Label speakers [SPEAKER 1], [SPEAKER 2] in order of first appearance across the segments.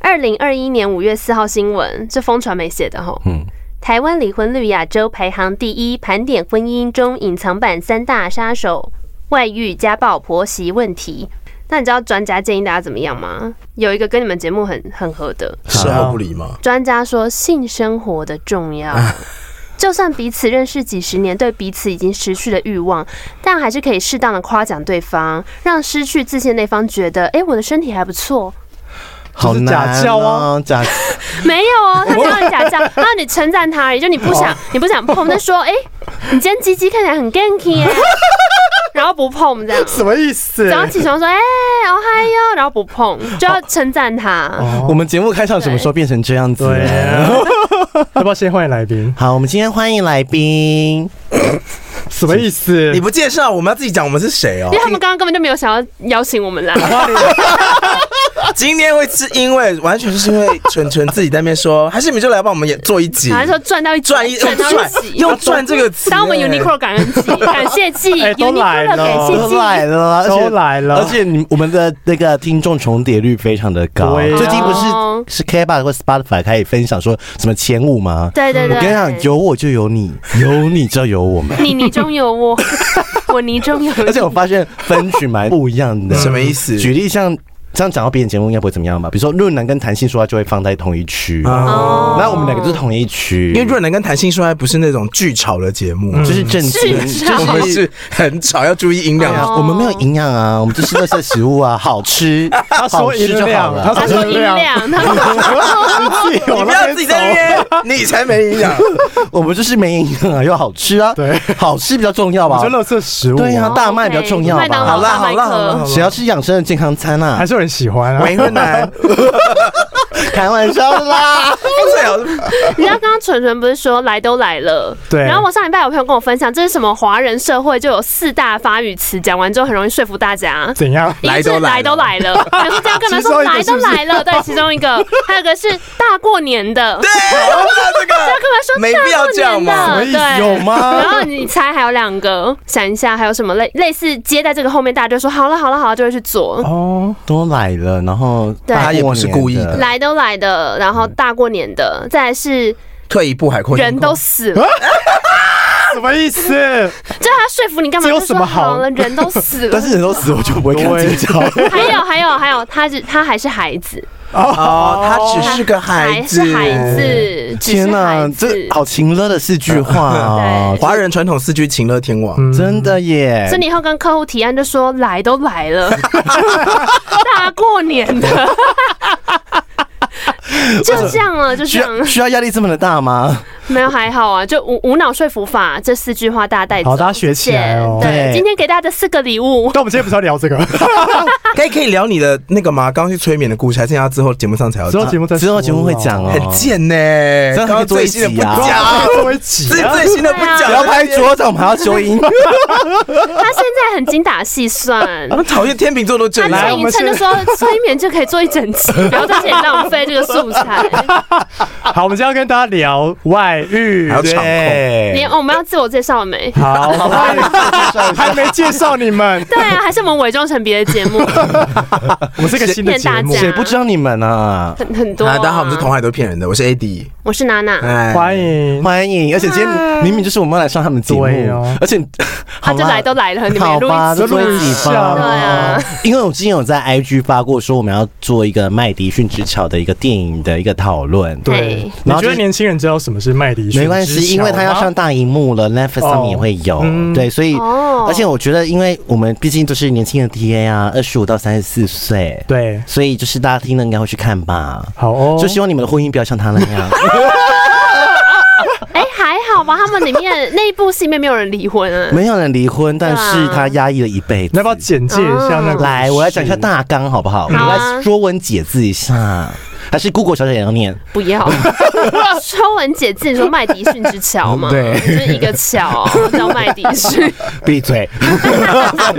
[SPEAKER 1] 二零二一年五月四号新闻，这风传媒写的吼。嗯。台湾离婚率亚洲排行第一，盘点婚姻中隐藏版三大杀手：外遇、家暴、婆媳问题。那你知道专家建议大家怎么样吗？有一个跟你们节目很很合的，
[SPEAKER 2] 事后不理嘛，
[SPEAKER 1] 专家说性生活的重要。就算彼此认识几十年，对彼此已经失去了欲望，但还是可以适当的夸奖对方，让失去自信的那方觉得，哎、我的身体还不错，
[SPEAKER 2] 好
[SPEAKER 3] 就是
[SPEAKER 2] 难
[SPEAKER 3] 假叫
[SPEAKER 2] 哦
[SPEAKER 3] 啊，
[SPEAKER 2] 假
[SPEAKER 1] 没有哦，他教你假笑，然后你称赞他而已，就你不
[SPEAKER 2] 哦
[SPEAKER 1] 想，你不想碰，他说，哎、你今天鸡鸡看起来很 ganky 耶，然后不碰这样。
[SPEAKER 3] 什么意思？
[SPEAKER 1] 早上起床说，哎、好嗨哟，然后不碰，就要称赞他。
[SPEAKER 2] 我们节目开场什么时候变成这样子？
[SPEAKER 4] 对，要不要先欢迎来宾？
[SPEAKER 2] 好，我们今天欢迎来宾，
[SPEAKER 3] 什么意思
[SPEAKER 5] 你？不介绍，我们要自己讲我们是谁哦
[SPEAKER 1] 因为。他们刚刚根本就没有想要邀请我们来，
[SPEAKER 2] 哦
[SPEAKER 5] 今天会是因为完全就是因为纯纯自己在那边说，还是你们就来帮我们演做一 集，
[SPEAKER 1] 还说赚到一集
[SPEAKER 5] 赚一
[SPEAKER 1] 赚到一
[SPEAKER 5] 赚
[SPEAKER 1] 集，
[SPEAKER 5] 用赚这个词，
[SPEAKER 1] 当我们 Uniqlo 感恩季，感谢季
[SPEAKER 3] 哎都来
[SPEAKER 1] ，Uniqlo
[SPEAKER 3] 了
[SPEAKER 1] 感谢
[SPEAKER 2] 都来
[SPEAKER 1] 季，
[SPEAKER 2] 了，而
[SPEAKER 3] 都
[SPEAKER 2] 且
[SPEAKER 3] 来了，
[SPEAKER 2] 而且你我们的那个听众重叠率非常的高，
[SPEAKER 3] 对啊
[SPEAKER 2] 最近不是
[SPEAKER 1] 哦
[SPEAKER 2] 是 K 吧或 Spotify 开始分享说什么前五吗？
[SPEAKER 1] 对对对，
[SPEAKER 2] 我跟你讲，有我就有你，有你就有我们。
[SPEAKER 1] 你泥中 有我，我泥中有你
[SPEAKER 2] 而且我发现分群蛮不一样的，
[SPEAKER 5] 什么意思？
[SPEAKER 2] 举例像这样讲到别人节目应该不会怎么样吧？比如说润南跟弹性说话就会放在同一区，
[SPEAKER 1] 哦
[SPEAKER 2] 那我们两个就是同一区，
[SPEAKER 5] 啊因为润南跟谭信说还不是那种巨吵的节
[SPEAKER 1] 嗯
[SPEAKER 5] 目，
[SPEAKER 2] 就是正经，
[SPEAKER 1] 是
[SPEAKER 2] 就
[SPEAKER 1] 啊
[SPEAKER 5] 我们 是很吵，要注意音
[SPEAKER 2] 对
[SPEAKER 5] 量。
[SPEAKER 2] 啊，我们没有营养啊，我们就吃那些食物啊， 好吃，
[SPEAKER 3] 他说
[SPEAKER 2] 好吃就
[SPEAKER 3] 音
[SPEAKER 2] 好
[SPEAKER 3] 量，
[SPEAKER 2] 了。
[SPEAKER 1] 他说 音量，他
[SPEAKER 3] 你
[SPEAKER 1] 说啊
[SPEAKER 5] 你不要自己在那边，你才没 营养。
[SPEAKER 2] 我们就是没营养啊，又好吃啊，
[SPEAKER 3] 对，
[SPEAKER 2] 好吃比较重要吧
[SPEAKER 3] 我觉？得垃圾食物，啊
[SPEAKER 2] 对呀，大麦比较
[SPEAKER 1] 哦 OK，
[SPEAKER 2] 重要
[SPEAKER 1] 麦当劳
[SPEAKER 2] 吧？
[SPEAKER 5] 啦
[SPEAKER 1] 大麦
[SPEAKER 5] 啊好啦好啦
[SPEAKER 1] 克
[SPEAKER 5] 好啦
[SPEAKER 2] 谁要吃养生的健康餐啊
[SPEAKER 3] 还？是有人喜欢啊。
[SPEAKER 5] 喂，润 南，
[SPEAKER 2] 开玩笑的啦，
[SPEAKER 5] 最好是
[SPEAKER 1] 你知道刚刚纯纯不是说来都来了，
[SPEAKER 3] 对
[SPEAKER 1] 然后我上礼拜有朋友跟我分享，这是什么华人社会就有四大发语词，讲完之后很容易说服大家。
[SPEAKER 3] 怎样？
[SPEAKER 1] 一个是来
[SPEAKER 5] 来
[SPEAKER 1] 都
[SPEAKER 5] 都
[SPEAKER 1] 来 了，哎然后这样跟他说来
[SPEAKER 3] 其
[SPEAKER 1] 都
[SPEAKER 3] 中一个是不是
[SPEAKER 1] 来 了，对，其中一个，还有一个是大过年的，对，
[SPEAKER 5] 哎这个
[SPEAKER 1] 跟
[SPEAKER 5] 没
[SPEAKER 1] 他
[SPEAKER 5] 必要
[SPEAKER 1] 说
[SPEAKER 5] 这
[SPEAKER 1] 大过
[SPEAKER 5] 样
[SPEAKER 1] 年
[SPEAKER 5] 嘛
[SPEAKER 3] 什么
[SPEAKER 1] 的，
[SPEAKER 3] 意思
[SPEAKER 1] 对，
[SPEAKER 3] 有吗
[SPEAKER 1] 然后你猜还有两个，想一下还有什么类类似接在这个后面，大家就说好了好了好了，就会去做。
[SPEAKER 3] 哦，
[SPEAKER 2] 都来了，然后
[SPEAKER 1] 对
[SPEAKER 2] 大过年的
[SPEAKER 5] 他也不是故意的
[SPEAKER 1] 来都来的，然后大过年的，再来是
[SPEAKER 5] 退一步海阔天
[SPEAKER 1] 人
[SPEAKER 5] 空
[SPEAKER 1] 都死了，
[SPEAKER 3] 什么意思？
[SPEAKER 1] 就是他说服你干嘛？
[SPEAKER 3] 这有
[SPEAKER 1] 就
[SPEAKER 3] 什
[SPEAKER 1] 说
[SPEAKER 3] 么好
[SPEAKER 1] 好了，人都死了。
[SPEAKER 2] 但是人都死，我就不会看
[SPEAKER 3] 对
[SPEAKER 2] 计较。
[SPEAKER 1] 还有还有还有，他是他还是孩子，
[SPEAKER 5] 哦，他只是个孩
[SPEAKER 1] 哦还
[SPEAKER 5] 子，
[SPEAKER 1] 是孩子，只是
[SPEAKER 2] 天
[SPEAKER 1] 孩
[SPEAKER 2] 呐，
[SPEAKER 1] 子
[SPEAKER 2] 这。好情乐的四句话哦
[SPEAKER 1] 对，
[SPEAKER 5] 华人传统四句情乐天
[SPEAKER 1] 嗯
[SPEAKER 5] 王。
[SPEAKER 3] 嗯
[SPEAKER 2] 真的耶
[SPEAKER 1] 所以！你以后跟客户提案就说来都 来了，大过年的，就这样了，就
[SPEAKER 2] 需
[SPEAKER 1] 这样了
[SPEAKER 2] 要，需要压力这么的大吗？
[SPEAKER 1] 没有还好啊，就无无脑说服法这四句话大家带走，
[SPEAKER 3] 好大家学起来哦
[SPEAKER 1] 谢谢对，
[SPEAKER 2] 对
[SPEAKER 1] 今天给大家的四个礼物，
[SPEAKER 3] 但我们今天不是要聊这个，
[SPEAKER 5] 可以可以聊你的那个吗？刚刚去催眠的故事，还是要之后节目上才要
[SPEAKER 3] 之
[SPEAKER 5] 讲
[SPEAKER 3] 后？节目再
[SPEAKER 2] 之后节目会讲哦，
[SPEAKER 5] 很贱呢、
[SPEAKER 2] 这样还
[SPEAKER 5] 刚
[SPEAKER 2] 可
[SPEAKER 5] 刚
[SPEAKER 2] 以做
[SPEAKER 5] 最
[SPEAKER 2] 一
[SPEAKER 5] 新的不
[SPEAKER 2] 集啊
[SPEAKER 5] 讲，
[SPEAKER 3] 做一集
[SPEAKER 5] 最
[SPEAKER 3] 啊。
[SPEAKER 5] 最新的不
[SPEAKER 1] 对啊
[SPEAKER 5] 讲，
[SPEAKER 2] 不要拍。桌子，我们还要修音。
[SPEAKER 1] 他现在很精打细算
[SPEAKER 5] 我。们讨厌天秤座都这
[SPEAKER 1] 他
[SPEAKER 3] 来
[SPEAKER 5] 样
[SPEAKER 1] 蹭。一蹭就说催眠就可以做一整集，不要在这里浪费这个素材。
[SPEAKER 3] 好，我们今天要跟大家聊外遇
[SPEAKER 5] 还。要场控，
[SPEAKER 1] 你
[SPEAKER 2] 对，
[SPEAKER 1] 我们要自我介绍了没？
[SPEAKER 3] 好，欢迎还没介绍你们，
[SPEAKER 1] 对啊，还是我们伪装成别的节目，
[SPEAKER 3] 我们是一个新的节目
[SPEAKER 1] 骗大，
[SPEAKER 2] 谁不知道你们啊？
[SPEAKER 1] 很很多、
[SPEAKER 5] 啊，
[SPEAKER 1] 啊。
[SPEAKER 5] 大家好，我们是同海都骗人的，我是 AD，
[SPEAKER 1] 我是娜娜，
[SPEAKER 5] 哎，
[SPEAKER 3] 欢迎。
[SPEAKER 2] 欢迎，而且今天明明就是我们要来上他们的节目
[SPEAKER 3] 对哦，
[SPEAKER 2] 而且
[SPEAKER 1] 啊
[SPEAKER 2] 好
[SPEAKER 1] 他就来
[SPEAKER 2] 啦，
[SPEAKER 1] 都来了， 你们也
[SPEAKER 2] 好
[SPEAKER 1] 录
[SPEAKER 2] 吧，
[SPEAKER 1] 一
[SPEAKER 2] 就
[SPEAKER 1] 集
[SPEAKER 2] 录一集
[SPEAKER 3] 对
[SPEAKER 2] 吧。
[SPEAKER 1] 啊，
[SPEAKER 2] 因为我之前有在 IG 发过说我们要做一个麦迪逊之桥的一个电影的一个讨论，
[SPEAKER 1] 对，
[SPEAKER 2] 然
[SPEAKER 3] 你
[SPEAKER 2] 后
[SPEAKER 3] 觉
[SPEAKER 2] 就
[SPEAKER 3] 得年轻人知道什么是麦迪逊？
[SPEAKER 2] 没关系，因为他要上。大荧幕了，Netflix 上面也会有，
[SPEAKER 3] 哦嗯
[SPEAKER 2] 对，所以、
[SPEAKER 1] 哦
[SPEAKER 2] 而且我觉得，因为我们毕竟都是年轻的 TA 啊，二十五到三十四岁，，
[SPEAKER 3] 对，
[SPEAKER 2] 所以就是大家听了应该会去看吧，
[SPEAKER 3] 好哦，
[SPEAKER 2] 就希望你们的婚姻不要像他那样，
[SPEAKER 1] 哎、还好不好？他们里面那一部戏里面没有人离婚啊。
[SPEAKER 2] 没有人离婚，但是他压抑了一辈
[SPEAKER 3] 你
[SPEAKER 2] 子
[SPEAKER 3] 要不。要简介一下那个？
[SPEAKER 2] 哦来，我来讲一下。大纲好不好？我
[SPEAKER 1] 好啊
[SPEAKER 2] 们来说文解字一下，还是 Google 小姐也要念？
[SPEAKER 1] 不要，说文解字，你说麦迪逊之桥嘛，
[SPEAKER 2] 对
[SPEAKER 1] 就是一个桥叫麦迪逊。
[SPEAKER 2] 闭嘴，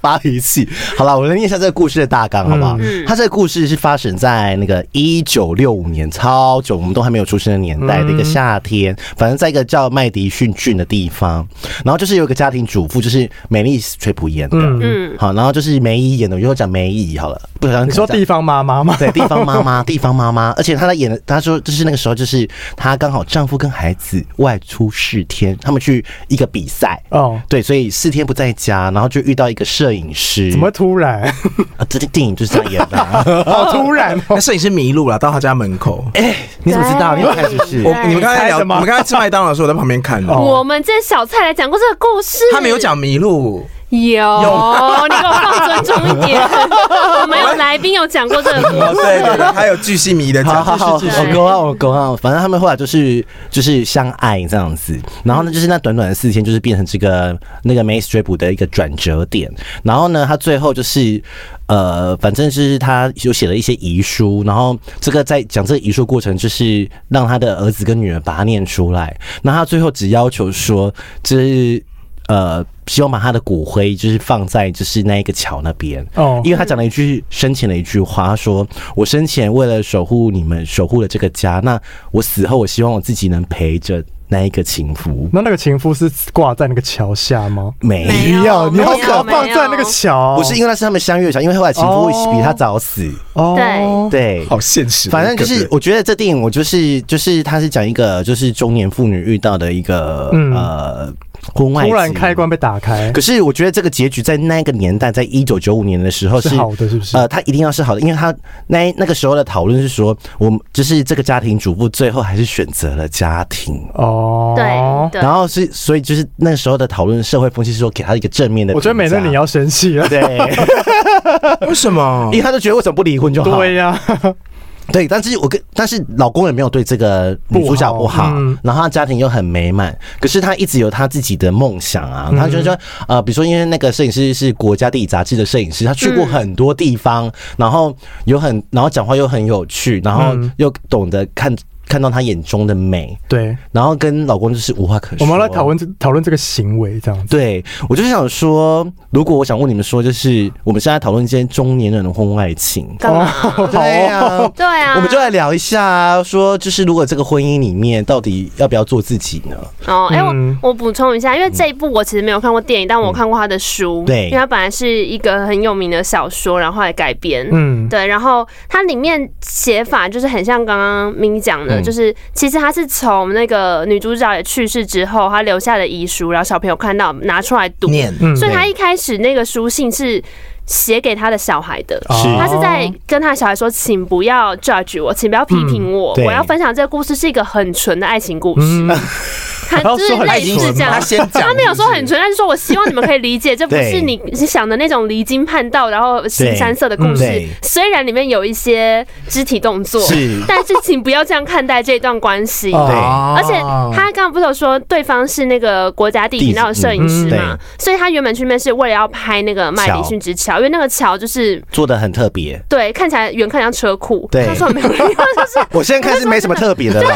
[SPEAKER 2] 发脾气。好了，我来念一下这个故事的大纲，好不好？它这个故事是发生在那个一九六五年，超久，我们都还没有出生的年代的一个夏天，反正在一个叫麦迪逊郡的地方，然后就是有一个家庭主妇，就是美丽崔普演的，嗯，好，然后就是梅姨演的，我就讲梅姨好了，不想
[SPEAKER 3] 你说地方妈妈吗？
[SPEAKER 2] 对，地方妈 妈，地方妈妈，而且她在演的，她说就是那个时候，就是她刚好丈夫跟孩子外出四天，他们去一个比赛，
[SPEAKER 3] 哦，
[SPEAKER 2] 对，所以四天不在家，然后就遇到一个摄影师，
[SPEAKER 3] 怎么会突然？
[SPEAKER 2] 啊？这电影就是这样演的、啊。
[SPEAKER 3] 好突然哦！
[SPEAKER 5] 那摄影师迷路了，到他家门口。
[SPEAKER 2] 哎、你怎么知道？你有看是不
[SPEAKER 1] 对
[SPEAKER 2] 是？
[SPEAKER 5] 我你们刚才
[SPEAKER 3] 猜
[SPEAKER 5] 聊，
[SPEAKER 3] 什么
[SPEAKER 5] 我们刚才吃麦当劳的时候，我在旁边看的。
[SPEAKER 3] 哦
[SPEAKER 1] 我们这小蔡来讲过这个故事，
[SPEAKER 5] 他没有，讲迷路，
[SPEAKER 1] 有，你给我放尊重一点。我们有来宾有讲过这个故
[SPEAKER 5] 哦，
[SPEAKER 1] 事，
[SPEAKER 5] 对对对，他有巨细迷的
[SPEAKER 2] 好
[SPEAKER 5] 讲，
[SPEAKER 2] 好好，
[SPEAKER 3] 继
[SPEAKER 1] 续继续
[SPEAKER 2] 我勾啊，我勾啊，反正他们后来就是就是相爱这样子，然后呢，就是那短短的四天，就是变成这个那个 May Strip 的一个转折点。然后呢，他最后就是呃，反正就是他有写了一些遗书，然后这个在讲这个遗书过程，就是让他的儿子跟女儿把它念出来。那他最后只要求说，就是呃，希望把他的骨灰就是放在就是那一个桥那边。
[SPEAKER 3] 哦
[SPEAKER 2] 因为他讲了一句生前的一句话，他说：“我生前为了守护你们，守护了这个家，那我死后，我希望我自己能陪着那一个情夫。
[SPEAKER 3] 那那个情夫是挂在那个桥下吗”？
[SPEAKER 2] 没
[SPEAKER 1] 没有
[SPEAKER 2] 有，你
[SPEAKER 3] 你哦
[SPEAKER 2] 好
[SPEAKER 3] 好
[SPEAKER 1] 没有
[SPEAKER 2] 可
[SPEAKER 3] 可放在那个桥，
[SPEAKER 2] 不是因为那是他们相遇的桥，因为后来情夫会比他早死。
[SPEAKER 3] 哦
[SPEAKER 1] 对
[SPEAKER 2] 对，
[SPEAKER 5] 好现实的一个
[SPEAKER 2] 反
[SPEAKER 5] 人。
[SPEAKER 2] 正就是，我觉得这电影我就是就是，他是讲一个就是中年妇女遇到的一个、
[SPEAKER 3] 嗯
[SPEAKER 2] 呃婚外
[SPEAKER 3] 突然
[SPEAKER 2] 情
[SPEAKER 3] 开关被打开
[SPEAKER 2] 可，是我觉得这个结局在那个年代，在一九九五年的时候
[SPEAKER 3] 是好的，是不是？
[SPEAKER 2] 呃，他一定要是好的，因为他那那个时候的讨论是说，我们就是这个家庭主妇最后还是选择了家庭，
[SPEAKER 3] 哦，
[SPEAKER 1] 对，对
[SPEAKER 2] 然后是所以就是那时候的讨论社会风气是说给他一个正面的
[SPEAKER 3] 我
[SPEAKER 2] 评价，
[SPEAKER 3] 觉得美乐你要生气了。
[SPEAKER 2] 对，
[SPEAKER 5] 为什么
[SPEAKER 2] 因为？他就觉得为什么不离婚就好，
[SPEAKER 3] 对呀，
[SPEAKER 2] 对，但是我跟但是老公也没有对这个女主角不好，
[SPEAKER 3] 不好嗯
[SPEAKER 2] 然后他家庭又很美满，可是他一直有他自己的梦想
[SPEAKER 3] 嗯
[SPEAKER 2] 啊，他就是说呃，比如说因为那个摄影师是国家地理杂志的摄影师，他去过很多地方，
[SPEAKER 3] 嗯
[SPEAKER 2] 然后有很然后讲话又很有趣，然后
[SPEAKER 3] 嗯
[SPEAKER 2] 又懂得看看到他眼中的美，
[SPEAKER 3] 对，
[SPEAKER 2] 然后跟老公就是无话可说。
[SPEAKER 3] 我们要来讨论这讨论这个行为这样子。
[SPEAKER 2] 对，我就是想说，如果我想问你们说，就是我们现在讨论今天中年人的婚 外情，
[SPEAKER 1] 干嘛？
[SPEAKER 2] 对啊，
[SPEAKER 1] 对啊，
[SPEAKER 2] 我们就来聊一下啊，说就是如果这个婚姻里面到底要不要做自己呢？
[SPEAKER 1] 哦，哎、
[SPEAKER 3] 嗯
[SPEAKER 1] 我我补充一下，因为这一部我其实没有看过电影，但我看过他的书，
[SPEAKER 2] 对
[SPEAKER 1] 因为他本来是一个很有名的小说，然后后来改编，
[SPEAKER 3] 嗯，
[SPEAKER 1] 对，然后它里面写法就是很像刚刚咪讲的，
[SPEAKER 2] 嗯
[SPEAKER 1] 就是其实它是从那个女主角也去世之后，她留下的遗书，然后小朋友看到拿出来读，
[SPEAKER 5] 念
[SPEAKER 3] 嗯
[SPEAKER 1] 所以她
[SPEAKER 2] 对
[SPEAKER 1] 一开始那个书信是写给她的小孩的。
[SPEAKER 2] 是
[SPEAKER 3] 哦
[SPEAKER 1] 她是在跟她小孩说，请不要 judge 我，请不要批评我，
[SPEAKER 2] 嗯对
[SPEAKER 1] 我要分享这个故事是一个很纯的爱情故事。
[SPEAKER 3] 嗯，
[SPEAKER 1] 他就是
[SPEAKER 3] 他
[SPEAKER 1] 类
[SPEAKER 3] 已经
[SPEAKER 1] 似这样，
[SPEAKER 5] 他先讲，
[SPEAKER 1] 他没有说很纯，但是说我希望你们可以理解，这不
[SPEAKER 2] 对
[SPEAKER 1] 是你是想的那种离经叛道，然后新三色的故
[SPEAKER 2] 嗯
[SPEAKER 1] 事
[SPEAKER 2] 对。
[SPEAKER 1] 虽然里面有一些肢体动作，
[SPEAKER 2] 是
[SPEAKER 1] 但是请不要这样看待这段关系。
[SPEAKER 3] 哦
[SPEAKER 2] 啊
[SPEAKER 5] 哦
[SPEAKER 1] 而且他刚刚不是有说对方是那个国家地
[SPEAKER 2] 地
[SPEAKER 1] 理
[SPEAKER 2] 址
[SPEAKER 1] 那种摄影师嘛
[SPEAKER 2] 嗯，
[SPEAKER 1] 所以他原本去那边是为了要拍那个麦迪逊之桥，因为那个桥就是
[SPEAKER 2] 做的很特别。
[SPEAKER 1] 对看起来远看像车库，
[SPEAKER 2] 对
[SPEAKER 1] 他说没有，就是
[SPEAKER 2] 我现在看是没什么特别的 了，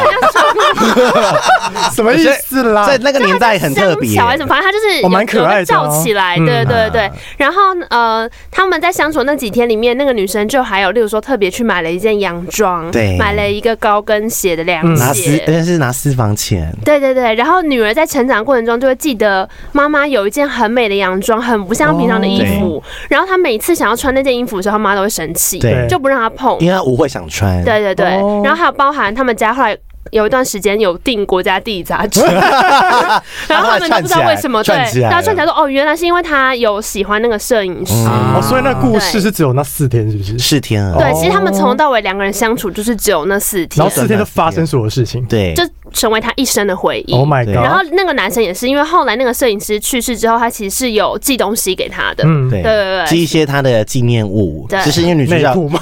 [SPEAKER 3] 什么意思啦？
[SPEAKER 2] 在那个年代很特别
[SPEAKER 1] 香。桥还是什么，反正它就是
[SPEAKER 3] 哦蛮可爱的哦
[SPEAKER 1] 有被罩起来，
[SPEAKER 3] 嗯
[SPEAKER 1] 对对对。然后呃，他们在相处那几天里面，那个女生就还有，例如说特别去买了一件洋装，
[SPEAKER 2] 对
[SPEAKER 1] 买了一个高跟鞋的凉
[SPEAKER 3] 嗯
[SPEAKER 2] 拿私，
[SPEAKER 1] 鞋。
[SPEAKER 2] 人家是拿私房钱，
[SPEAKER 1] 对对对，然后女儿在成长过程中就会记得妈妈有一件很美的洋装，很不像平常的衣
[SPEAKER 2] 哦
[SPEAKER 1] 服。然后她每次想要穿那件衣服的时候，她妈都会生气，
[SPEAKER 2] 对
[SPEAKER 1] 就不让她碰。
[SPEAKER 2] 因为他舞会想穿。
[SPEAKER 1] 对对对，
[SPEAKER 3] 哦
[SPEAKER 1] 然后还有包含他们家后来有一段时间有订国家地 理杂志，然后他们都不知道为什么对
[SPEAKER 2] 串，起来
[SPEAKER 1] 然
[SPEAKER 2] 了
[SPEAKER 1] 后串起来说哦，原来是因为他有喜欢那个摄影师。
[SPEAKER 2] 嗯
[SPEAKER 3] 哦，所以那故事是只有那四天，是不是？
[SPEAKER 2] 是天鹅。
[SPEAKER 1] 对，其实他们从头到尾两个人相处就是只有那四天
[SPEAKER 3] 然后，四天都发生所有事情。
[SPEAKER 2] 对，
[SPEAKER 1] 就成为他一生的回忆。
[SPEAKER 3] ，Oh my
[SPEAKER 2] 对
[SPEAKER 1] 然后
[SPEAKER 3] god！
[SPEAKER 1] 那个男生也是，因为后来那个摄影师去世之后，他其实是有寄东西给他的。
[SPEAKER 3] 嗯，
[SPEAKER 2] 对
[SPEAKER 1] 对对对
[SPEAKER 2] 寄一些她的纪念物，
[SPEAKER 1] 对
[SPEAKER 2] 就是因为女主
[SPEAKER 3] 内
[SPEAKER 2] 角
[SPEAKER 3] 裤嘛，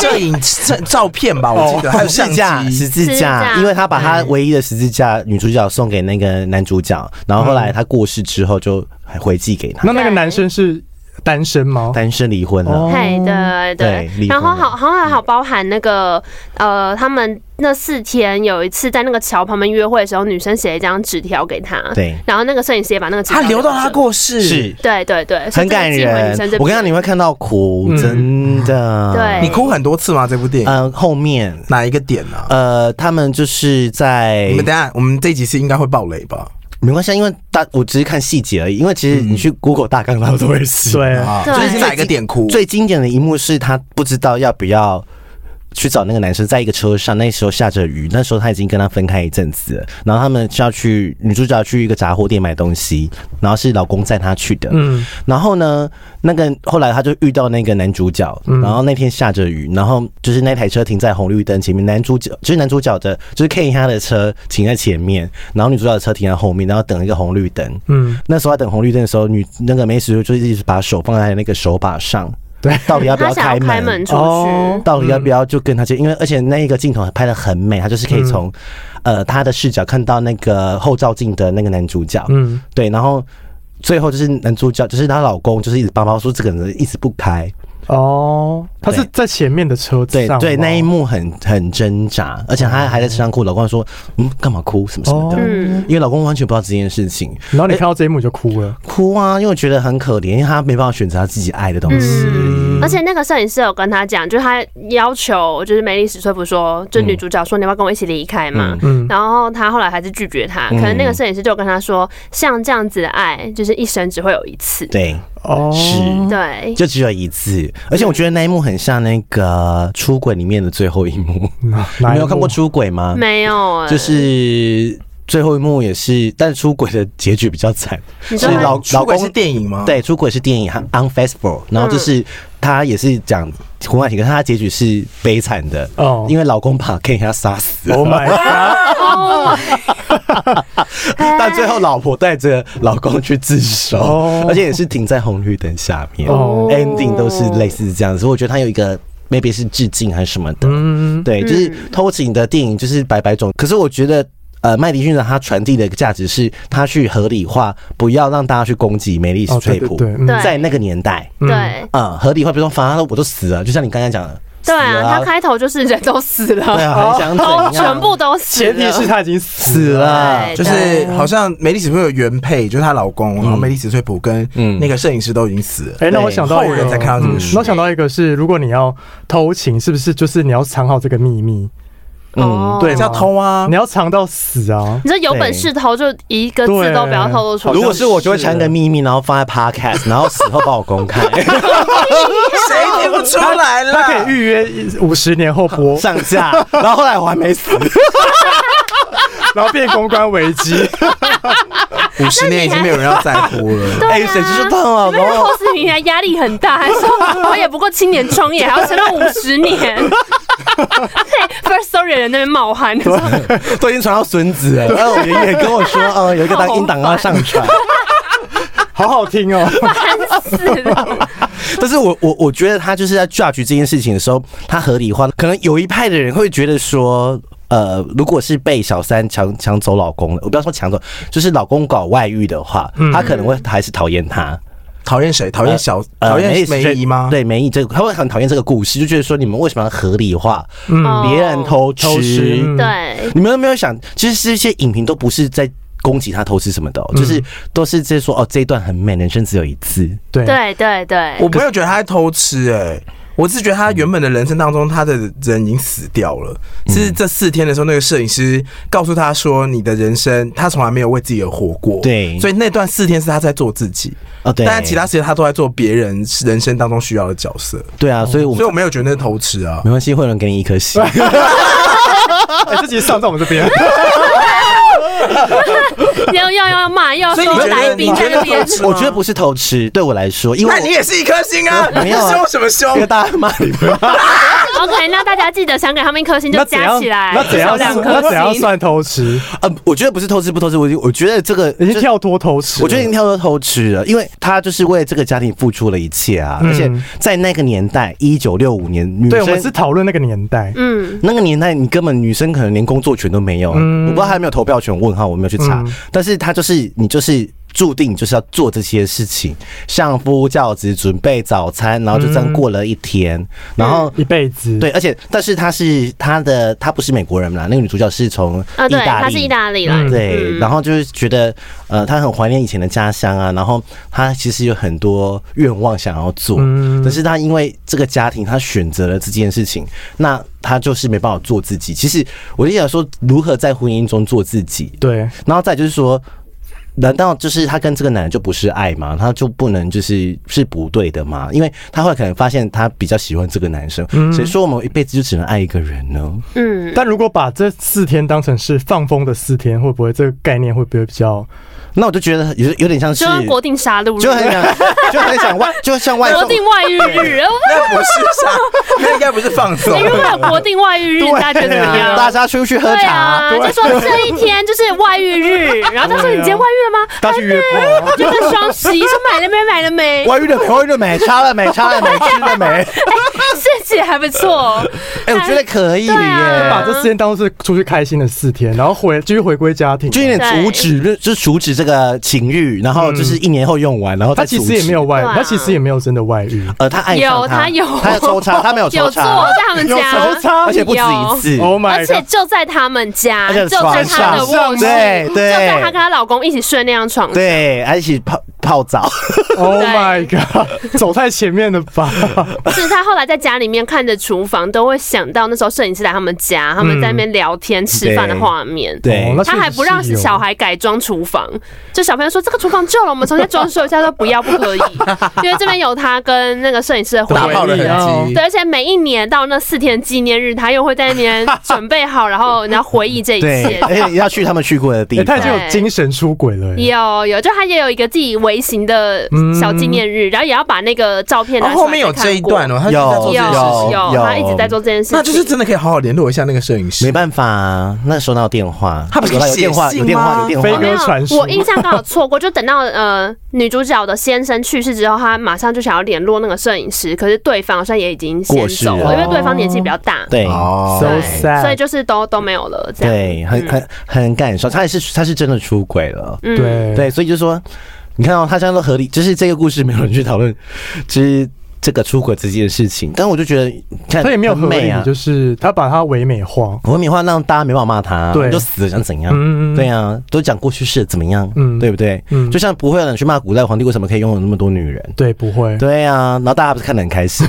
[SPEAKER 5] 摄影照照片吧，我记得还 有
[SPEAKER 2] 哦十
[SPEAKER 5] 相
[SPEAKER 2] 字架，
[SPEAKER 5] 机
[SPEAKER 2] 十。字
[SPEAKER 1] 十字
[SPEAKER 2] 架，
[SPEAKER 1] 架
[SPEAKER 2] 因为她把她唯一的十字架女主角送给那个男主角，然后后来她过世之后就还回寄给他，
[SPEAKER 3] 那那个男生是单身吗？
[SPEAKER 2] 单身离婚了
[SPEAKER 3] 哦，
[SPEAKER 1] 嘿，对
[SPEAKER 2] 对
[SPEAKER 1] 对
[SPEAKER 2] 离
[SPEAKER 1] 对，然后
[SPEAKER 2] 婚了
[SPEAKER 1] 好好像还
[SPEAKER 2] 嗯
[SPEAKER 1] 好包含那个呃，他们那四天有一次在那个桥旁边约会的时候，女生写了一张纸条给他，
[SPEAKER 2] 对
[SPEAKER 1] 然后那个摄影师也把那个纸条
[SPEAKER 5] 他留到
[SPEAKER 1] 给
[SPEAKER 5] 他
[SPEAKER 1] 他，
[SPEAKER 5] 过世，
[SPEAKER 2] 是
[SPEAKER 1] 对对对，所以
[SPEAKER 2] 很感
[SPEAKER 1] 这个寄回女
[SPEAKER 2] 人
[SPEAKER 1] 生这。边
[SPEAKER 2] 我跟你讲，你会看到哭，
[SPEAKER 3] 嗯
[SPEAKER 2] 真的。
[SPEAKER 1] 对
[SPEAKER 5] 你哭很多次吗？这部电影
[SPEAKER 2] 嗯，后面
[SPEAKER 5] 哪一个点呢？
[SPEAKER 2] 呃，他们就是在
[SPEAKER 5] 你们等一下，我们这一集是应该会爆雷吧？
[SPEAKER 2] 没关系啊，因为大我只是看细节而已。因为其实你去 Google 大纲，他们都会写。
[SPEAKER 3] 对，
[SPEAKER 5] 啊，
[SPEAKER 1] 对
[SPEAKER 5] 就是哪一个点哭？
[SPEAKER 2] 最经典的一幕是他不知道要不要去找那个男生，在一个车上，那时候下着雨，那时候他已经跟他分开一阵子了，然后他们是要去女主角去一个杂货店买东西，然后是老公载她去的，
[SPEAKER 3] 嗯，
[SPEAKER 2] 然后呢，那个后来他就遇到那个男主角，
[SPEAKER 3] 嗯
[SPEAKER 2] 然后那天下着雨，然后就是那台车停在红绿灯前面，男主角就是男主角的，就是 K 他的车停在前面，然后女主角的车停在后面，然后等一个红绿灯。
[SPEAKER 3] 嗯，
[SPEAKER 2] 那时候在等红绿灯的时候，女那个梅子就一直把手放在那个手把上，
[SPEAKER 3] 对，
[SPEAKER 2] 到底要不
[SPEAKER 1] 他
[SPEAKER 2] 要
[SPEAKER 1] 想
[SPEAKER 2] 开
[SPEAKER 1] 要
[SPEAKER 2] 门？
[SPEAKER 1] 开门出
[SPEAKER 3] 哦
[SPEAKER 1] 去，
[SPEAKER 2] 到底要不要就跟他接？因为而且那一个镜头拍的很美，他就是可以从、
[SPEAKER 3] 嗯
[SPEAKER 2] 呃他的视角看到那个后照镜的那个男主角，
[SPEAKER 3] 嗯，
[SPEAKER 2] 对，然后最后就是男主角，就是她老公，就是一直帮忙说这个人一直不开，
[SPEAKER 3] 哦，他是在前面的车子
[SPEAKER 2] 对
[SPEAKER 3] 上吗，哦
[SPEAKER 2] 对，那一幕很很挣扎，而且她还在车上哭，老公说嗯干嘛哭什么什么的，
[SPEAKER 3] 哦
[SPEAKER 1] 嗯，
[SPEAKER 2] 因为老公完全不知道这件事情，
[SPEAKER 3] 然后你看到这一幕就哭了，
[SPEAKER 2] 哭啊，因为我觉得很可怜，因为她没办法选择她自己爱的东西，
[SPEAKER 1] 嗯，而且那个摄影师有跟他讲，就是他要求就是梅丽史翠普说，就女主角说你要不要跟我一起离开嘛
[SPEAKER 2] 嗯，
[SPEAKER 3] 嗯，
[SPEAKER 1] 然后他后来还是拒绝他，
[SPEAKER 2] 嗯
[SPEAKER 1] 可能那个摄影师就有跟他说，像这样子的爱，就是一生只会有一次。
[SPEAKER 2] 对，
[SPEAKER 3] 哦，
[SPEAKER 2] 是。
[SPEAKER 1] 对，
[SPEAKER 2] 就只有一次，而且我觉得那一幕很像那个出轨里面的最后一幕。
[SPEAKER 3] 哪
[SPEAKER 2] 你
[SPEAKER 3] 哪一
[SPEAKER 2] 没有看
[SPEAKER 3] 幕
[SPEAKER 2] 过出轨吗？
[SPEAKER 1] 没有、欸，
[SPEAKER 2] 就是最后一幕也是，但出轨的结局比较惨，
[SPEAKER 1] 你
[SPEAKER 2] 是
[SPEAKER 1] 说他
[SPEAKER 2] 老老
[SPEAKER 5] 出轨
[SPEAKER 2] 公
[SPEAKER 5] 是电影
[SPEAKER 3] 哦
[SPEAKER 5] 吗？，
[SPEAKER 2] 对，出轨是电影《Unfaithful》，然
[SPEAKER 1] 嗯
[SPEAKER 2] 后就是他也是讲婚外情，可是他结局是悲惨的，
[SPEAKER 3] 哦
[SPEAKER 2] 因为老公把 Ken 他杀死，
[SPEAKER 3] ，Oh my god，
[SPEAKER 1] 哦，
[SPEAKER 2] 但最后老婆带着老公去自首
[SPEAKER 3] 哦，
[SPEAKER 2] 而且也是停在红绿灯下面
[SPEAKER 3] 哦
[SPEAKER 2] ，ending 都是类似这样子。我觉得他有一个 maybe 是致敬还是什么的，
[SPEAKER 3] 嗯，
[SPEAKER 2] 对，就是
[SPEAKER 1] 嗯
[SPEAKER 2] 偷情的电影就是百百种，可是我觉得。呃，麦迪逊的他传递的一个价值是，他去合理化，不要让大家去攻击梅丽史
[SPEAKER 3] 哦，
[SPEAKER 2] 翠
[SPEAKER 3] 对
[SPEAKER 2] 普
[SPEAKER 3] 对。对，嗯
[SPEAKER 1] 对
[SPEAKER 2] 在那个年代，
[SPEAKER 3] 嗯
[SPEAKER 1] 对
[SPEAKER 2] 嗯，合理化，比如说，反正我都死了，就像你刚才讲的，
[SPEAKER 1] 对
[SPEAKER 2] 死
[SPEAKER 1] 啊，
[SPEAKER 2] 了啊
[SPEAKER 1] 他开头就是人都死
[SPEAKER 2] 对
[SPEAKER 1] 了，哦
[SPEAKER 2] 啊，很想怎样，
[SPEAKER 1] 全部都死 了，
[SPEAKER 3] 前提是他已经死
[SPEAKER 2] 死
[SPEAKER 3] 了，
[SPEAKER 2] 了，
[SPEAKER 1] 对，
[SPEAKER 5] 就是好像梅丽史翠普有原配，就是她老公，然后梅丽史翠普跟
[SPEAKER 2] 嗯
[SPEAKER 5] 那个摄影师都已经死了。
[SPEAKER 3] 哎、那我想到一
[SPEAKER 5] 后人
[SPEAKER 3] 个，
[SPEAKER 5] 才看到这本
[SPEAKER 3] 嗯
[SPEAKER 5] 书
[SPEAKER 3] 那我想到一个是，如果你要偷情，是不是就是你要藏好这个秘密？
[SPEAKER 2] 嗯
[SPEAKER 1] 哦
[SPEAKER 3] 对
[SPEAKER 5] 这要偷啊
[SPEAKER 3] 你！要藏到死啊！
[SPEAKER 1] 你说有本事偷就一个字都不要透露出
[SPEAKER 2] 如
[SPEAKER 1] 来。啊
[SPEAKER 2] 果是我，就会传个秘密，然后放在 podcast，然后死后帮我公开，
[SPEAKER 5] 谁听不出来了？
[SPEAKER 3] 他可以预约五十年后 播，
[SPEAKER 2] 上架。然后后来我还没死，
[SPEAKER 3] 然后变公关危机。
[SPEAKER 5] 五十年已经没有人要在 乎了。
[SPEAKER 2] 哎，谁知道啊？
[SPEAKER 1] 那个 pose 明来压力很大，还说我也不过青年创业，还要撑到五十 年。 对，First Story 的人在那边冒汗，
[SPEAKER 2] 啊
[SPEAKER 1] 说
[SPEAKER 2] 都已经传到孙子了，然后我爷爷跟我说，哦，有一个当音档要上 传。
[SPEAKER 3] 好好听哦，
[SPEAKER 1] 烦死
[SPEAKER 2] 嗯
[SPEAKER 1] 了。
[SPEAKER 2] 但是我我我觉得他就是在 judge 这件事情的时候，他合理化，可能有一派的人会觉得说。呃，如果是被小三抢抢走老公了，我不要说抢走，就是老公搞外遇的话，
[SPEAKER 3] 嗯
[SPEAKER 2] 他可能会还是讨厌他，
[SPEAKER 5] 讨厌谁？讨厌小？
[SPEAKER 2] 呃
[SPEAKER 5] 讨厌梅
[SPEAKER 2] 这
[SPEAKER 5] 姨吗？
[SPEAKER 2] 对，梅姨这个他会很讨厌这个故事，就觉得说你们为什么要合理化
[SPEAKER 3] 嗯，
[SPEAKER 1] 哦
[SPEAKER 2] 别人偷吃？
[SPEAKER 3] 偷吃嗯
[SPEAKER 1] 对，
[SPEAKER 2] 你们有没有想，其实这些影评都不是在攻击他偷吃什么的
[SPEAKER 3] 嗯
[SPEAKER 2] 哦、就是都是在说哦，这一段很美，人生只有一次。
[SPEAKER 3] 对，
[SPEAKER 1] 对对对，
[SPEAKER 5] 我没有觉得他在偷吃、哎，我是觉得他原本的人生当中，他的人已经死掉了。是
[SPEAKER 2] 嗯
[SPEAKER 5] 这四天的时候，那个摄影师告诉他说：“你的人生，他从来没有为自己而活过。”
[SPEAKER 2] 对
[SPEAKER 5] 所以那段四天是他在做自己，
[SPEAKER 2] 哦，对，
[SPEAKER 5] 但其他时间他都在做别人人生当中需要的角色。
[SPEAKER 2] 对
[SPEAKER 3] 哦
[SPEAKER 2] 啊，所以我
[SPEAKER 5] 所以
[SPEAKER 2] 们
[SPEAKER 5] 我没有觉得那是偷吃啊
[SPEAKER 2] 没。关系，会有人给你一 颗心。
[SPEAKER 3] 哎这集上在我们这 边，
[SPEAKER 1] 要要要骂，要
[SPEAKER 5] 所
[SPEAKER 1] 说
[SPEAKER 5] 以你觉
[SPEAKER 1] 来
[SPEAKER 5] 得
[SPEAKER 1] 宾
[SPEAKER 5] 你
[SPEAKER 1] 在
[SPEAKER 5] 觉
[SPEAKER 1] 那
[SPEAKER 5] 得偷
[SPEAKER 1] 边。
[SPEAKER 5] 吃吗？
[SPEAKER 2] 我觉得不是偷吃，对我来说，因为
[SPEAKER 5] 那
[SPEAKER 2] 我
[SPEAKER 5] 你也是一颗星啊！
[SPEAKER 2] 没有啊
[SPEAKER 5] 你凶什么凶
[SPEAKER 2] 因为？大家骂你们，
[SPEAKER 1] 哦， OK，那大家记得想给他们一颗星就
[SPEAKER 3] 那怎
[SPEAKER 1] 加
[SPEAKER 3] 样
[SPEAKER 1] 起来？，
[SPEAKER 3] 那怎样
[SPEAKER 1] 至少
[SPEAKER 3] 算？
[SPEAKER 1] 两
[SPEAKER 3] 那怎
[SPEAKER 1] 颗
[SPEAKER 3] 样
[SPEAKER 1] 星？
[SPEAKER 3] 算偷吃？
[SPEAKER 2] 呃，我觉得不是偷吃不偷吃，我我觉得这个
[SPEAKER 3] 已
[SPEAKER 2] 就
[SPEAKER 3] 经跳脱偷吃了，
[SPEAKER 2] 我觉得已经跳脱偷吃了，因为他就是为这个家庭付出了一切啊，
[SPEAKER 3] 嗯
[SPEAKER 2] 而且在那个年代，一九六五年，女
[SPEAKER 3] 对，我们是
[SPEAKER 2] 生。
[SPEAKER 3] 讨论那个年代。
[SPEAKER 1] 嗯，
[SPEAKER 2] 那个年代，你根本女生可能连工作权都没有啊，
[SPEAKER 3] 嗯
[SPEAKER 2] 我不知道她有没有投票权，问号我没有去查。
[SPEAKER 3] 嗯
[SPEAKER 2] 但是她就是你就是注定就是要做这些事情，相夫教子，准备早餐，然后就这样过了一天，
[SPEAKER 3] 嗯
[SPEAKER 2] 然后
[SPEAKER 3] 一辈子，
[SPEAKER 2] 对，而且但是她是她的她不是美国人啦，那个女主角是从
[SPEAKER 1] 啊，
[SPEAKER 2] 意
[SPEAKER 1] 对，
[SPEAKER 2] 大
[SPEAKER 1] 他是
[SPEAKER 2] 利
[SPEAKER 1] 意大利来的，
[SPEAKER 2] 对，
[SPEAKER 1] 嗯
[SPEAKER 2] 然后就是觉得，呃，他很怀念以前的家乡啊，然后他其实有很多愿望想要做，
[SPEAKER 3] 嗯
[SPEAKER 2] 但是他因为这个家庭，他选择了这件事情，那他就是没办法做自己。其实我就想说，如何在婚姻中做自己，
[SPEAKER 3] 对，
[SPEAKER 2] 然后再就是说。难道就是他跟这个男人就不是爱吗？他就不能就是是不对的吗？因为他后来可能发现他比较喜欢这个男生，谁说我们一辈子就只能爱一个人呢？
[SPEAKER 1] 嗯，
[SPEAKER 3] 但如果把这四天当成是放风的四天，会不会这个概念会不会比较？
[SPEAKER 2] 那我就觉得有有点像是
[SPEAKER 1] 就跟国定杀戮日
[SPEAKER 2] 就很 想，就很想外，就像外
[SPEAKER 1] 国
[SPEAKER 2] 送。
[SPEAKER 1] 定外遇 日，
[SPEAKER 5] 那不是啥，那应该不是放松
[SPEAKER 1] 哎，如果有国定外遇日，大家觉得怎么样？
[SPEAKER 2] 啊大家出去喝
[SPEAKER 1] 对
[SPEAKER 2] 茶，
[SPEAKER 1] 啊，就说这一天就是外遇 日，然后他说你今天外遇了吗？
[SPEAKER 3] 大家去约炮啊，
[SPEAKER 1] 就在双十一说买了没买了没，
[SPEAKER 2] 外遇了没？外遇了没？差了没？差了没？吃了没？
[SPEAKER 1] 这姐哎还不错，
[SPEAKER 2] 哎，我觉得可以耶
[SPEAKER 1] 对啊，
[SPEAKER 3] 哎把这四天当做是出去开心的四天，然后回继续回归家庭。
[SPEAKER 2] 就有点阻止，就就阻止这个情欲，然后就是一年后用完，然后
[SPEAKER 3] 他
[SPEAKER 2] 再
[SPEAKER 3] 其
[SPEAKER 2] 阻
[SPEAKER 3] 实
[SPEAKER 2] 止
[SPEAKER 3] 也没有。外遇
[SPEAKER 1] 对，啊
[SPEAKER 3] 他其实也没有真的外遇。
[SPEAKER 2] 呃，他爱上
[SPEAKER 1] 有
[SPEAKER 2] 他
[SPEAKER 1] 他有
[SPEAKER 2] 他有抽 查，他没有
[SPEAKER 1] 有
[SPEAKER 2] 抽
[SPEAKER 1] 做
[SPEAKER 2] 查，
[SPEAKER 1] 在他们
[SPEAKER 3] 有
[SPEAKER 1] 家哦
[SPEAKER 3] 抽，插
[SPEAKER 2] 而且不止一次。
[SPEAKER 3] Oh
[SPEAKER 1] 而
[SPEAKER 3] my
[SPEAKER 1] 且
[SPEAKER 3] god！
[SPEAKER 1] 就在他们家，
[SPEAKER 2] 而且
[SPEAKER 1] 就在她的卧
[SPEAKER 2] 床上
[SPEAKER 1] 室，
[SPEAKER 2] 对
[SPEAKER 1] 就
[SPEAKER 2] 对
[SPEAKER 1] 在她跟她老公一起睡那张床，
[SPEAKER 2] 对，还一起泡泡澡，
[SPEAKER 3] Oh my god！走 太前面了 吧？
[SPEAKER 1] 是她后来在家里面看着厨房，都会想到那时候摄影师来他们家，他们在那
[SPEAKER 2] 嗯
[SPEAKER 1] 边聊天吃饭的画面。
[SPEAKER 2] 对
[SPEAKER 3] 哦那
[SPEAKER 1] 他还不让
[SPEAKER 3] 确实是有
[SPEAKER 1] 小孩改装厨房，就小朋友说这个厨房旧了，我们重新装修一下，说不要不可以，因为这边有他跟那个摄影师的回
[SPEAKER 5] 打炮的
[SPEAKER 1] 忆。
[SPEAKER 5] 痕迹
[SPEAKER 1] 对，。而且每一年到那四天纪念日，他又会在那边准备好，然后然后回忆这一
[SPEAKER 2] 对，
[SPEAKER 1] 切。
[SPEAKER 2] 而且要去他们去过的地
[SPEAKER 3] 也
[SPEAKER 2] 方
[SPEAKER 3] 太。就有精神出轨了耶。
[SPEAKER 1] 有有，就他也有一个自己微型的小纪念日，然后也要把那个照片拿
[SPEAKER 5] 然
[SPEAKER 1] 出来
[SPEAKER 5] 哦后后面有
[SPEAKER 1] 再看
[SPEAKER 5] 这一段
[SPEAKER 1] 过
[SPEAKER 5] 哦，他就在做
[SPEAKER 1] 有
[SPEAKER 5] 这件事情
[SPEAKER 2] 哦有
[SPEAKER 1] 有，他一直在做这件事情，
[SPEAKER 5] 那就是真的可以好好联络一下那个摄影师。
[SPEAKER 2] 没办法啊，那时候哪有电话？
[SPEAKER 5] 他不是
[SPEAKER 2] 有啦有
[SPEAKER 5] 写
[SPEAKER 2] 电话，有
[SPEAKER 5] 信
[SPEAKER 2] 电话，
[SPEAKER 5] 吗
[SPEAKER 2] 有电话
[SPEAKER 3] 飞
[SPEAKER 1] 哦。没有
[SPEAKER 3] 鸽传，书
[SPEAKER 1] 我印象刚好错过，就等到呃女主角的先生去世之后，她马上就想要联络那个摄影师，可是对方好像也已经先
[SPEAKER 2] 过世
[SPEAKER 1] 走了，
[SPEAKER 2] 了
[SPEAKER 1] 因为对方年纪比较大，
[SPEAKER 2] 对，
[SPEAKER 5] 哦
[SPEAKER 3] So
[SPEAKER 1] 对
[SPEAKER 3] sad
[SPEAKER 1] 所以就是都都没有了，这样
[SPEAKER 2] 对，很很很感伤，他也是他是真的出轨了，
[SPEAKER 1] 嗯
[SPEAKER 3] 对
[SPEAKER 2] 对，所以就说，你看哦，他这样都合理，就是这个故事没有人去讨论，就是这个出轨这件事情，但我就觉得，你看
[SPEAKER 3] 他也没有合
[SPEAKER 2] 很美
[SPEAKER 3] 理，
[SPEAKER 2] 啊，
[SPEAKER 3] 就是他把它唯美化。
[SPEAKER 2] 文明化让大家没办法骂他啊，
[SPEAKER 3] 对
[SPEAKER 2] 你就死了想怎样？
[SPEAKER 3] 嗯，
[SPEAKER 2] 对啊，都讲过去式怎么样？
[SPEAKER 3] 嗯
[SPEAKER 2] 对不对？
[SPEAKER 3] 嗯
[SPEAKER 2] 就像不会有人去骂古代皇帝为什么可以拥有那么多女人。
[SPEAKER 3] 对，不会。
[SPEAKER 2] 对啊，然后大家不是看得很开 心，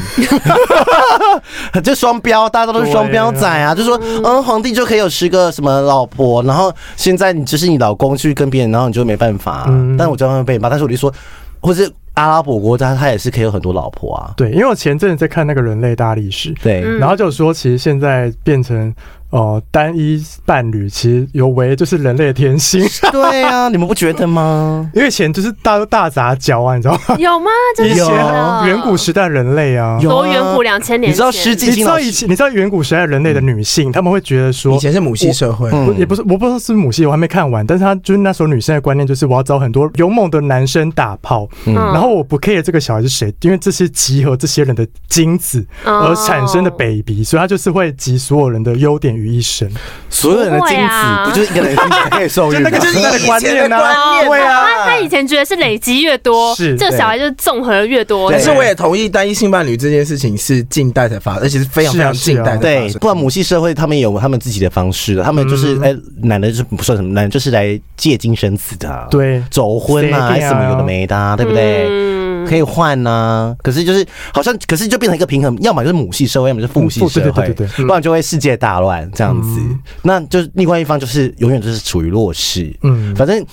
[SPEAKER 2] 就双标，大家都是双标仔啊，就说嗯，皇帝就可以有十个什么老婆，然后现在你就是你老公去跟别人，然后你就没办法、啊
[SPEAKER 3] 嗯
[SPEAKER 2] 但我知道他们被骂，但是我就说，或是阿拉伯国家他也是可以有很多老婆啊，
[SPEAKER 3] 对，因为我前阵子在看那个人类大历史，
[SPEAKER 2] 对，
[SPEAKER 1] 嗯
[SPEAKER 3] 然后就说，其实现在变成呃单一伴侣，其实有违就是人类的天 性，
[SPEAKER 2] 对啊，你们不觉得吗？
[SPEAKER 3] 因为以前就是大大杂交啊，你知道吗？
[SPEAKER 1] 有吗？真
[SPEAKER 3] 以
[SPEAKER 1] 的
[SPEAKER 3] 前
[SPEAKER 1] 假的
[SPEAKER 3] 啊 远古时代人类啊，
[SPEAKER 2] 嗯有啊
[SPEAKER 1] 多远古两千年前，
[SPEAKER 2] 你知道《诗
[SPEAKER 3] 你
[SPEAKER 2] 经》
[SPEAKER 3] 知
[SPEAKER 2] 老
[SPEAKER 3] 道以
[SPEAKER 2] 师，
[SPEAKER 3] 前你知道远古时代人类的女性，她们会觉得说
[SPEAKER 5] 嗯以。前是母系社会，
[SPEAKER 3] 不也不是，我不知道是不是母系，我还没看完。但是她就是那时候女生的观念，就是我要找很多勇猛的男生打炮，
[SPEAKER 1] 嗯，
[SPEAKER 3] 然后我不 care 这个小孩是谁，因为这是集合这些人的精子而
[SPEAKER 1] 哦
[SPEAKER 3] 产生的 baby，、所以她就是会集所有人的优点于一身。
[SPEAKER 2] 所有人的精
[SPEAKER 1] 不会啊
[SPEAKER 2] 子不就是一个人的精子可以 受孕
[SPEAKER 3] 就
[SPEAKER 2] 吗
[SPEAKER 3] 那个？就是
[SPEAKER 5] 以
[SPEAKER 3] 那个
[SPEAKER 5] 前的
[SPEAKER 3] 观念啊
[SPEAKER 5] 观念
[SPEAKER 3] 对啊
[SPEAKER 1] 哦他他以前觉得是累积越多，
[SPEAKER 3] 是
[SPEAKER 1] 这个小孩就是综合越多，
[SPEAKER 5] 可
[SPEAKER 2] 对
[SPEAKER 5] 是我也同意单一性伴侣这件事情是近代才发生，而且是非常非
[SPEAKER 3] 是啊
[SPEAKER 5] 常近代才发
[SPEAKER 2] 对
[SPEAKER 5] 生，
[SPEAKER 2] 不然母系社会他们也有他们自己的方式的，他们就是
[SPEAKER 3] 嗯
[SPEAKER 2] 哎、男的就是不算什么，男的就是来借精生子的、啊，，
[SPEAKER 3] 对，
[SPEAKER 2] 走婚啊，
[SPEAKER 3] 谁
[SPEAKER 2] 还
[SPEAKER 3] 呀
[SPEAKER 2] 什么有的没的、啊，对不对？
[SPEAKER 1] 嗯
[SPEAKER 2] 可以换呐、啊，可是就是好像，可是就变成一个平衡，要么就是母系社会，要么就是父系社
[SPEAKER 3] 嗯
[SPEAKER 2] 会，
[SPEAKER 3] 对对对对对
[SPEAKER 2] 不然就会世界大乱这样子。
[SPEAKER 3] 嗯
[SPEAKER 2] 那就是另外一方就是永远就是处于弱势，
[SPEAKER 3] 嗯，
[SPEAKER 2] 反正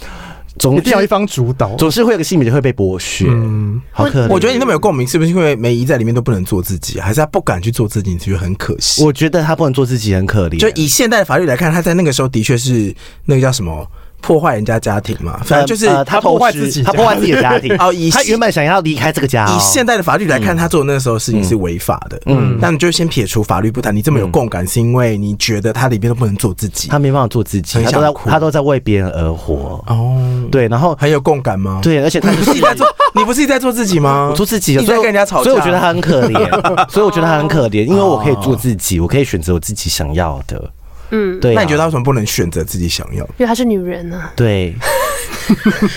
[SPEAKER 2] 总
[SPEAKER 3] 一定要一方主导。
[SPEAKER 2] 总是会有个性别会被剥削，
[SPEAKER 3] 嗯，
[SPEAKER 2] 好可怜。
[SPEAKER 5] 我觉得你那么有共鸣，是不是因为梅姨在里面都不能做自己，还是她不敢去做自己，你觉得很可惜？
[SPEAKER 2] 我觉得他不能做自己很可怜，
[SPEAKER 5] 就以现代的法律来看，她在那个时候的确是那个叫什么破坏人家家庭嘛，反正就是。
[SPEAKER 2] 呃他
[SPEAKER 3] 他破坏
[SPEAKER 2] 偷吃
[SPEAKER 3] 自己
[SPEAKER 2] 他破坏自己的家庭
[SPEAKER 5] 哦以
[SPEAKER 2] 他原本想要离开这个家哦，
[SPEAKER 5] 以现代的法律来看，他做的那时候事情是违法的。嗯，那你就先撇除法律不谈，你这么有共感，是因为你觉得他里面都不能做自己
[SPEAKER 2] 他没办法做自己，
[SPEAKER 5] 很
[SPEAKER 2] 他
[SPEAKER 5] 想
[SPEAKER 2] 都在
[SPEAKER 5] 哭
[SPEAKER 2] 他都在为别人而活。
[SPEAKER 5] 哦，
[SPEAKER 2] 对，然后
[SPEAKER 5] 很有共感吗？，
[SPEAKER 2] 对，而且他
[SPEAKER 5] 你不是在做，你不是在做自己吗？
[SPEAKER 2] 我做自己的，
[SPEAKER 5] 一直
[SPEAKER 2] 所
[SPEAKER 5] 在
[SPEAKER 2] 以我
[SPEAKER 5] 跟人家吵架
[SPEAKER 2] 所以我觉得他很可 怜，所以我觉得他很可怜，因为我可以
[SPEAKER 5] 哦
[SPEAKER 2] 做自己，我可以选择我自己想要的。
[SPEAKER 1] 嗯，
[SPEAKER 2] 对啊，
[SPEAKER 5] 那你觉得他为什么不能选择自己想要？
[SPEAKER 1] 因为她是女人啊，
[SPEAKER 2] 对？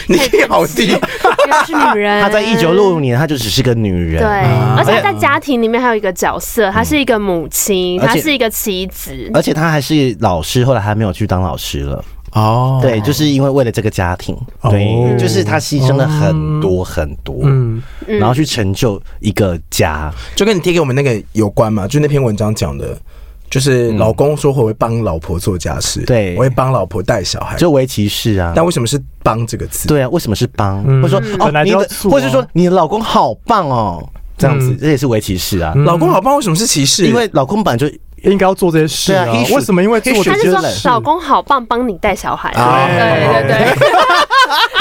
[SPEAKER 5] 你好低，
[SPEAKER 1] 因为她是 女人。
[SPEAKER 2] 她在一九六五嗯哎年，她就只是个女人。
[SPEAKER 1] 呃对，而且她在家庭里面还有一个角色，她是一个母亲，
[SPEAKER 2] 嗯而且
[SPEAKER 1] 她是一个妻子。
[SPEAKER 2] 而且她还是老师，后来还没有去当老师了。
[SPEAKER 5] 哦，
[SPEAKER 2] 对，就是因为为了这个家庭，
[SPEAKER 3] 哦
[SPEAKER 2] 对，就是她牺牲了很多很多，嗯，然后去成就一个家。
[SPEAKER 5] 就跟你贴给我们那个有关嘛，就那篇文章讲的，就是老公说我会帮老婆做家事，
[SPEAKER 2] 嗯对
[SPEAKER 5] 我会帮老婆带小
[SPEAKER 3] 嗯
[SPEAKER 5] 孩，
[SPEAKER 2] 就围棋士啊，
[SPEAKER 5] 但为什么是帮这个词？
[SPEAKER 2] 对啊，为什么是帮？
[SPEAKER 3] 嗯
[SPEAKER 2] 或者说哦
[SPEAKER 3] 本来，
[SPEAKER 2] 你
[SPEAKER 3] 就要
[SPEAKER 2] 的，
[SPEAKER 3] 做啊
[SPEAKER 2] 或者说你的老公好棒哦，这样子
[SPEAKER 3] 嗯，
[SPEAKER 2] 这也是围棋士啊，
[SPEAKER 5] 老公好棒，为什么是歧视？
[SPEAKER 2] 因 为老公本来就
[SPEAKER 3] 应该要做这些事啊
[SPEAKER 2] 对啊，he should-
[SPEAKER 3] 为什么？因为做这
[SPEAKER 2] he 觉
[SPEAKER 1] 她
[SPEAKER 2] 得 should
[SPEAKER 3] 些
[SPEAKER 1] 是说
[SPEAKER 2] 冷
[SPEAKER 3] 事，
[SPEAKER 1] 老公好棒，帮你带小孩。
[SPEAKER 5] 啊
[SPEAKER 1] 对对对，
[SPEAKER 2] 哦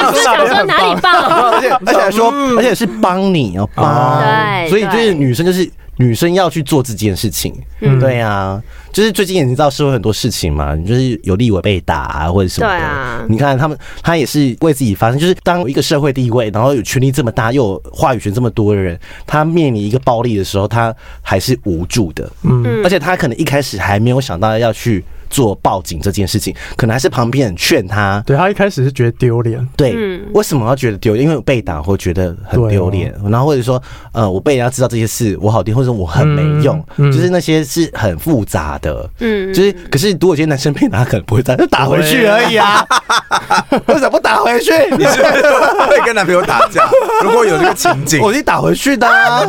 [SPEAKER 1] 我就想说哪里棒？
[SPEAKER 2] 而且而且还说，而且是帮你嗯哦，帮，
[SPEAKER 1] 对
[SPEAKER 2] 所以就是
[SPEAKER 1] 对
[SPEAKER 2] 女生就是女生要去做这件事情，对啊，就是最近也知道社会很多事情嘛，就是有立委被打啊或者什么的，
[SPEAKER 1] 对啊
[SPEAKER 2] 你看他们，他也是为自己发声，就是当一个社会地位，然后有权力这么大，又有话语权这么多的人，他面临一个暴力的时候，他还是无助的，嗯，而且他可能一开始还没有想到要去。做报警这件事情，可能还是旁边人劝他，
[SPEAKER 3] 对他一开始是觉得丢脸，
[SPEAKER 2] 对，
[SPEAKER 1] 嗯
[SPEAKER 2] 为什么要觉得丢脸？因为我被打或觉得很丢脸，然后或者说，呃，我被人家知道这些事，我好听，或者说我很没用，
[SPEAKER 3] 嗯嗯
[SPEAKER 2] 就是那些是很复杂的。
[SPEAKER 1] 嗯
[SPEAKER 2] 就是，可是如果今天男生被打，可能不会打，就打回去而已啊。 为什么不打回去？
[SPEAKER 5] 你是不是 会跟男朋友打架？如果有这个情景，
[SPEAKER 2] 我就打回去的、啊。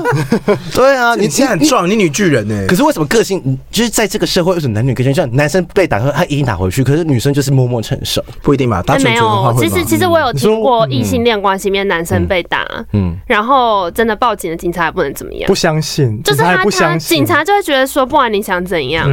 [SPEAKER 2] 对啊，你
[SPEAKER 5] 你现在很
[SPEAKER 2] 你
[SPEAKER 5] 壮，你女巨人呢？
[SPEAKER 2] 可是为什么个性嗯就是在这个社会，为什么男女个性像男生被打，他一定打回去，可是女生就是默默承受。
[SPEAKER 5] 不一定吧？打
[SPEAKER 1] 哎
[SPEAKER 5] 拳
[SPEAKER 1] 没
[SPEAKER 5] 拳的话
[SPEAKER 1] 有，
[SPEAKER 5] 会
[SPEAKER 1] 其
[SPEAKER 5] 吗
[SPEAKER 1] 实其实我有
[SPEAKER 3] 你说
[SPEAKER 1] 听过异性恋关系里面男生被打，
[SPEAKER 2] 嗯，
[SPEAKER 1] 然后真的报警的警察也不能怎么样
[SPEAKER 3] 不，相信，
[SPEAKER 1] 就是
[SPEAKER 3] 警察也
[SPEAKER 1] 他
[SPEAKER 3] 不
[SPEAKER 1] 他
[SPEAKER 3] 相信，
[SPEAKER 1] 警察就会觉得说，不然你想怎样？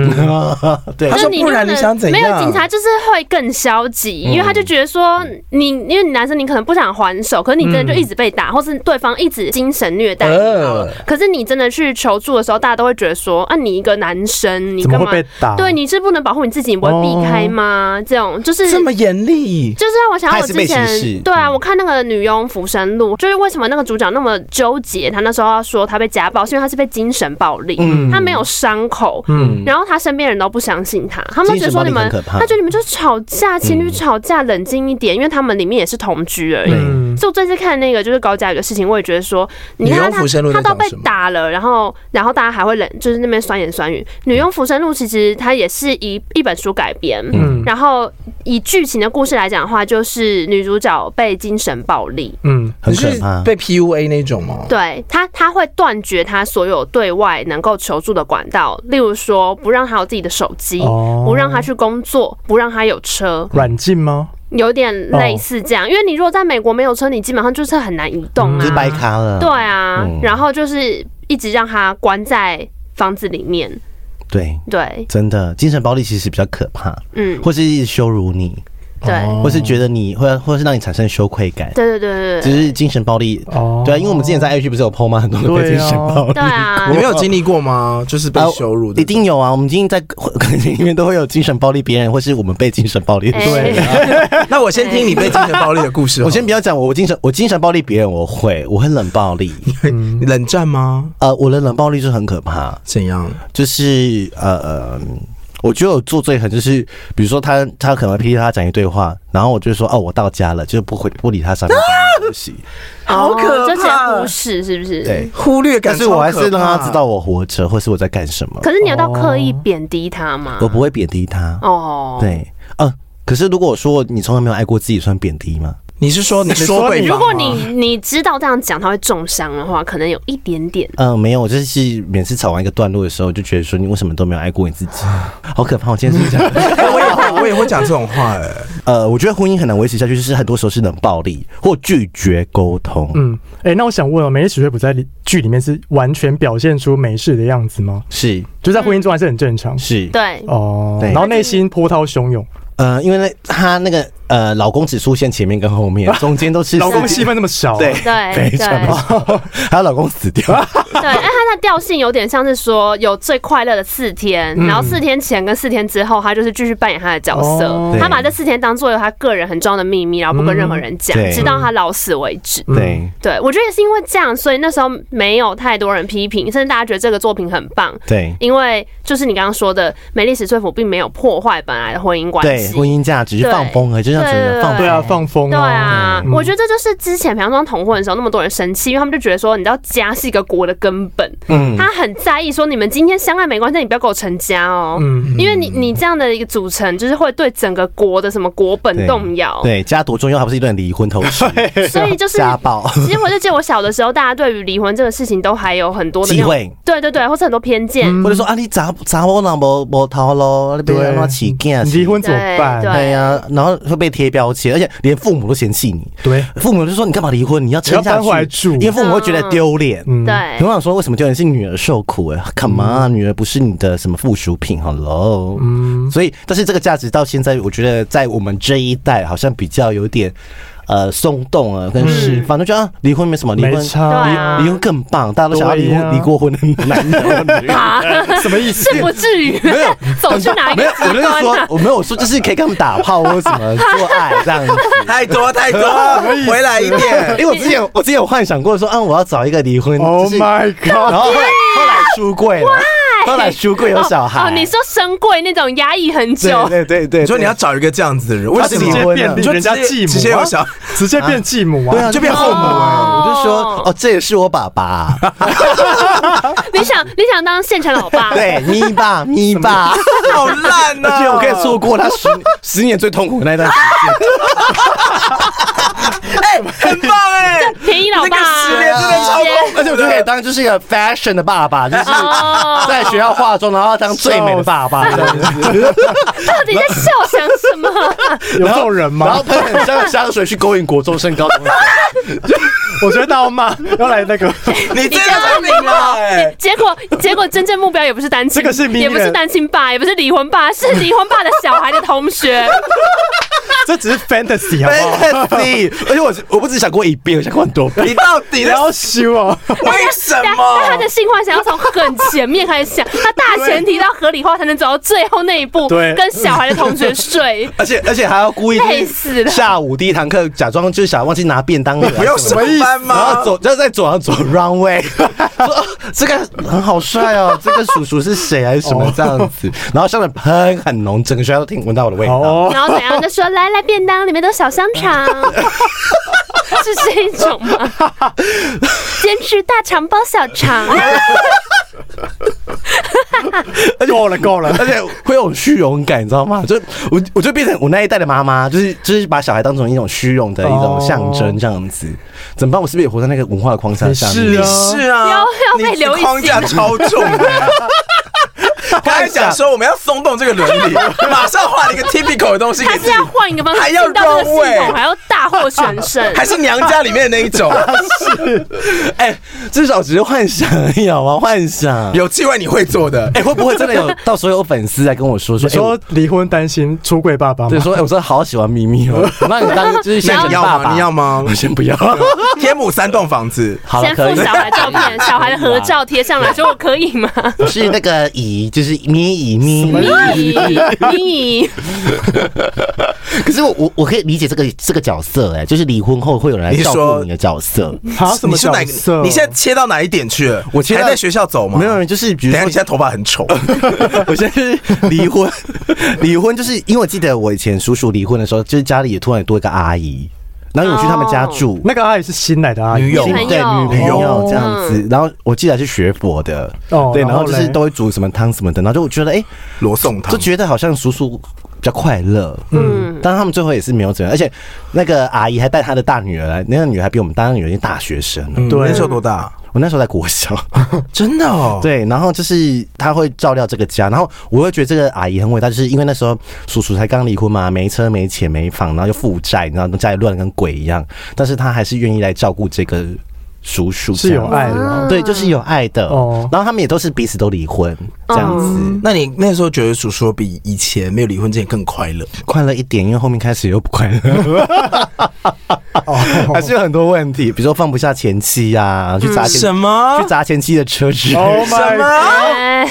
[SPEAKER 2] 对
[SPEAKER 5] 他
[SPEAKER 1] 就
[SPEAKER 5] 说
[SPEAKER 1] 你
[SPEAKER 5] 不然
[SPEAKER 1] 能
[SPEAKER 5] 你想怎
[SPEAKER 1] 没有
[SPEAKER 5] 样
[SPEAKER 1] 警察就是会更消极，因为他就觉得说你，因为你男生你可能不想还手，可是你真的就一直被打，
[SPEAKER 3] 嗯
[SPEAKER 1] 或是对方一直精神虐待你好
[SPEAKER 3] 呃
[SPEAKER 1] 了。可是你真的去求助的时候，大家都会觉得说，啊，你一个男生，你
[SPEAKER 3] 怎么会
[SPEAKER 1] 干嘛？
[SPEAKER 3] 被打？哦
[SPEAKER 1] 对，你是不能保护你自己，你不会避开吗？这种就是
[SPEAKER 5] 这么严厉，
[SPEAKER 1] 就是让我想到我之
[SPEAKER 2] 他也是被歧视嗯
[SPEAKER 1] 前，对啊，我看那个女佣《浮生录》，就是为什么那个主角那么纠结，他那时候要说他被家暴，是因为他是被精神暴力，
[SPEAKER 2] 嗯
[SPEAKER 1] 他没有伤口，然后他身边人都不相信他，他们觉得说你们，
[SPEAKER 2] 精神暴力很可怕嗯
[SPEAKER 1] 他觉得你们就是吵架，情侣吵架，冷静一点，因为他们里面也是同居而已。
[SPEAKER 3] 嗯，
[SPEAKER 1] 所以我这次看那个就是高嘉宇的事情，我也觉得说，你
[SPEAKER 5] 女
[SPEAKER 1] 看
[SPEAKER 5] 佣
[SPEAKER 1] 他
[SPEAKER 5] 浮生路
[SPEAKER 1] 他都
[SPEAKER 5] 在讲
[SPEAKER 1] 被
[SPEAKER 5] 什么
[SPEAKER 1] 打了，然后然后大家还会冷，就是那边酸言酸语。女佣浮生录其实它也是一一本书改编，
[SPEAKER 3] 嗯
[SPEAKER 1] 然后以剧情的故事来讲的话，就是女主角被精神暴力，
[SPEAKER 3] 嗯，
[SPEAKER 2] 很
[SPEAKER 5] 你
[SPEAKER 2] 可
[SPEAKER 5] 是
[SPEAKER 2] 怕。
[SPEAKER 5] 被 PUA 那种吗？
[SPEAKER 1] 对她她会断绝她所有对外能够求助的管道，例如说不让她有自己的手机，
[SPEAKER 3] 哦
[SPEAKER 1] 不让她去工作，不让她有车，
[SPEAKER 3] 软禁吗？
[SPEAKER 1] 有点类似这样。因为你如果在美国没有车，你基本上就是很难移动啊，
[SPEAKER 2] 嗯就是掰咖了，
[SPEAKER 1] 对啊，
[SPEAKER 2] 嗯
[SPEAKER 1] 然后就是一直让他关在房子里面。
[SPEAKER 2] 对，
[SPEAKER 1] 对，
[SPEAKER 2] 真的精神暴力其实比较可怕。
[SPEAKER 1] 嗯，
[SPEAKER 2] 或是一直羞辱你，
[SPEAKER 1] 对，
[SPEAKER 2] 或是觉得你或或是让你产生羞愧感，
[SPEAKER 1] 对对对对
[SPEAKER 2] 只
[SPEAKER 1] 对，
[SPEAKER 2] 是精神暴力。
[SPEAKER 3] 哦，
[SPEAKER 2] 对啊，因为我们之前在 IG 不是有 PO 吗？很多人被精神暴力
[SPEAKER 1] 对。啊
[SPEAKER 5] 你，们有经历过吗？就是被
[SPEAKER 2] 啊
[SPEAKER 5] 羞辱的，
[SPEAKER 2] 一定有啊！我们今天在肯定里面都会有精神暴力别人，或是我们被精神暴力的事。
[SPEAKER 1] 哎，
[SPEAKER 5] 那我先听你被精神暴力的故事好了。
[SPEAKER 2] 我先不要讲我，我精神我精神暴力别人，我会我会冷暴力。
[SPEAKER 3] 嗯
[SPEAKER 5] 你冷战吗？
[SPEAKER 2] 呃，我的冷暴力是很可怕，
[SPEAKER 5] 怎样？
[SPEAKER 2] 就是呃呃，我觉得我做最狠就是，比如说他他可能噼里啪啦讲一堆话，然后我就说哦我到家了，就是不回不理他上面讲的东西。
[SPEAKER 5] 好可
[SPEAKER 1] 哦就直接
[SPEAKER 5] 怕
[SPEAKER 1] 忽视是不是？
[SPEAKER 2] 对，
[SPEAKER 5] 忽略感
[SPEAKER 2] 但是
[SPEAKER 5] 超可怕，
[SPEAKER 2] 我还是让他知道我活着，或是我在干什么。
[SPEAKER 1] 可是你有到刻意贬低他吗？
[SPEAKER 2] 我不会贬低他。
[SPEAKER 1] 哦，，
[SPEAKER 2] 哦对，呃，可是如果我说你从来没有爱过自己，算贬低吗？
[SPEAKER 5] 你是说你说对方吗
[SPEAKER 1] 如果你你知道这样讲他会重伤的话，可能有一点点。
[SPEAKER 2] 嗯，没有，我就是每次吵完一个段落的时候，就觉得说你为什么都没有爱过你自己，好可怕！我今天是这 样。
[SPEAKER 5] 哎我也会我也会讲这种话哎，
[SPEAKER 2] 呃，我觉得婚姻很难维持下去，就是很多时候是冷暴力或拒绝沟通。
[SPEAKER 3] 嗯，哎、那我想问哦，美丽史翠普在里剧里面是完全表现出没事的样子吗？
[SPEAKER 2] 是
[SPEAKER 3] 就在婚姻中还是很正常
[SPEAKER 2] 是，
[SPEAKER 1] 对，
[SPEAKER 3] 哦，
[SPEAKER 2] 对
[SPEAKER 3] 然后内心波涛汹涌，
[SPEAKER 2] 呃，因为那他那个呃，老公只出现前面跟后 面，中间都是
[SPEAKER 3] 老公
[SPEAKER 2] 司
[SPEAKER 3] 戏份那么少，啊
[SPEAKER 2] 对，
[SPEAKER 1] 对
[SPEAKER 2] 非
[SPEAKER 1] 对
[SPEAKER 2] 常好，还有老公死掉，
[SPEAKER 1] 对，哎，它的调性有点像是说有最快乐的四天，
[SPEAKER 2] 嗯
[SPEAKER 1] 然后四天前跟四天之后，他就是继续扮演他的角色，
[SPEAKER 3] 哦
[SPEAKER 1] 他把这四天当做他个人很重要的秘密，然后不跟任何人讲，
[SPEAKER 2] 对
[SPEAKER 1] 直到他老死为止。
[SPEAKER 3] 嗯
[SPEAKER 2] 对
[SPEAKER 1] 对，我觉得也是因为这样，所以那时候没有太多人批评，甚至大家觉得这个作品很棒，
[SPEAKER 2] 对
[SPEAKER 1] 因为就是你刚刚说的，美丽史翠芙并没有破坏本来的婚姻关
[SPEAKER 2] 对，
[SPEAKER 1] 系。
[SPEAKER 2] 婚姻价值就放风而已，就像觉
[SPEAKER 1] 对对
[SPEAKER 2] 得
[SPEAKER 1] 对
[SPEAKER 2] 放
[SPEAKER 3] 对啊，放风
[SPEAKER 1] 对啊，
[SPEAKER 3] 嗯
[SPEAKER 1] 我觉得这就是之前平常装同婚的时候，那么多人生气，因为他们就觉得说，你知道家是一个国的根本，
[SPEAKER 2] 嗯
[SPEAKER 1] 他很在意说你们今天相爱没关系，但你不要给我成家哦，
[SPEAKER 3] 嗯，
[SPEAKER 1] 因为你你这样的一个组成，就是会对整个国的什么国本动摇。
[SPEAKER 2] 对家多重要，还不是一段离婚头绪，
[SPEAKER 1] 所 以就是
[SPEAKER 2] 家暴
[SPEAKER 1] 其实我就记得我小的时候，大家对于离婚这个事情都还有很多的那
[SPEAKER 2] 忌
[SPEAKER 1] 种，
[SPEAKER 2] 讳。
[SPEAKER 1] 对对对，或是很多偏见。
[SPEAKER 3] 嗯
[SPEAKER 2] 或者说啊，你咋咋我那无无头咯，你被
[SPEAKER 3] 对啊嗯
[SPEAKER 2] 人家起干，
[SPEAKER 3] 离婚怎么办？
[SPEAKER 1] 对
[SPEAKER 2] 对呀，啊然后会被贴标签，而且连父母都嫌弃你，
[SPEAKER 3] 对，
[SPEAKER 2] 父母就说你干嘛离婚，你要撑
[SPEAKER 3] 你
[SPEAKER 2] 下
[SPEAKER 3] 要搬回来
[SPEAKER 2] 去
[SPEAKER 3] 住，
[SPEAKER 2] 因为父母会觉得丢脸。
[SPEAKER 3] 嗯，
[SPEAKER 1] 对
[SPEAKER 2] 我想说，为什么丢脸是女儿受苦、欸？哎，Come on，、女儿不是你的什么附属品，Hello。
[SPEAKER 3] 嗯，
[SPEAKER 2] 所以，但是这个价值到现在，我觉得在我们这一代好像比较有点呃松动啊，跟释放，就觉得啊离婚没什么，离
[SPEAKER 3] 嗯没
[SPEAKER 2] 婚
[SPEAKER 1] 对
[SPEAKER 3] 差，
[SPEAKER 1] 啊
[SPEAKER 2] 离婚更棒，大家都想要离
[SPEAKER 3] 对啊呀
[SPEAKER 2] 婚，离过婚的男人 或女人。
[SPEAKER 1] 啊，
[SPEAKER 3] 什么意思？
[SPEAKER 1] 是不至于
[SPEAKER 2] 没有
[SPEAKER 1] 走去哪一
[SPEAKER 2] 没
[SPEAKER 1] 个
[SPEAKER 2] 有，
[SPEAKER 1] 极
[SPEAKER 2] 我没有
[SPEAKER 1] 端
[SPEAKER 2] 说
[SPEAKER 1] 啊，？
[SPEAKER 2] 我没有说，就是可以跟他们打炮或什么做爱 这样子。
[SPEAKER 5] 太多太多，回来一点。
[SPEAKER 2] 因为我之前有我之前有幻想过说，啊，我要找一个离婚
[SPEAKER 3] 哎 Oh
[SPEAKER 2] 就是
[SPEAKER 3] my
[SPEAKER 2] 然
[SPEAKER 3] god！
[SPEAKER 2] 后后来后来出柜了，后来出柜有小
[SPEAKER 1] 哦
[SPEAKER 2] 孩。
[SPEAKER 1] 哦，你说深贵那种压抑很久，
[SPEAKER 2] 对对对对，
[SPEAKER 5] 你说你要找一个这样子的人，为
[SPEAKER 2] 他
[SPEAKER 5] 什
[SPEAKER 3] 直
[SPEAKER 2] 自己
[SPEAKER 5] 么
[SPEAKER 2] 离
[SPEAKER 3] 接
[SPEAKER 2] 婚
[SPEAKER 3] 变
[SPEAKER 2] 啊
[SPEAKER 5] 你
[SPEAKER 3] 比
[SPEAKER 5] 就
[SPEAKER 3] 人家
[SPEAKER 5] 直接
[SPEAKER 3] 继
[SPEAKER 5] 直接
[SPEAKER 3] 母
[SPEAKER 5] 有
[SPEAKER 3] 啊，
[SPEAKER 5] 小，
[SPEAKER 3] 直接变继母
[SPEAKER 2] 对啊，
[SPEAKER 3] 啊！
[SPEAKER 5] 就变后母
[SPEAKER 2] 啊
[SPEAKER 1] 哦
[SPEAKER 2] 我就说哦，这也是我爸爸，
[SPEAKER 1] 你想你想当现成老爸，
[SPEAKER 2] 对，咪爸咪爸，
[SPEAKER 5] 好烂呐！
[SPEAKER 2] 而且我可以错过他十十年最痛苦的那段时 间。
[SPEAKER 5] 很棒哎，
[SPEAKER 1] 便宜老爸啊，
[SPEAKER 5] 那个十年真的超
[SPEAKER 2] 而且我就可以当就是一个 fashion 的爸 爸，就是
[SPEAKER 1] 哦
[SPEAKER 2] 在学校化妆，然后当最美的爸爸这 样子，
[SPEAKER 1] 到底在笑想什么？
[SPEAKER 3] 有这种人
[SPEAKER 2] 然
[SPEAKER 3] 吗？
[SPEAKER 2] 后喷很香的香水去勾引国中生、高中 生。
[SPEAKER 3] 我觉得大妈要来那个，
[SPEAKER 5] 你
[SPEAKER 1] 你
[SPEAKER 5] 这
[SPEAKER 1] 这
[SPEAKER 5] 个
[SPEAKER 1] 样
[SPEAKER 5] 太明了哎，
[SPEAKER 1] 结果结果真正目标也不是单亲，
[SPEAKER 3] 这个是迷
[SPEAKER 1] 也不是
[SPEAKER 3] 人
[SPEAKER 1] 单亲爸，也不是离婚爸，是离婚爸的小孩的同学。
[SPEAKER 3] 这只是 fantasy 好不好？
[SPEAKER 2] Fantasy，而且我我不只想过一遍，我想过很多 遍。
[SPEAKER 5] 你到底
[SPEAKER 3] 不
[SPEAKER 5] 在
[SPEAKER 3] 要修哦，
[SPEAKER 5] 为什
[SPEAKER 1] 但他
[SPEAKER 5] 么
[SPEAKER 1] 的？性幻想要从很前面开始想，他大前提到合理化才能走到最后那一步，
[SPEAKER 3] 对
[SPEAKER 1] 跟小孩的同学睡。
[SPEAKER 2] 而且而且还要故意就是
[SPEAKER 1] 累死了
[SPEAKER 2] 下午第一堂课假装就是想忘记拿便当盒啊什么的，
[SPEAKER 5] 不用上班
[SPEAKER 2] 然后
[SPEAKER 5] 吗？
[SPEAKER 2] 走，然后再走 上走 runway，说哦这个很好帅 哦，这个叔叔是谁还是什么这样子，然后上的喷很浓，整个学校都听闻到我的味道。
[SPEAKER 3] 哦，
[SPEAKER 1] 然后怎样就说来来便当里面都有小香肠，是这一种吗？坚持大肠包小肠，
[SPEAKER 3] 够了哦够了，啊
[SPEAKER 2] 而且会有虚荣感，你知道吗？就我，我就变成我那一代的妈妈，就是就是把小孩当成一种虚荣的一种象征，这样子。怎么办？我是不是也活在那个文化的框架下面？
[SPEAKER 3] 哦你是啊
[SPEAKER 5] 是啊，
[SPEAKER 1] 要要被
[SPEAKER 5] 你
[SPEAKER 1] 留一啊
[SPEAKER 5] 框架
[SPEAKER 1] 线
[SPEAKER 5] 超重 的。刚才讲说我们要松动这个伦 理，马上画了一个 typical 的东西给
[SPEAKER 1] 他
[SPEAKER 5] 自
[SPEAKER 1] 是
[SPEAKER 5] 己，
[SPEAKER 1] 要换一个方式
[SPEAKER 5] 还要
[SPEAKER 1] 进到这个系
[SPEAKER 5] runway
[SPEAKER 1] 统，还要大获全胜。
[SPEAKER 5] 还是娘家里面的那 一种，
[SPEAKER 2] 哎、至少只是幻想而已，好吗？幻想。
[SPEAKER 5] 有机会你会做的。
[SPEAKER 2] 哎、会不会真的有？ 到时候有粉丝来跟我说说，
[SPEAKER 3] 你
[SPEAKER 2] 哎我
[SPEAKER 3] 说离婚担心出柜爸爸
[SPEAKER 2] 对，
[SPEAKER 3] 吗？
[SPEAKER 2] 说哎、我真的好喜欢咪咪 哦，那你当就是现
[SPEAKER 5] 那
[SPEAKER 2] 成
[SPEAKER 5] 你
[SPEAKER 2] 的
[SPEAKER 5] 要
[SPEAKER 2] 爸
[SPEAKER 5] 吗？
[SPEAKER 2] 爸，
[SPEAKER 5] 你要吗
[SPEAKER 2] 我？先不 要。
[SPEAKER 5] 天母三栋房子，
[SPEAKER 2] 好了，
[SPEAKER 1] 先
[SPEAKER 2] 可
[SPEAKER 1] 附
[SPEAKER 2] 以。
[SPEAKER 1] 小孩照片、小孩的合照贴上来，说我可以吗？
[SPEAKER 2] 不是那个姨，就是咪姨咪
[SPEAKER 1] 咪咪，
[SPEAKER 2] 可是我我我可以理解这个这个角色哎、就是离婚后会有人来
[SPEAKER 5] 你是
[SPEAKER 2] 照
[SPEAKER 5] 说
[SPEAKER 2] 顾你的角色。
[SPEAKER 3] 他什么
[SPEAKER 5] 你是
[SPEAKER 3] 角
[SPEAKER 5] 哪
[SPEAKER 3] 色
[SPEAKER 5] 个？？你现在切到哪一点去了？
[SPEAKER 2] 我切到
[SPEAKER 5] 还在学校走吗？
[SPEAKER 2] 没有人就是比
[SPEAKER 5] 等
[SPEAKER 2] 如
[SPEAKER 5] 一下，
[SPEAKER 2] 说，
[SPEAKER 5] 你现在头发很丑，
[SPEAKER 2] 我现在就是离 婚，离婚就是因为我记得我以前叔叔离婚的时候，就是家里也突然多一个阿姨，然后我去他们家住。
[SPEAKER 3] 那个阿姨是新来的阿姨，
[SPEAKER 5] 女友
[SPEAKER 2] 对
[SPEAKER 5] 吗
[SPEAKER 2] 哦女朋
[SPEAKER 3] 朋
[SPEAKER 2] 友哦
[SPEAKER 3] 友
[SPEAKER 2] 这样子，然后我记得还是学佛的，
[SPEAKER 3] 哦
[SPEAKER 2] 对，
[SPEAKER 3] 然
[SPEAKER 2] 然后
[SPEAKER 3] 后
[SPEAKER 2] 就是
[SPEAKER 3] 嘞
[SPEAKER 2] 都会煮什么汤什么的，然后就我觉得哎、
[SPEAKER 5] 罗宋
[SPEAKER 2] 就
[SPEAKER 5] 汤。
[SPEAKER 2] 觉得好像叔叔比较快乐，
[SPEAKER 1] 嗯
[SPEAKER 2] 嗯，但他们最后也是没有怎样，而且那个阿姨还带她的大女儿来，那个女儿还比我们大女儿已经大学生了，
[SPEAKER 5] 嗯
[SPEAKER 3] 对
[SPEAKER 5] 那时候多大？
[SPEAKER 2] 我那时候在国小，
[SPEAKER 5] 真的哦，
[SPEAKER 2] 对，然后就是她会照料这个家，然后我会觉得这个阿姨很伟大，就是因为那时候叔叔才刚离婚嘛，没车没钱没房，然后又负债，然后家里乱得跟鬼一样，但是她还是愿意来照顾这个叔叔
[SPEAKER 3] 是
[SPEAKER 2] 这
[SPEAKER 3] 有
[SPEAKER 2] 样
[SPEAKER 3] 爱哦了，
[SPEAKER 2] 对，就是有爱的。
[SPEAKER 3] 哦
[SPEAKER 2] 然后他们也都是彼此都离婚这样子，
[SPEAKER 5] 那你那时候觉得叔叔比以前没有离婚之前更快乐？
[SPEAKER 2] 快乐一点，因为后面开始又不快乐，还是有很多问题，哦比如说放不下前妻呀、啊，去砸前、
[SPEAKER 5] 什么
[SPEAKER 2] 去？砸前妻的车之类的。
[SPEAKER 3] Oh
[SPEAKER 5] 什
[SPEAKER 3] my，
[SPEAKER 5] 么？
[SPEAKER 1] 哎，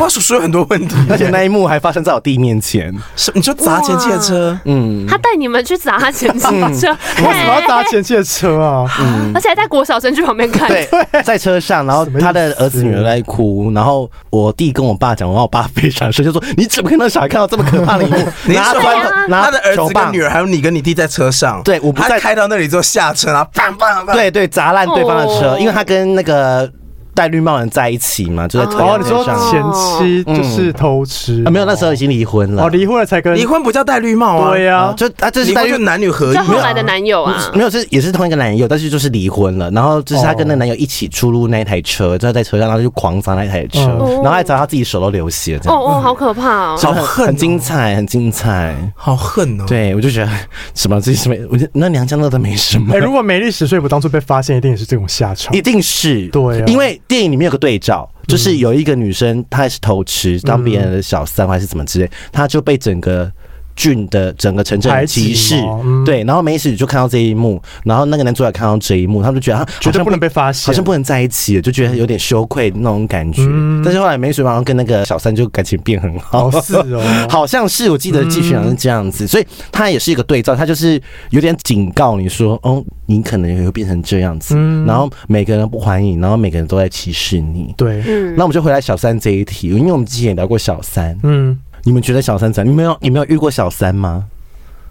[SPEAKER 5] 哇，叔叔有很多问题。
[SPEAKER 2] 而且那一幕还发生在我弟面前，
[SPEAKER 5] 什你就砸前汽的车？
[SPEAKER 2] 嗯
[SPEAKER 1] 他带你们去砸他前妻车，
[SPEAKER 3] 为什么要砸前妻的车啊？
[SPEAKER 1] 哎而且还在国小生去旁边
[SPEAKER 5] 哎
[SPEAKER 1] 看，
[SPEAKER 2] 对，在车上，然后
[SPEAKER 3] 什么意思
[SPEAKER 2] 他的儿子女儿在哭，然后我弟跟我爸讲，然后我爸非常生气，就说：“你怎么可能小孩看到这么可怕的一幕？
[SPEAKER 1] 嗯
[SPEAKER 5] 你
[SPEAKER 2] 拿
[SPEAKER 5] 是
[SPEAKER 2] 砖
[SPEAKER 1] 啊
[SPEAKER 5] 说
[SPEAKER 2] 头
[SPEAKER 5] 他
[SPEAKER 2] 拿
[SPEAKER 5] 他的儿
[SPEAKER 2] 球
[SPEAKER 5] 子
[SPEAKER 2] 棒
[SPEAKER 5] 跟女儿，还有你跟你弟在车上。
[SPEAKER 2] 对我不
[SPEAKER 5] 他
[SPEAKER 2] 在
[SPEAKER 5] 开到那里之后下车，然后棒棒棒。
[SPEAKER 2] 对对，砸烂对方的车，
[SPEAKER 1] 哦
[SPEAKER 2] 因为他跟那个戴绿帽人在一起嘛，就在车
[SPEAKER 3] 哦，
[SPEAKER 2] 辆
[SPEAKER 3] 你
[SPEAKER 2] 车
[SPEAKER 3] 说
[SPEAKER 2] 上。
[SPEAKER 3] 前妻就是偷吃
[SPEAKER 2] 啊，没有，那时候已经离婚了。
[SPEAKER 3] 哦，离婚了才跟
[SPEAKER 5] 离婚不叫戴绿帽啊。
[SPEAKER 3] 对呀，
[SPEAKER 2] 就啊，这是
[SPEAKER 5] 离
[SPEAKER 2] 戴
[SPEAKER 5] 婚
[SPEAKER 2] 绿
[SPEAKER 5] 就男女合一
[SPEAKER 1] 就
[SPEAKER 5] 啊。
[SPEAKER 1] 后来的男友啊，
[SPEAKER 2] 没有，是也是同一个男友，但是就是离婚了。然后就是她跟那个男友一起出入那一台车，就在车上，然后就狂砸那一台车，
[SPEAKER 3] 嗯
[SPEAKER 2] 然后还砸到自己手都流血，这
[SPEAKER 1] 哦
[SPEAKER 2] 样。
[SPEAKER 1] 哦，好可怕哦，
[SPEAKER 5] 好恨哦，
[SPEAKER 2] 很精彩，很精彩。
[SPEAKER 5] 好恨哦。
[SPEAKER 2] 对，我就觉得什么这些什么，我觉得那娘腔乐的没什么
[SPEAKER 3] 哎，，如果美丽史睡不当初被发现，一定也是这种下场
[SPEAKER 2] 一。定是
[SPEAKER 3] 对啊
[SPEAKER 2] 因为电影里面有个对照，就是有一个女生她是偷吃当别人的小三还是怎么之类，她就被整个。郡的整个城镇
[SPEAKER 3] 排挤
[SPEAKER 2] 歧视
[SPEAKER 3] 嘛，嗯
[SPEAKER 2] 对，然后梅史就看到这一幕，然后那个男主角看到这一幕，他们就觉得他啊
[SPEAKER 3] 绝对不能被发现，
[SPEAKER 2] 好像不能在一起了，就觉得有点羞愧那种感觉。
[SPEAKER 3] 嗯
[SPEAKER 2] 但是后来梅水马上跟那个小三就感情变很好，
[SPEAKER 3] 哦是哦
[SPEAKER 2] 好像是我记得剧情好像是这样子，所以他也是一个对照，他就是有点警告你说，哦，你可能也会变成这样子，
[SPEAKER 3] 嗯
[SPEAKER 2] 然后每个人都不欢迎，然后每个人都在歧视你。
[SPEAKER 3] 对，
[SPEAKER 1] 嗯
[SPEAKER 2] 那我们就回来小三这一题，因为我们之前也聊过小三，
[SPEAKER 3] 嗯，
[SPEAKER 2] 你们觉得小三怎样？你们有你们有遇过小三吗？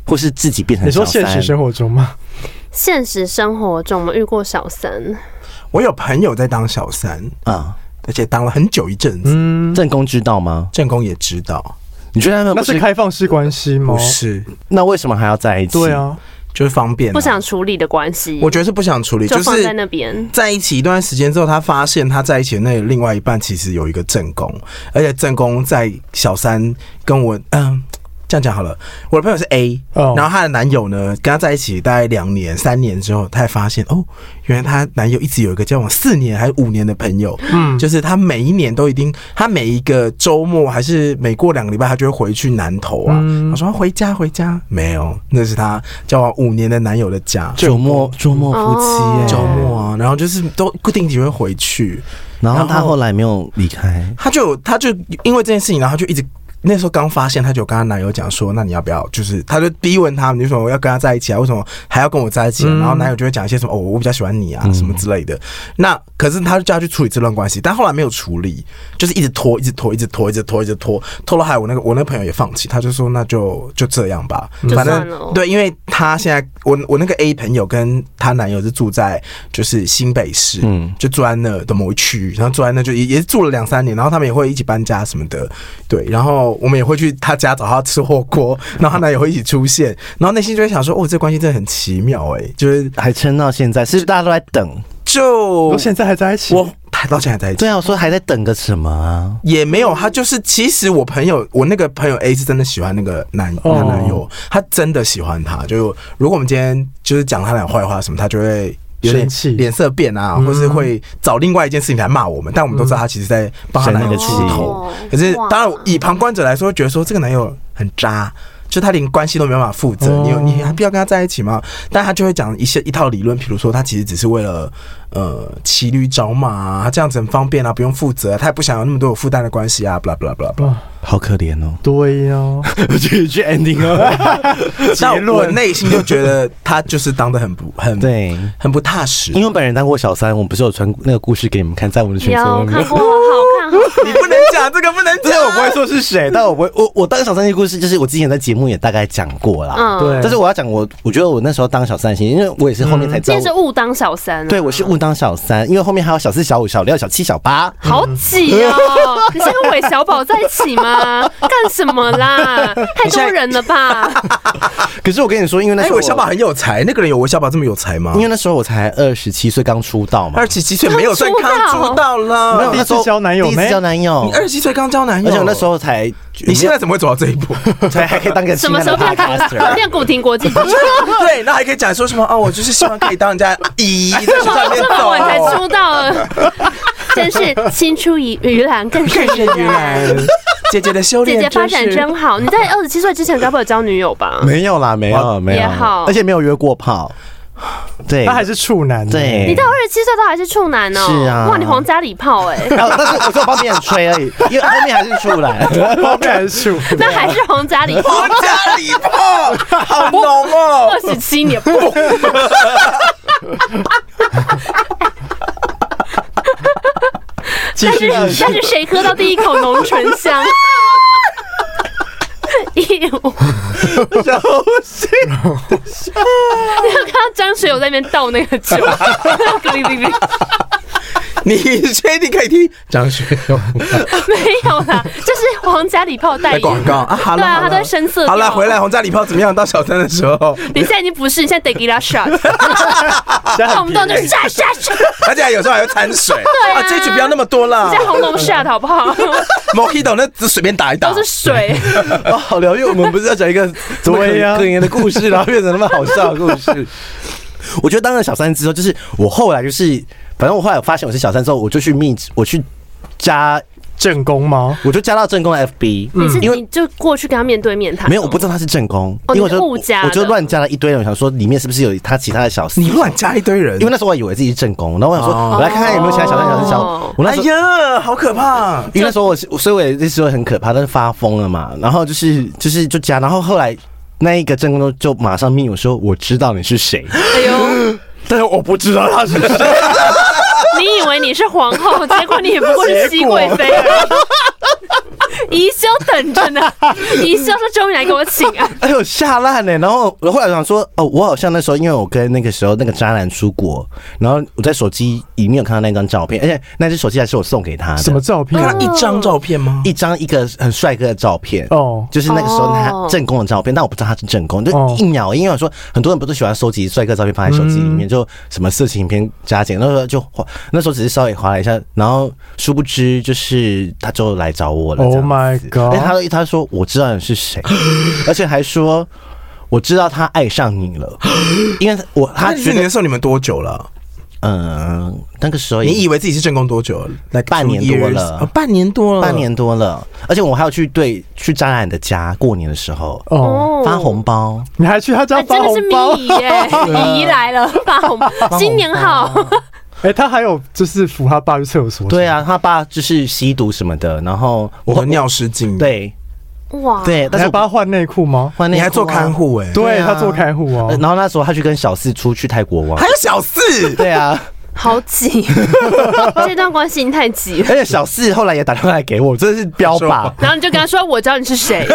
[SPEAKER 2] 或是自己变成
[SPEAKER 3] 你
[SPEAKER 2] 小
[SPEAKER 3] 说
[SPEAKER 2] 三？
[SPEAKER 3] 现实生活中吗？
[SPEAKER 1] 现实生活中我们遇过小三，
[SPEAKER 5] 我有朋友在当小三，
[SPEAKER 2] 啊，
[SPEAKER 5] 而且当了很久一阵子。
[SPEAKER 3] 嗯，
[SPEAKER 2] 正宫知道吗？
[SPEAKER 5] 正宫也知道，
[SPEAKER 2] 你觉得他们
[SPEAKER 3] 那
[SPEAKER 2] 不
[SPEAKER 3] 是
[SPEAKER 2] 是
[SPEAKER 3] 开放式关系吗
[SPEAKER 2] 哦
[SPEAKER 5] 不？是，
[SPEAKER 2] 那为什么还要在一起？
[SPEAKER 3] 对啊，
[SPEAKER 5] 就是方便啊。
[SPEAKER 1] 不想处理的关系，
[SPEAKER 5] 我觉得是不想处理，
[SPEAKER 1] 就
[SPEAKER 5] 就
[SPEAKER 1] 放在那
[SPEAKER 5] 是
[SPEAKER 1] 边。
[SPEAKER 5] 在一起一段时间之后，他发现他在一起的那另外一半其实有一个正宫，而且正宫在小三跟我嗯。这样讲好了，我的朋友是 A，、
[SPEAKER 3] 哦
[SPEAKER 5] 然后她的男友呢，跟她在一起大概两年、三年之后，她才发现哦，原来她男友一直有一个交往四年还是五年的朋友，
[SPEAKER 3] 嗯，
[SPEAKER 5] 就是他每一年都一定，他每一个周末还是每过两个礼拜，他就会回去南投啊。
[SPEAKER 3] 嗯
[SPEAKER 5] 我说回家回家，没有，那是他交往五年的男友的家。
[SPEAKER 2] 周末周末夫妻、
[SPEAKER 1] 哦
[SPEAKER 2] 欸，
[SPEAKER 5] 周末啊，然后就是都固定几会回去，
[SPEAKER 2] 然后
[SPEAKER 5] 然
[SPEAKER 2] 他
[SPEAKER 5] 后
[SPEAKER 2] 后来没有离开，
[SPEAKER 5] 他就他就因为这件事情，然后他就一直那时候刚发现，他就跟他男友讲说，那你要不要？就是他就逼问他，你为什么要跟他在一起啊？为什么还要跟我在一起啊、
[SPEAKER 3] 嗯
[SPEAKER 5] 然后男友就会讲一些什么哦，我比较喜欢你啊，什么
[SPEAKER 1] 嗯
[SPEAKER 5] 之类的。那可是他就叫他去处理这段关系，但后来没有处理，就是一直拖，一直拖，一直拖，一直拖，一直拖，拖到还有我那个我那个朋友也放弃，他就说那就就这样吧，
[SPEAKER 1] 就
[SPEAKER 5] 反
[SPEAKER 1] 算了
[SPEAKER 5] 正对，因为他现在我我那个 A 朋友跟她男友是住在就是新北市，
[SPEAKER 2] 嗯
[SPEAKER 5] 就住在那的某一区域，然后住在那就也也是住了两三年，然后他们也会一起搬家什么的，对，然后我们也会去他家找他吃火锅，然后他男友会一起出现，然后内心就会想说，哦，这关系真的很奇妙哎、就是
[SPEAKER 2] 还撑到现在，是不是大家都在等？
[SPEAKER 5] 就
[SPEAKER 3] 到现在还在一起，
[SPEAKER 5] 我他到现在在一起。
[SPEAKER 2] 对啊，我说还在等个什么啊？
[SPEAKER 5] 也没有，他就是其实我朋友，我那个朋友 A 是真的喜欢那个男她
[SPEAKER 3] 哦
[SPEAKER 5] 男友，他真的喜欢他。就如果我们今天就是讲他俩坏话什么，他就会有
[SPEAKER 3] 生
[SPEAKER 5] 点
[SPEAKER 3] 气
[SPEAKER 5] 脸色变啊，或是会找另外一件事情来骂我们。但我们都知道他其实在帮他
[SPEAKER 2] 生
[SPEAKER 5] 男
[SPEAKER 2] 那
[SPEAKER 5] 友
[SPEAKER 2] 个
[SPEAKER 5] 出
[SPEAKER 2] 气
[SPEAKER 5] 头
[SPEAKER 1] 哦。
[SPEAKER 5] 可是
[SPEAKER 1] 哇
[SPEAKER 5] 当然，以旁观者来说，会觉得说这个男友很渣。就他连关系都没办法负
[SPEAKER 2] 哦
[SPEAKER 5] 责，你有你还必要跟他在一起吗？但他就会讲一些一套理论，比如说他其实只是为了呃骑驴找马啊，他这样子很方便啊，不用负责啊、他也不想有那么多有负担的关系啊，blah blah blah blah。
[SPEAKER 3] 啊，，
[SPEAKER 2] 好可怜哦
[SPEAKER 3] 对呀，
[SPEAKER 2] 我去去 ending 哦。
[SPEAKER 5] 但我内心就觉得他就是当的很不很
[SPEAKER 2] 对，
[SPEAKER 5] 很不踏实，
[SPEAKER 2] 因为我本人当过小三，我不是有传那个故事给你们看，在我们的群组
[SPEAKER 1] 有
[SPEAKER 2] 里
[SPEAKER 1] 看
[SPEAKER 2] 面。
[SPEAKER 1] 过，好看，好看
[SPEAKER 5] 你不能讲这个，不能
[SPEAKER 2] 虽然我不
[SPEAKER 5] 讲。
[SPEAKER 2] 会说是谁，但我不会，我我当小三的故事，就是我之前在节目也大概讲过 啦。
[SPEAKER 1] 嗯，
[SPEAKER 3] 对，
[SPEAKER 2] 但是我要讲我，我觉得我那时候当小三的心，因为我也是后面才知道
[SPEAKER 1] 这是
[SPEAKER 2] 我，
[SPEAKER 1] 误当小三，
[SPEAKER 2] 对我是误当小三，因为后面还有小四、小五、小六、小七、小八，
[SPEAKER 1] 好挤 哦！你是跟韦小宝在一起吗？干什么啦？太多人了吧？
[SPEAKER 2] 可是我跟你说，因为那
[SPEAKER 5] 哎，
[SPEAKER 2] 时候
[SPEAKER 5] 韦小宝很有才，那个人有韦小宝这么有才吗
[SPEAKER 2] 因？为那时候我才二十七岁，刚出道嘛
[SPEAKER 5] 二。十七岁没有算
[SPEAKER 1] 刚
[SPEAKER 5] 刚
[SPEAKER 1] 出道
[SPEAKER 5] 出道
[SPEAKER 2] 没
[SPEAKER 5] 了
[SPEAKER 2] 有，
[SPEAKER 3] 第一
[SPEAKER 2] 那时候
[SPEAKER 3] 次交男友
[SPEAKER 2] 第一次次交男友
[SPEAKER 5] 你，二十七岁刚交男友，
[SPEAKER 2] 而且我那时候才，
[SPEAKER 5] 你现在怎么会走到这一 步？
[SPEAKER 2] 在才还可以当个
[SPEAKER 1] 什么时候变
[SPEAKER 2] p
[SPEAKER 1] 古
[SPEAKER 2] o
[SPEAKER 1] 变古亭国际？
[SPEAKER 5] 对，然后还可以讲说什么哦，我就是希望可以当人家姨，在学校里面
[SPEAKER 1] 这么晚才 出道啊，真是青出于鱼腩 更胜于
[SPEAKER 5] 是然，姐姐的修
[SPEAKER 1] 姐
[SPEAKER 5] 炼，
[SPEAKER 1] 姐发展真好，你在二十七岁之前该不会有交女友吧？
[SPEAKER 2] 没有啦，没有没
[SPEAKER 1] 也
[SPEAKER 2] 有
[SPEAKER 1] 好，
[SPEAKER 2] 而且没有约过炮，对，
[SPEAKER 3] 他还是处男，
[SPEAKER 2] 对，
[SPEAKER 1] 你到二十七岁都还是处男哦，
[SPEAKER 2] 是啊
[SPEAKER 1] 哇，你皇家礼炮哎、
[SPEAKER 2] 然后但哦是我就帮别人吹 而已，因为后面还是出来。
[SPEAKER 3] 后面还是处
[SPEAKER 1] 那还是皇家礼炮
[SPEAKER 5] 我家里炮，好浓哦
[SPEAKER 1] 二。十七年，
[SPEAKER 3] 继续
[SPEAKER 1] 但是但是谁喝到第一口浓醇香？ 一五，
[SPEAKER 2] 然后是
[SPEAKER 1] 你有看到张学友在那边倒那个酒，咯哩哩哩
[SPEAKER 5] 你确定可以听张学友
[SPEAKER 1] 没有啦，这是皇家礼炮代
[SPEAKER 5] 的
[SPEAKER 1] 言
[SPEAKER 5] 广告啊？好
[SPEAKER 1] 对
[SPEAKER 5] 了，
[SPEAKER 1] 啊，
[SPEAKER 5] 好
[SPEAKER 1] 他
[SPEAKER 5] 了
[SPEAKER 1] 在深色调。
[SPEAKER 5] 好了，回来红家礼炮怎么样？到小三的 时候，
[SPEAKER 1] 你现在已经不是，你现在得给他 shot，动不动就是 shot shot shot，
[SPEAKER 5] 而且有时候还会掺水。
[SPEAKER 1] 啊
[SPEAKER 5] 这一局不要那么多啦
[SPEAKER 1] 你。在红龙 shot 好不 好？
[SPEAKER 5] Mojito 那只随便打一打
[SPEAKER 1] 都，是水，
[SPEAKER 5] 嗯
[SPEAKER 2] 哦，好疗愈。我们不是要讲一个怎么
[SPEAKER 3] 对呀
[SPEAKER 2] 可怜的故事，然后变成那么好笑的故事。我觉得当了小三之后，就是我后来就是，反正我后来发现我是小三之后，我就去密，我去加，
[SPEAKER 3] 正宫吗？
[SPEAKER 2] 我就加到正宫的 FB。
[SPEAKER 1] 你是
[SPEAKER 2] 因为
[SPEAKER 1] 你就过去跟他面对面谈哦。
[SPEAKER 2] 没有，我不知道他是正宫，
[SPEAKER 1] 哦
[SPEAKER 2] 因为我
[SPEAKER 1] 你
[SPEAKER 2] 就是
[SPEAKER 1] 误加的
[SPEAKER 2] 我就乱加了一堆人，我想说里面是不是有他其他的小三？
[SPEAKER 5] 你乱加一堆人
[SPEAKER 2] 因为。那时候我以为自己是正宫，然后我想说，
[SPEAKER 5] 哦
[SPEAKER 2] 我来看看有没有其他小三小三小三
[SPEAKER 1] 哦。
[SPEAKER 2] 我那
[SPEAKER 5] 哎
[SPEAKER 2] 时候
[SPEAKER 5] 呀，好可怕！
[SPEAKER 2] 因为那时候我是，所以我也那时候很可怕，但是发疯了嘛。然后就是就是就加，然后后来那一个正宫就马上命我说我知道你是 谁，
[SPEAKER 1] 哎呦，
[SPEAKER 2] 但是我不知道他是谁。
[SPEAKER 1] 你以为你是皇后，结果你也不过是熹贵妃 而已。宜修等着呢，宜修说终于来给我请啊！
[SPEAKER 2] 哎呦吓烂了。然后我后来想说哦，我好像那时候因为我跟那个时候那个渣男出国，然后我在手机里面有看到那张照片，而且那只手机还是我送给啊他的，
[SPEAKER 3] 什么照片？
[SPEAKER 5] 看到一张照片吗？
[SPEAKER 2] 一张一个很帅哥的照片。
[SPEAKER 3] 哦，
[SPEAKER 2] 就是那个时候
[SPEAKER 1] 哦
[SPEAKER 2] 他正宫的照片，但我不知道他是正宫，就
[SPEAKER 3] 哦
[SPEAKER 2] 一秒，因为我说很多人不都喜欢收集帅哥照片放在手机里
[SPEAKER 3] 嗯
[SPEAKER 2] 面，就什么色情影片加减，那时候就划，那时候只是稍微划了一下，然后殊不知就是他就来找我了
[SPEAKER 3] Oh
[SPEAKER 2] 这样子
[SPEAKER 3] my god
[SPEAKER 2] 哎他他说我知道你 是谁，而且还说我知道他爱上你了，因为我他
[SPEAKER 5] 他
[SPEAKER 2] 觉
[SPEAKER 5] 觉得
[SPEAKER 2] 得
[SPEAKER 5] 那时候你们多久了？
[SPEAKER 2] 嗯、那个时候也
[SPEAKER 5] 你以为自己是正宫多久了？来
[SPEAKER 2] 半年多了
[SPEAKER 5] 哦半年多了，
[SPEAKER 2] 半年多了，而且我还要去对去渣男的家过年的时候
[SPEAKER 3] 哦，
[SPEAKER 1] 哦
[SPEAKER 2] 发红包。
[SPEAKER 3] 你还去他家
[SPEAKER 1] 哎
[SPEAKER 3] 发
[SPEAKER 1] 真的
[SPEAKER 3] 红
[SPEAKER 1] 是
[SPEAKER 3] 包？
[SPEAKER 1] 迷耶， 姨来了，发红包，新年好。
[SPEAKER 3] 哎，他还有就是扶他爸去厕所。
[SPEAKER 2] 对，啊，他爸就是吸毒什么的，然后
[SPEAKER 5] 我
[SPEAKER 2] 我
[SPEAKER 5] 和尿失禁，，
[SPEAKER 2] 对
[SPEAKER 1] 哇，
[SPEAKER 2] 对，
[SPEAKER 3] 你
[SPEAKER 2] 但是
[SPEAKER 3] 还
[SPEAKER 2] 我
[SPEAKER 3] 帮他换内裤吗？
[SPEAKER 2] 换内
[SPEAKER 5] 你
[SPEAKER 2] 裤啊
[SPEAKER 5] 还做看，护哎，
[SPEAKER 3] 对
[SPEAKER 2] 对啊
[SPEAKER 3] 他做开户
[SPEAKER 2] 呃
[SPEAKER 3] 哦，
[SPEAKER 2] 然后那时候他去跟小四出去泰国玩
[SPEAKER 5] 还，有小四，
[SPEAKER 2] 对啊，
[SPEAKER 1] 好挤，这段关系你太挤了。
[SPEAKER 2] 而且小四后来也打电话来给我，真的是标靶，
[SPEAKER 1] 然后你就跟他说：“我知道你是谁，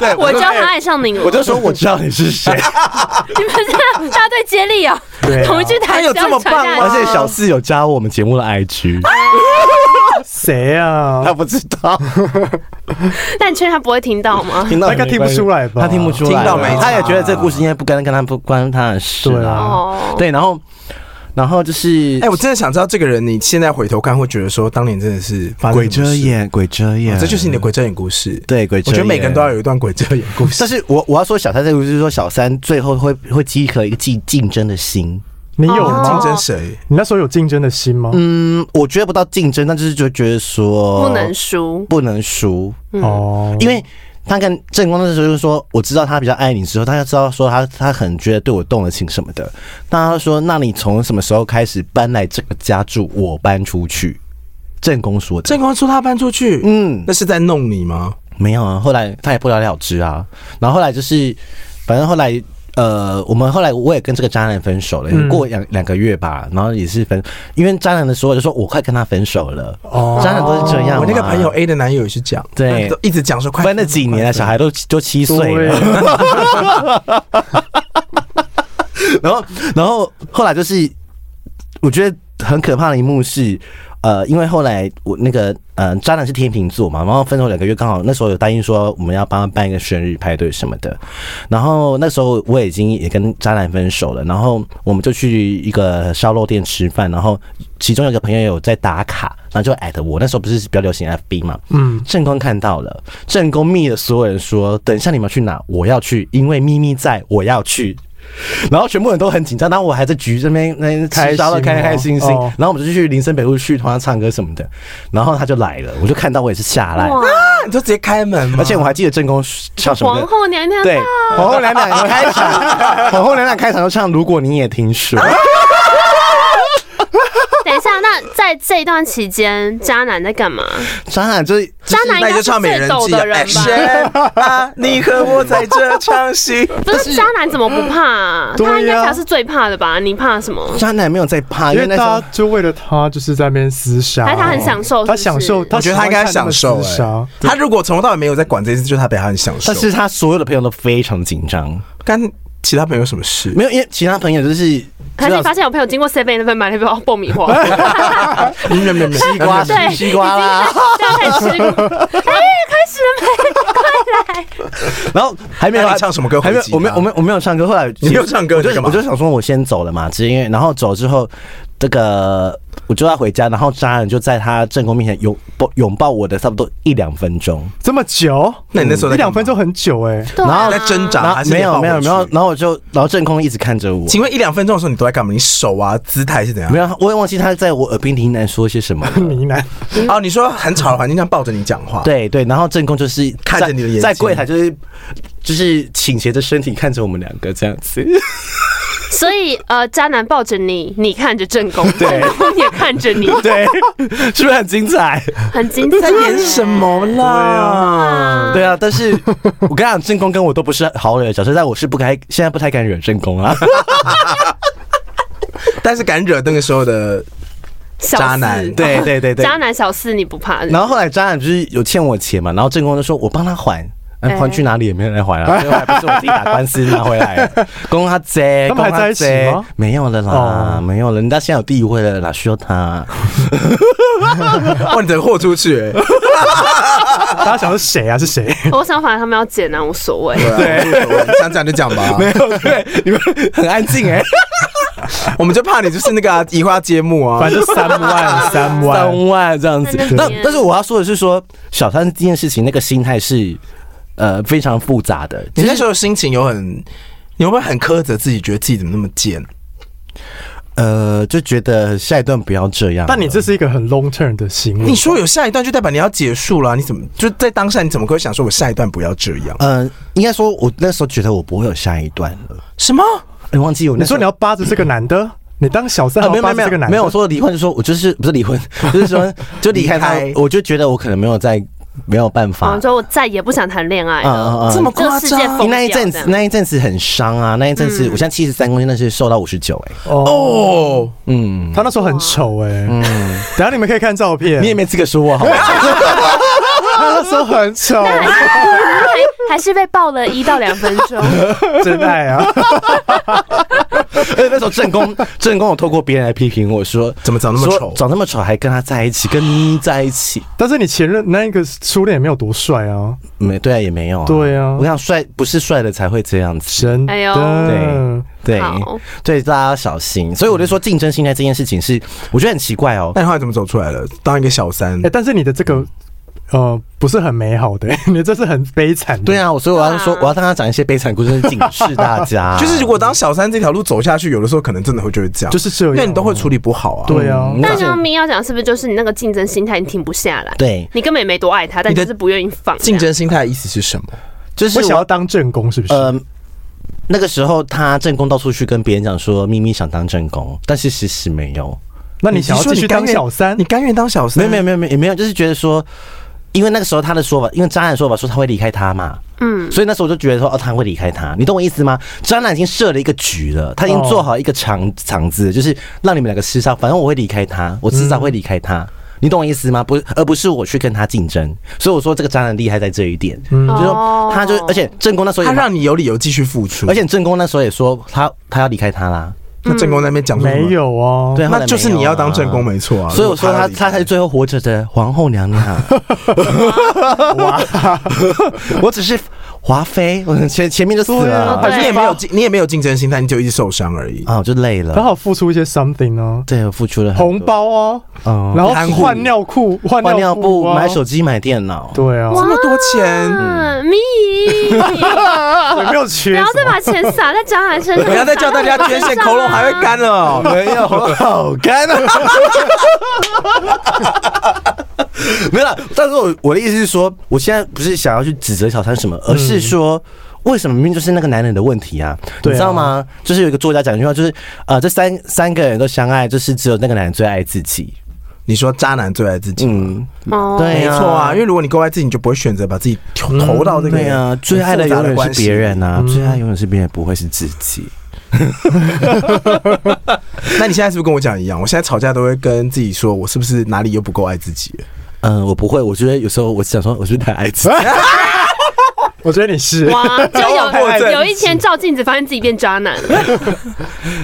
[SPEAKER 5] 对，
[SPEAKER 1] 我知道他爱上你了。”
[SPEAKER 2] 哎我就说我知道你是 谁，
[SPEAKER 1] 你们这样大队接力啊，
[SPEAKER 3] 对啊
[SPEAKER 1] 同一句台
[SPEAKER 5] 他有
[SPEAKER 1] 词要
[SPEAKER 5] 这么
[SPEAKER 1] 传下
[SPEAKER 5] 棒
[SPEAKER 2] 而
[SPEAKER 5] 吗
[SPEAKER 1] 去
[SPEAKER 2] 且小四有加我们节目的 IG，
[SPEAKER 3] 谁啊
[SPEAKER 2] 他？不知道，
[SPEAKER 1] 但你确定他不会听到吗？
[SPEAKER 2] 听到
[SPEAKER 3] 大概听不出来吧？
[SPEAKER 2] 他听不出来，
[SPEAKER 5] 听到没
[SPEAKER 2] 他也觉得这个故事应该不跟跟他不关他的事
[SPEAKER 3] 对啊
[SPEAKER 2] 啦，
[SPEAKER 1] 哦，
[SPEAKER 2] 对，然后然后就是
[SPEAKER 5] 哎、我真的想知道这个人，你现在回头看会觉得说，当年真的是发生
[SPEAKER 2] 鬼
[SPEAKER 5] 什么
[SPEAKER 2] 遮
[SPEAKER 5] 事、哦
[SPEAKER 2] 眼，鬼遮眼，
[SPEAKER 5] 这就是你的鬼遮眼故事。
[SPEAKER 2] 对鬼遮
[SPEAKER 5] 我
[SPEAKER 2] 眼，
[SPEAKER 5] 觉得每个人都要有一段鬼遮眼故事。
[SPEAKER 2] 但 是我我要说小三这个，就是说小三最后会会激起一个竞竞争的心。
[SPEAKER 3] 你有
[SPEAKER 5] 你要竞
[SPEAKER 3] 吗？
[SPEAKER 5] 争谁？
[SPEAKER 3] 你那时候有竞争的心吗？
[SPEAKER 2] 哦嗯，我觉得不到竞争，但就是就觉得说
[SPEAKER 1] 不能输。
[SPEAKER 2] 不能输，
[SPEAKER 3] 哦，
[SPEAKER 2] 嗯因为他跟正宫的时候就是说，我知道他比较爱你之后，他就知道说他他很觉得对我动了情什么的。那他说，那你从什么时候开始搬来这个家住？我搬出去。正宫说的，
[SPEAKER 5] 正光说他搬出去，
[SPEAKER 2] 嗯
[SPEAKER 5] 那，是在弄你吗？
[SPEAKER 2] 没有啊，后来他也不了了之啊。然后后来就是，反正后来呃，我们后来我也跟这个渣男分手了，
[SPEAKER 3] 嗯
[SPEAKER 2] 过两两个月吧，然后也是分，因为渣男的时候我就说我快跟他分手了，
[SPEAKER 3] 哦
[SPEAKER 2] 渣男都是这样嘛。
[SPEAKER 5] 我那个朋友 A 的男友也是讲，
[SPEAKER 2] 对
[SPEAKER 5] 都一直讲说快
[SPEAKER 2] 分了几年了，小孩都都七岁
[SPEAKER 3] 对
[SPEAKER 2] 了， 然后然后后来就是我觉得。很可怕的一幕是，呃，因为后来我那个呃，渣男是天秤座嘛，然后分手两个月，刚好那时候有答应说我们要帮他办一个生日派对什么的，然后那时候我已经也跟渣男分手了，然后我们就去一个烧肉店吃饭，然后其中有个朋友有在打卡，然后就艾特我，那时候不是比较流行 FB 嘛，
[SPEAKER 3] 嗯，
[SPEAKER 2] 正宫看到了，正宫密了所有人说，等一下你们要去哪？我要去，因为咪咪在，我要去。然后全部人都很紧张，然后我还在局这边那
[SPEAKER 3] 开
[SPEAKER 2] 吃烧了，
[SPEAKER 3] 心
[SPEAKER 2] 开开心心。
[SPEAKER 3] 哦
[SPEAKER 2] 然后我们就去林森北路去同他唱歌什么的，然后他就来了，我就看到我也是吓烂，
[SPEAKER 1] 哇，
[SPEAKER 5] 啊你就直接开门嘛，
[SPEAKER 2] 而且我还记得正宫唱什么
[SPEAKER 1] 皇
[SPEAKER 2] 的，
[SPEAKER 1] 后娘娘
[SPEAKER 2] 对
[SPEAKER 1] 到，
[SPEAKER 2] 皇后娘娘开场，皇后娘娘开场就唱《如果你也听说》，
[SPEAKER 1] 等一下，那在这一段期间，渣男在干嘛？
[SPEAKER 2] 渣男就是
[SPEAKER 1] 渣男应该
[SPEAKER 5] 那你
[SPEAKER 1] 是
[SPEAKER 5] 就唱美
[SPEAKER 1] 最
[SPEAKER 5] 人
[SPEAKER 1] 抖
[SPEAKER 5] 计
[SPEAKER 1] 的人
[SPEAKER 5] 啊，
[SPEAKER 1] 吧？
[SPEAKER 5] 谁 啊，你和我在这场 戏，
[SPEAKER 1] 不是渣男怎么不怕、啊？
[SPEAKER 2] 对啊
[SPEAKER 1] 他应该才是最怕的吧？你怕什么？
[SPEAKER 2] 渣男没有在怕，
[SPEAKER 3] 因
[SPEAKER 2] 因
[SPEAKER 3] 为
[SPEAKER 2] 为那时
[SPEAKER 3] 他
[SPEAKER 2] 候
[SPEAKER 3] 就为了他就是在那边厮杀，
[SPEAKER 1] 还是他很享受是不是
[SPEAKER 3] 他享受，
[SPEAKER 5] 我觉得他应该享受
[SPEAKER 3] 喜欢看他们厮杀
[SPEAKER 5] 哎，他如果从头到尾没有在管这件事，就是他被他很享受
[SPEAKER 2] 但。是他所有的朋友都非常紧张，
[SPEAKER 5] 干其他朋友有什么事？
[SPEAKER 2] 没有，因为其他朋友就是
[SPEAKER 1] 可是你发现有朋友经过 Seven 那边买了一包爆米花，
[SPEAKER 5] 没有没有没有，
[SPEAKER 2] 西瓜
[SPEAKER 1] 对，
[SPEAKER 2] 吃西瓜啦。
[SPEAKER 1] 对，开始，哎，开始了没？快来！
[SPEAKER 2] 然后还没有啊
[SPEAKER 5] 那哎你唱什么歌
[SPEAKER 2] 还没有
[SPEAKER 5] 回，击他
[SPEAKER 2] 我没有，我没有，我没有唱歌。后来
[SPEAKER 5] 你没有唱歌
[SPEAKER 2] 我就
[SPEAKER 5] 你干嘛
[SPEAKER 2] 我就想说我先走了嘛，只是因为然后走之后，这个我就要回家，然后渣男就在他正宫面前拥抱拥抱我的差不多一两分钟，
[SPEAKER 3] 这么久，
[SPEAKER 5] 那你那时候在
[SPEAKER 3] 一两
[SPEAKER 5] 干嘛
[SPEAKER 3] 分钟很久哎，
[SPEAKER 1] 对啊
[SPEAKER 2] 然后
[SPEAKER 5] 在挣扎
[SPEAKER 2] 然
[SPEAKER 5] 还
[SPEAKER 2] 后
[SPEAKER 5] 是
[SPEAKER 2] 没
[SPEAKER 5] 你
[SPEAKER 2] 有
[SPEAKER 5] 放
[SPEAKER 2] 没有
[SPEAKER 5] 回
[SPEAKER 2] 没
[SPEAKER 5] 去
[SPEAKER 2] 有，然后我就然后正宫一直看着我，
[SPEAKER 5] 请问一两分钟的时候你都在干嘛？你手啊，姿态是怎样
[SPEAKER 2] 没？有，我也忘记他在我耳边呢喃说些 什么了。
[SPEAKER 3] 很呢喃，
[SPEAKER 5] 哦，你说很吵的环境下抱着你讲话，，
[SPEAKER 2] 对对，然后正宫就是在
[SPEAKER 5] 看着你的眼睛
[SPEAKER 2] 在柜台就是就是倾斜着身体看着我们两个这样 子。
[SPEAKER 1] 所以呃，渣男抱着你，你看着正宫，正宫也看着你，
[SPEAKER 2] 对， 是不是很精彩？
[SPEAKER 1] 很精彩。
[SPEAKER 5] 在演什？么啦？
[SPEAKER 2] 对啊，但是我跟你讲，正宫跟我都不是好惹的角色，但我是不该，现在不太敢惹正 宫啊。
[SPEAKER 5] 但是敢惹那个时候的
[SPEAKER 1] 小四
[SPEAKER 5] 渣男
[SPEAKER 2] 对对对对。
[SPEAKER 1] 渣男小四你不怕？
[SPEAKER 2] 然后后来渣男不是有欠我钱嘛，然后正宫就说我帮他还。哎，还去哪里也没有人来还 啊，最后还不是我自己打官司拿回来的。公他贼，
[SPEAKER 3] 他们还在一起吗
[SPEAKER 2] 公他贼没有了啦，
[SPEAKER 3] 哦
[SPEAKER 2] 没有了，人家现在有地位了，哪需要 他？
[SPEAKER 5] 哇，哦你得豁出去、欸，
[SPEAKER 3] 大家想是谁啊？是谁？
[SPEAKER 1] 我想反正他们要剪啊男无所谓。
[SPEAKER 5] 对、啊，想讲就讲吧。
[SPEAKER 2] 没有，对， 你们很安静
[SPEAKER 3] 欸
[SPEAKER 2] 哎，
[SPEAKER 5] 我们就怕你就是那个、啊、移花接木啊
[SPEAKER 3] 反。正就三万三万，
[SPEAKER 2] 三万这样 子
[SPEAKER 1] 在那。边
[SPEAKER 2] 但但是我要说的是说，小三这件事情那个心态是呃非常复杂的，
[SPEAKER 5] 你那时候心情有很，你会不会很苛责自己，觉得自己怎么那么贱？
[SPEAKER 2] 呃，就觉得下一段不要这样了。
[SPEAKER 3] 但你这是一个很 long term 的行为，
[SPEAKER 5] 你说有下一段，就代表你要结束了啊、你怎么就在当下？你怎么会想说我下一段不要这样？
[SPEAKER 2] 嗯、应该说，我那时候觉得我不会有下一段了。
[SPEAKER 5] 什么？
[SPEAKER 2] 你忘记我
[SPEAKER 3] 你
[SPEAKER 2] 那时
[SPEAKER 3] 说
[SPEAKER 2] 候
[SPEAKER 3] 你要扒着这个男的，你当小三
[SPEAKER 2] 啊，
[SPEAKER 3] 还
[SPEAKER 2] 没
[SPEAKER 3] 要
[SPEAKER 2] 有没
[SPEAKER 3] 扒
[SPEAKER 2] 有没
[SPEAKER 3] 着这个
[SPEAKER 2] 有
[SPEAKER 3] 男的，
[SPEAKER 2] 没有，我说的离婚就是说，我就是不是离婚， 就是说就离开他
[SPEAKER 5] 离开，
[SPEAKER 2] 我就觉得我可能没有再没有办法
[SPEAKER 1] 啊，。说我再也不想谈恋爱了，
[SPEAKER 2] 嗯
[SPEAKER 5] 这么
[SPEAKER 1] 这个
[SPEAKER 5] 夸
[SPEAKER 1] 世界
[SPEAKER 5] 张？
[SPEAKER 1] 疯掉
[SPEAKER 2] 那一阵
[SPEAKER 1] 这
[SPEAKER 2] 子
[SPEAKER 1] 样，嗯
[SPEAKER 2] 那一阵子很伤啊，那一阵子，我现在七十三公斤，那是瘦到五十九，哎，
[SPEAKER 3] 哦，
[SPEAKER 5] 哦，
[SPEAKER 2] 嗯，
[SPEAKER 3] 他那时候很丑哎，等下你们可以看照片，
[SPEAKER 2] 你也没资格说我好吗，
[SPEAKER 3] 他那时候很丑，
[SPEAKER 5] 啊
[SPEAKER 1] 还还是被爆了一到两分 钟。
[SPEAKER 3] 真爱啊，
[SPEAKER 2] 而且那时候正宫正宫有透过别人来批评我说，
[SPEAKER 5] 怎么长那么
[SPEAKER 2] 说
[SPEAKER 5] 丑？
[SPEAKER 2] 长那么丑还跟他在一起，跟咪咪在一起，
[SPEAKER 3] 但是你前任那一个初恋也没有多帅啊，
[SPEAKER 2] 没对啊，也没有、啊，
[SPEAKER 3] 对啊
[SPEAKER 2] 我想帅不是帅的才会这样子，
[SPEAKER 3] 真
[SPEAKER 1] 哎呦
[SPEAKER 3] 的，
[SPEAKER 2] 对
[SPEAKER 1] 好
[SPEAKER 2] 对，大家要小心。所以我就说竞争心态这件事情是，我觉得很奇怪哦。
[SPEAKER 5] 那你后来怎么走出来了？当一个小三
[SPEAKER 3] 哎，？但是你的这个呃不是很美好的， 你这是很悲惨的，
[SPEAKER 2] 对啊，我所以我要说，
[SPEAKER 1] 哇
[SPEAKER 2] 我要跟他讲一些悲惨故事，警示大 家。
[SPEAKER 5] 就是如果当小三这条路走下去，有的时候可能真的会就是这样，
[SPEAKER 3] 就是这样
[SPEAKER 5] 因为你都会处理不好啊。
[SPEAKER 3] 对啊，
[SPEAKER 2] 嗯
[SPEAKER 1] 但刚刚咪要讲是不是就是你那个竞争心态，你停不下来？
[SPEAKER 2] 对，
[SPEAKER 1] 你根本也没多爱他，但
[SPEAKER 5] 你的
[SPEAKER 1] 就是不愿意放这
[SPEAKER 5] 竞
[SPEAKER 1] 样
[SPEAKER 5] 争心态的意思是什么？
[SPEAKER 2] 就是
[SPEAKER 3] 我想要
[SPEAKER 2] 我
[SPEAKER 3] 当正宫是不是？
[SPEAKER 2] 呃，那个时候他正宫到处去跟别人讲说，咪咪想当正宫，但是其实没有，
[SPEAKER 3] 那你想要继续当小三
[SPEAKER 5] 你？甘愿当小
[SPEAKER 2] 没
[SPEAKER 5] 三？
[SPEAKER 2] 有没有没有没有也没有，就是觉得说。因为那个时候他的说法，因为渣男的说法说他会离开他嘛，
[SPEAKER 1] 嗯，
[SPEAKER 2] 所以那时候我就觉得说，哦，他会离开他，你懂我意思吗？渣男已经设了一个局了，他已经做好一个场场子，就是让你们两个厮杀，反正我会离开他，我迟早会离开他。你懂我意思吗？不是，而不是我去跟他竞争，所以我说这个渣男厉害在这一点，
[SPEAKER 5] 嗯
[SPEAKER 2] 就是
[SPEAKER 5] 哦
[SPEAKER 2] 说他就，而且正宫那时候也
[SPEAKER 5] 他让你有理由继续付出，
[SPEAKER 2] 而且正宫那时候也说他他要离开他啦，
[SPEAKER 5] 那正宫在那边讲说什么
[SPEAKER 3] 没，有哦，
[SPEAKER 2] 对，后来
[SPEAKER 5] 那就是你要当正宫
[SPEAKER 2] 没有
[SPEAKER 5] 没错啊。
[SPEAKER 2] 啊。所以我说她，
[SPEAKER 5] 如果
[SPEAKER 2] 她才是
[SPEAKER 5] 要离开
[SPEAKER 2] 最后活着的皇后 娘娘。哇！ 我只是华妃，我前前面就死
[SPEAKER 3] 对
[SPEAKER 2] 了
[SPEAKER 3] 啊
[SPEAKER 5] 反正你也没有
[SPEAKER 3] 对
[SPEAKER 5] 竞，你也没有竞争心态，你就一直受伤而已。
[SPEAKER 2] 啊，我就累了。
[SPEAKER 3] 刚好付出一些 something 呢、
[SPEAKER 2] 对，我付出了
[SPEAKER 3] 啊，
[SPEAKER 2] 很多
[SPEAKER 3] 红，包啊，
[SPEAKER 2] 嗯，
[SPEAKER 3] 然后
[SPEAKER 5] 看护
[SPEAKER 3] 换尿裤、换
[SPEAKER 2] 换尿
[SPEAKER 3] 布
[SPEAKER 2] 布、
[SPEAKER 3] 啊、
[SPEAKER 2] 买手机、买电脑。
[SPEAKER 3] 对啊，
[SPEAKER 5] 这么多钱，
[SPEAKER 1] 嗯， 咪，
[SPEAKER 3] 也没有缺
[SPEAKER 1] 然
[SPEAKER 3] 什
[SPEAKER 1] 后再
[SPEAKER 3] 么。
[SPEAKER 1] 把钱撒在张兰身上，
[SPEAKER 5] 不要再 叫大家捐献，喉咙还会干哦了。
[SPEAKER 2] 没有，好干 啊！没有啦，但是我我的意思是说，我现在不是想要去指责小三什么，而是说。为什么明明就是那个男人的问嗯题啊？你
[SPEAKER 3] 对啊
[SPEAKER 2] 知道吗？就是有一个作家讲一句话，就是呃，这三三个人都相爱，就是只有那个男人最爱自己。
[SPEAKER 5] 你说渣男最爱自己，
[SPEAKER 2] 嗯，
[SPEAKER 1] 哦，
[SPEAKER 2] 对
[SPEAKER 5] 没
[SPEAKER 2] 啊
[SPEAKER 5] 错啊，因为如果你够爱自己，你就不会选择把自己投投到这个
[SPEAKER 2] 对啊，最爱的
[SPEAKER 5] 很复杂
[SPEAKER 2] 永远
[SPEAKER 5] 关
[SPEAKER 2] 是
[SPEAKER 5] 系
[SPEAKER 2] 别。人啊，最爱永远是别人，不会是自己。
[SPEAKER 5] 那你现在是不是跟我讲一样？我现在吵架都会跟自己说，我是不是哪里又不够爱自己了？
[SPEAKER 2] 嗯，我不会，我觉得有时候我想说，我是不是太爱自己。
[SPEAKER 3] 我觉得你是，
[SPEAKER 1] 哇，就
[SPEAKER 5] 往后再
[SPEAKER 1] 有有一天照镜子发现自己变渣男，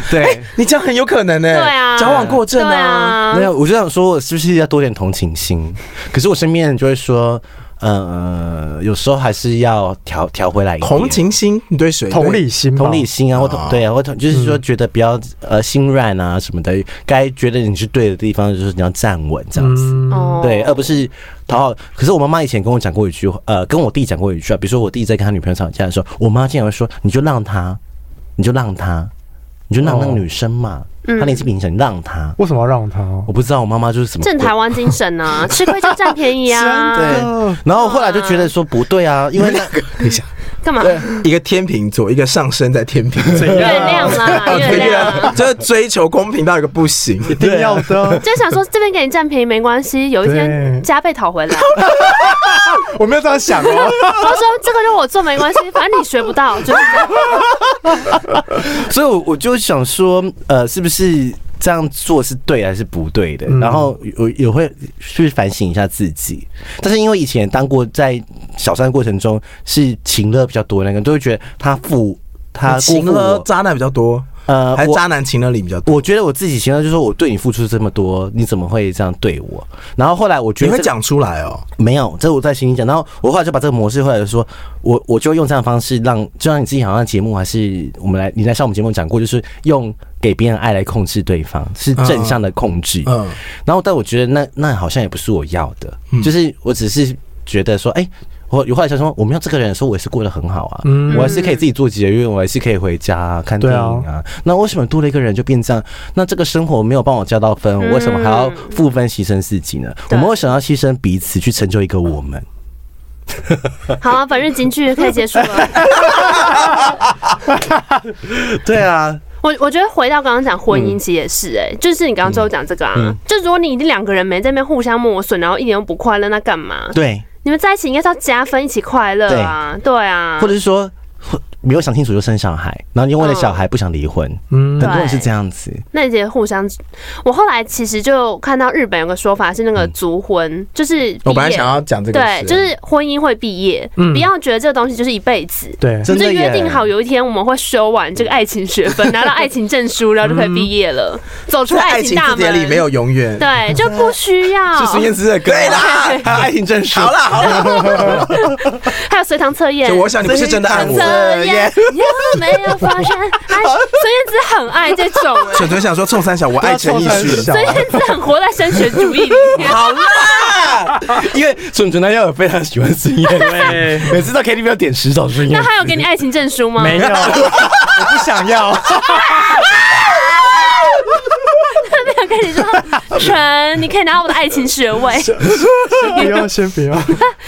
[SPEAKER 2] 对，
[SPEAKER 5] 哎你这样很有可能呢、
[SPEAKER 1] 对啊，
[SPEAKER 5] 矫枉过正
[SPEAKER 1] 对
[SPEAKER 5] 啊。
[SPEAKER 1] 啊
[SPEAKER 2] 没，有，我就想说，我是不是要多点同情心？ 可是我身边人就会说，呃，有时候还是要调调回来一点，
[SPEAKER 5] 同、情心，你对谁
[SPEAKER 3] 同理？心吧，
[SPEAKER 2] 同理心啊，或同、对啊，或同就是说觉得不要、呃心软啊什么的，该觉得你是对的地方，就是你要站稳这样子。
[SPEAKER 1] 哦
[SPEAKER 2] 对，而不是讨好。可是我妈妈以前跟我讲过一句话，呃，跟我弟讲过一句话，比如说我弟在跟他女朋友吵架的时候，我妈竟然会说：“你就让他，你就让他，你就让那个
[SPEAKER 3] 哦
[SPEAKER 2] 女生嘛，
[SPEAKER 1] 嗯
[SPEAKER 2] 她年纪比你小，你让她。
[SPEAKER 3] 为什么要让他哦？
[SPEAKER 2] 我不知道我妈妈就是什么
[SPEAKER 1] 正
[SPEAKER 2] 鬼
[SPEAKER 1] 台湾精神啊，吃亏就占便宜啊，
[SPEAKER 3] 哦
[SPEAKER 2] 对，然后后来就觉得说不对啊，因为那个
[SPEAKER 5] 你想，
[SPEAKER 1] 干嘛？
[SPEAKER 2] 对
[SPEAKER 5] 一个天秤座，一个上升在天秤 座，
[SPEAKER 3] 怎
[SPEAKER 1] 月
[SPEAKER 3] 样
[SPEAKER 1] 亮
[SPEAKER 3] 啊？
[SPEAKER 1] 啦，月亮。
[SPEAKER 5] 就是追求公平到一个不行。
[SPEAKER 3] 一定要
[SPEAKER 2] 啊
[SPEAKER 3] 的，
[SPEAKER 1] 就想说这边给你占便宜没关系，有一天
[SPEAKER 3] 对
[SPEAKER 1] 加倍讨回来。
[SPEAKER 3] 我没有这样想 哦。
[SPEAKER 1] 他说这个让我做没关系，反正你学不到，就是这样
[SPEAKER 2] 所以我我就想说，呃，是不是这样做是对还是不对的？
[SPEAKER 3] 嗯
[SPEAKER 2] 然后我也会去反省一下自己。但是因为以前当过在小三过程中是情乐比较多的那个，都会觉得他负他辜
[SPEAKER 5] 情
[SPEAKER 2] 负
[SPEAKER 5] 了
[SPEAKER 2] 我，
[SPEAKER 5] 渣男比较多，
[SPEAKER 2] 呃，
[SPEAKER 5] 还
[SPEAKER 2] 我
[SPEAKER 5] 渣男情了你比较多。
[SPEAKER 2] 我觉得我自己情乐就是说我对你付出这么多，你怎么会这样对我？然后后来我觉
[SPEAKER 5] 你
[SPEAKER 2] 得
[SPEAKER 5] 会
[SPEAKER 2] 这个
[SPEAKER 5] 讲出来哦，
[SPEAKER 2] 没有，这我在心里讲。然后我后来就把这个模式，后来就说，我我就用这样的方式让，就像你自己好像节目还是我们来，你来上我们节目讲过，就是用给别人爱来控制对方，是正向的控制。
[SPEAKER 5] 嗯，
[SPEAKER 2] 然后但我觉得那那好像也不是我要的，就是我只是觉得说，哎、我有后来想说，我没有这个人的时候，我也是过得很好啊，
[SPEAKER 3] 嗯
[SPEAKER 2] 我还是可以自己做节约，我还是可以回家、看电影
[SPEAKER 3] 对
[SPEAKER 2] 啊。那为什么多了一个人就变这样？那这个生活没有帮我加到分，
[SPEAKER 1] 嗯
[SPEAKER 2] 我为什么还要负分牺牲自己呢？我
[SPEAKER 1] 对
[SPEAKER 2] 们为什么要牺牲彼此去成就一个我们？
[SPEAKER 1] 好啊，反正京剧可以结束了。
[SPEAKER 2] 对啊，
[SPEAKER 1] 我我觉得回到刚刚讲婚姻，其实也是哎、就是你刚刚最后讲这个啊，
[SPEAKER 5] 嗯
[SPEAKER 1] 就如果你已经两个人没在那边互相磨损，然后一点都不快乐，那干嘛？
[SPEAKER 2] 对，
[SPEAKER 1] 你们在一起应该是要加分，一起快乐啊，对啊
[SPEAKER 2] 或，者是说。或没有想清楚就生小孩，然后因为了小孩不想离婚，
[SPEAKER 3] 嗯
[SPEAKER 2] 很，多人是这样子。
[SPEAKER 1] 那你也互相。我后来其实就看到日本有个说法是那个族婚，就是毕业
[SPEAKER 5] 嗯我本来想要讲这个
[SPEAKER 1] 对
[SPEAKER 5] 事，，
[SPEAKER 1] 就是婚姻会毕业，
[SPEAKER 3] 嗯
[SPEAKER 1] 不要觉得这个东西就是一辈子。
[SPEAKER 3] 对，
[SPEAKER 2] 真的
[SPEAKER 1] 就约
[SPEAKER 2] 耶
[SPEAKER 1] 定好有一天我们会修完这个爱情学分，拿到爱情证书，然后就可以毕业了，走出
[SPEAKER 5] 在嗯爱
[SPEAKER 1] 情
[SPEAKER 5] 情
[SPEAKER 1] 大
[SPEAKER 5] 字典
[SPEAKER 1] 门。
[SPEAKER 5] 里没有永远。
[SPEAKER 1] 对，啊就不需要。
[SPEAKER 5] 是孙燕姿的歌，对啦，还有 爱情证书。好啦好啦，
[SPEAKER 1] 还有随堂测验
[SPEAKER 5] 就。我想你不是真的爱我。
[SPEAKER 1] 测验有没有发生？哎，孙燕姿很爱 这种，哎
[SPEAKER 5] 沈纯想说，冲三小，我爱陈奕
[SPEAKER 3] 不要冲三
[SPEAKER 5] 迅
[SPEAKER 3] 小。
[SPEAKER 1] 孙燕姿很活在升学主义里面。
[SPEAKER 5] 好啦，
[SPEAKER 2] 因为准准男友非常喜欢孙燕
[SPEAKER 3] 对
[SPEAKER 2] 每次到 KTV 要点十首孙
[SPEAKER 1] 那他有 给你爱情证书吗？
[SPEAKER 3] 没有，我不想要。
[SPEAKER 1] 没有跟 你说，陈，你可以拿我的爱情学位。
[SPEAKER 3] 不要，先不 要。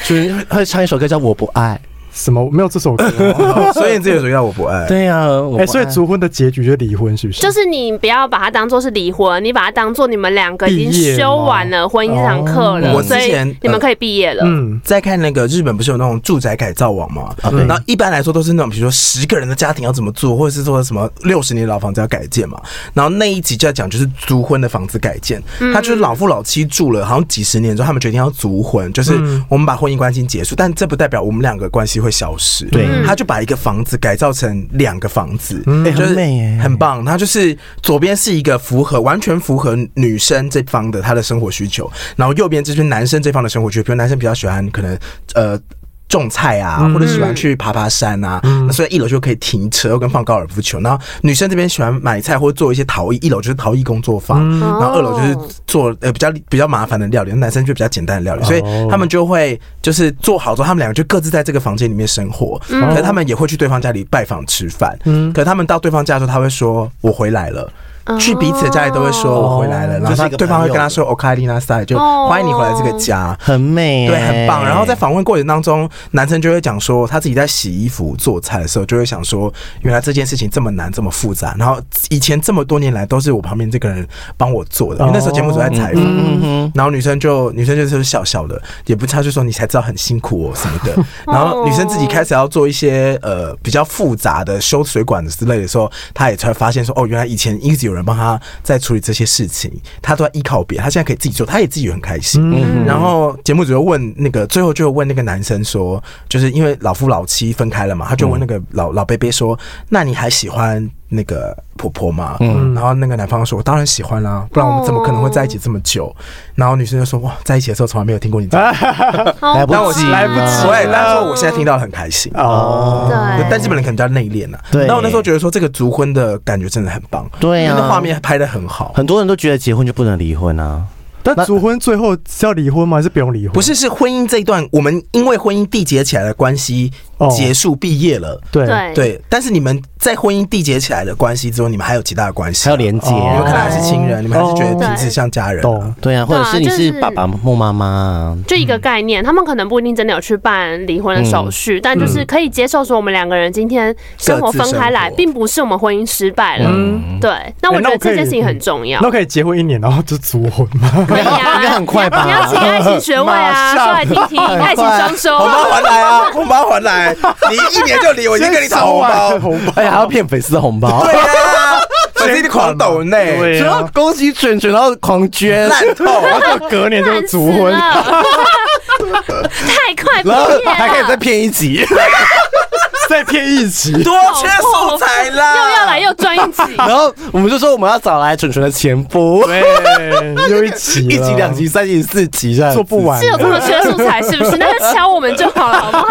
[SPEAKER 2] 准会唱一首歌叫《我不爱
[SPEAKER 3] 什么？没有这首歌啊。
[SPEAKER 5] 孙燕姿有首歌叫我不爱》。，
[SPEAKER 2] 对呀、啊，我
[SPEAKER 3] 哎，所以足婚的结局就是离婚，是不是？
[SPEAKER 1] 就是你不要把它当做是离婚，你把它当做你们两个已
[SPEAKER 3] 毕业
[SPEAKER 1] 经
[SPEAKER 3] 吗
[SPEAKER 1] 修完了婚姻这堂课了，
[SPEAKER 5] 我之
[SPEAKER 1] 所以
[SPEAKER 5] 前
[SPEAKER 1] 你们可以毕业了。
[SPEAKER 3] 嗯，
[SPEAKER 5] 在看那个日本不是有那种住宅改造网嘛？
[SPEAKER 2] 对
[SPEAKER 5] 然后一般来说都是那种，比如说十个人的家庭要怎么做，或者是说什么六十年老房子要改建嘛。然后那一集就在讲就是租婚的房子改建，他就是老夫老妻住了好像几十年之后，他们决定要租婚，就是我们把婚姻关系结束，但这不代表我们两个关系会消失。
[SPEAKER 2] 对
[SPEAKER 5] 他就把一个房子改造成两个房子，
[SPEAKER 2] 哎
[SPEAKER 5] 就是
[SPEAKER 2] 很美耶
[SPEAKER 5] 很棒。他就是左边是一个符合完全符合女生这方的她的生活需求，然后右边就是男生这方的生活需求，比如男生比较喜欢可能呃。种菜啊，或者喜欢去爬爬山啊，那所以一楼就可以停车跟放高尔夫球。然后女生这边喜欢买菜或做一些陶艺，一楼就是陶艺工作坊，
[SPEAKER 1] 哦
[SPEAKER 5] 然后二楼就是做呃比较比较麻烦的料理，男生就比较简单的料理，所以他们就会就是做好之后，他们两个就各自在这个房间里面生活。可是他们也会去对方家里拜访吃饭。可是他们到对方家的时候，他会说：“我回来了。”去彼此的家里都会说我回来了，然后他对方会跟他说 “O K 丽娜塞”，就欢迎你回来这个家。
[SPEAKER 2] 很美，嗯
[SPEAKER 5] 对，很棒。然后在访问过程当中，男生就会讲说，他自己在洗衣服、做菜的时候，就会想说，原来这件事情这么难、这么复杂。然后以前这么多年来都是我旁边这个人帮我做的，因为那时候节目组在采
[SPEAKER 2] 嗯
[SPEAKER 5] 访。然后女生就女生就是笑笑的，也不差就说你才知道很辛苦哦什么的。然后女生自己开始要做一些呃比较复杂的修水管之类的时候，她也才发现说哦，原来以前一直有人帮她在处理这些事情，她都在依靠别人，她现在可以自己做，她也自己很开心。
[SPEAKER 2] 嗯
[SPEAKER 5] 然后节目组就问那个，最后就问那个男生说，就是因为老夫老妻分开了嘛，他就问那个老、老贝贝说，那你还喜欢那个婆婆吗？嗯，然后那个男方说，我当然喜欢啦、不然我们怎么可能会在一起这么久？然后女生就说，哇，在一起的时候从来没有听过你这样，
[SPEAKER 1] 好
[SPEAKER 2] 啊来不
[SPEAKER 5] 但我
[SPEAKER 2] 及啊了
[SPEAKER 3] 来不及
[SPEAKER 5] 对，但是我现在听到很开心。
[SPEAKER 3] 哦，
[SPEAKER 1] 对，
[SPEAKER 5] 但基本人可能比较内敛呐、啊，
[SPEAKER 2] 对
[SPEAKER 5] 那我那时候觉得说这个足婚的感觉真的很棒，
[SPEAKER 2] 对
[SPEAKER 5] 因为那
[SPEAKER 2] 啊，
[SPEAKER 5] 画面拍的很好，
[SPEAKER 2] 很多人都觉得结婚就不能离婚啊，
[SPEAKER 3] 但主婚最后是要离婚吗？还是不用离婚？
[SPEAKER 5] 不，是，是婚姻这一段，我们因为婚姻缔结起来的关系
[SPEAKER 3] 哦
[SPEAKER 5] 结束毕业了。
[SPEAKER 3] 对，
[SPEAKER 1] 对
[SPEAKER 5] 对，但是你们在婚姻缔结起来的关系之后，你们还有其他的关系
[SPEAKER 2] 还
[SPEAKER 5] 啊，
[SPEAKER 2] 有连结
[SPEAKER 3] 哦
[SPEAKER 5] 你们可能
[SPEAKER 2] 啊，
[SPEAKER 5] 还是亲人，你们还是觉得彼此像家人啊、
[SPEAKER 3] 懂。
[SPEAKER 2] 对啊，或者是你
[SPEAKER 1] 对啊就是
[SPEAKER 2] 是爸爸或妈妈啊，
[SPEAKER 1] 就一个概念，他们可能不一定真的有去办离婚的手续，但就是可以接受说我们两个人今天生活分开来，
[SPEAKER 5] 各自生活
[SPEAKER 1] 并不是我们婚姻失败了。对，那我
[SPEAKER 3] 对
[SPEAKER 1] 觉
[SPEAKER 3] 哎那
[SPEAKER 1] 得
[SPEAKER 3] 我可以
[SPEAKER 1] 这件事情很重要
[SPEAKER 3] 那。我可以结婚一年，然后就主婚 吗？，
[SPEAKER 1] 可以啊，
[SPEAKER 2] 应该很快吧
[SPEAKER 1] 你要请爱情学位
[SPEAKER 2] 马
[SPEAKER 1] 啊，说
[SPEAKER 2] 上
[SPEAKER 1] 来听听
[SPEAKER 2] 很快
[SPEAKER 1] 爱情双收
[SPEAKER 5] 红。包还来啊，红包还来，你一年就离，我已经跟你讨红包
[SPEAKER 3] 红包，
[SPEAKER 2] 而哎且还要骗粉丝的红包，
[SPEAKER 5] 对啊，粉丝一定狂抖呢，
[SPEAKER 3] 对
[SPEAKER 2] 主要
[SPEAKER 3] 啊，
[SPEAKER 2] 恭喜准准，然后狂捐，
[SPEAKER 5] 烂透。
[SPEAKER 3] 然后就隔年就
[SPEAKER 1] 烦
[SPEAKER 3] 是
[SPEAKER 1] 死
[SPEAKER 3] 主婚
[SPEAKER 1] 了，太快毕
[SPEAKER 2] 然后还可
[SPEAKER 1] 业
[SPEAKER 2] 以再
[SPEAKER 1] 了，
[SPEAKER 2] 骗一集，
[SPEAKER 3] 再骗一集。
[SPEAKER 5] 多缺素材啦！
[SPEAKER 1] 又要来又赚 一集，
[SPEAKER 2] 然后我们就说我们要找来蠢蠢的前夫，
[SPEAKER 3] 对，又一集，
[SPEAKER 2] 一集、两，集、三集、四集这样子
[SPEAKER 3] 做不。完
[SPEAKER 1] 是。有这么缺素材是不 是？那就敲我们就好了，好不好？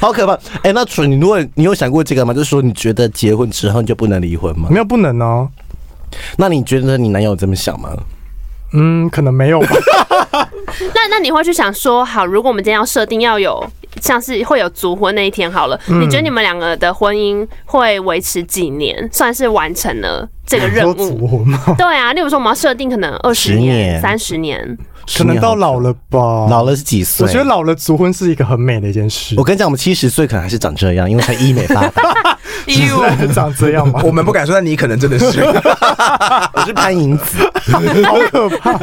[SPEAKER 2] 好可怕！哎、那蠢，你如果你有想过这个吗？就是说，你觉得结婚之后你就不能离婚吗
[SPEAKER 3] 没？有不能哦，
[SPEAKER 2] 那你觉得你男友这么想吗？
[SPEAKER 3] 嗯，可能没有吧。
[SPEAKER 1] 那那你会去想说，好，如果我们今天要设定要有像是会有足婚那一天好了，你觉得你们两个的婚姻会维持几年，算是完成了 这个任
[SPEAKER 3] 说
[SPEAKER 1] 务？
[SPEAKER 3] 主婚 吗？
[SPEAKER 1] 对啊，例如说我们要设定可能二十
[SPEAKER 2] 10
[SPEAKER 1] 年、
[SPEAKER 2] 年
[SPEAKER 1] 三十年，
[SPEAKER 3] 可能到老了吧。
[SPEAKER 2] 老，了是几岁？
[SPEAKER 3] 我觉得，老了主婚是一个很美的一件事
[SPEAKER 2] 我。跟你讲，我们七十岁可能还是长这样，因为才医美 发达。哎
[SPEAKER 3] 长这样吗？
[SPEAKER 5] 我们不敢说，但你可能真的是。
[SPEAKER 2] 我是潘迎紫，
[SPEAKER 3] 好可怕。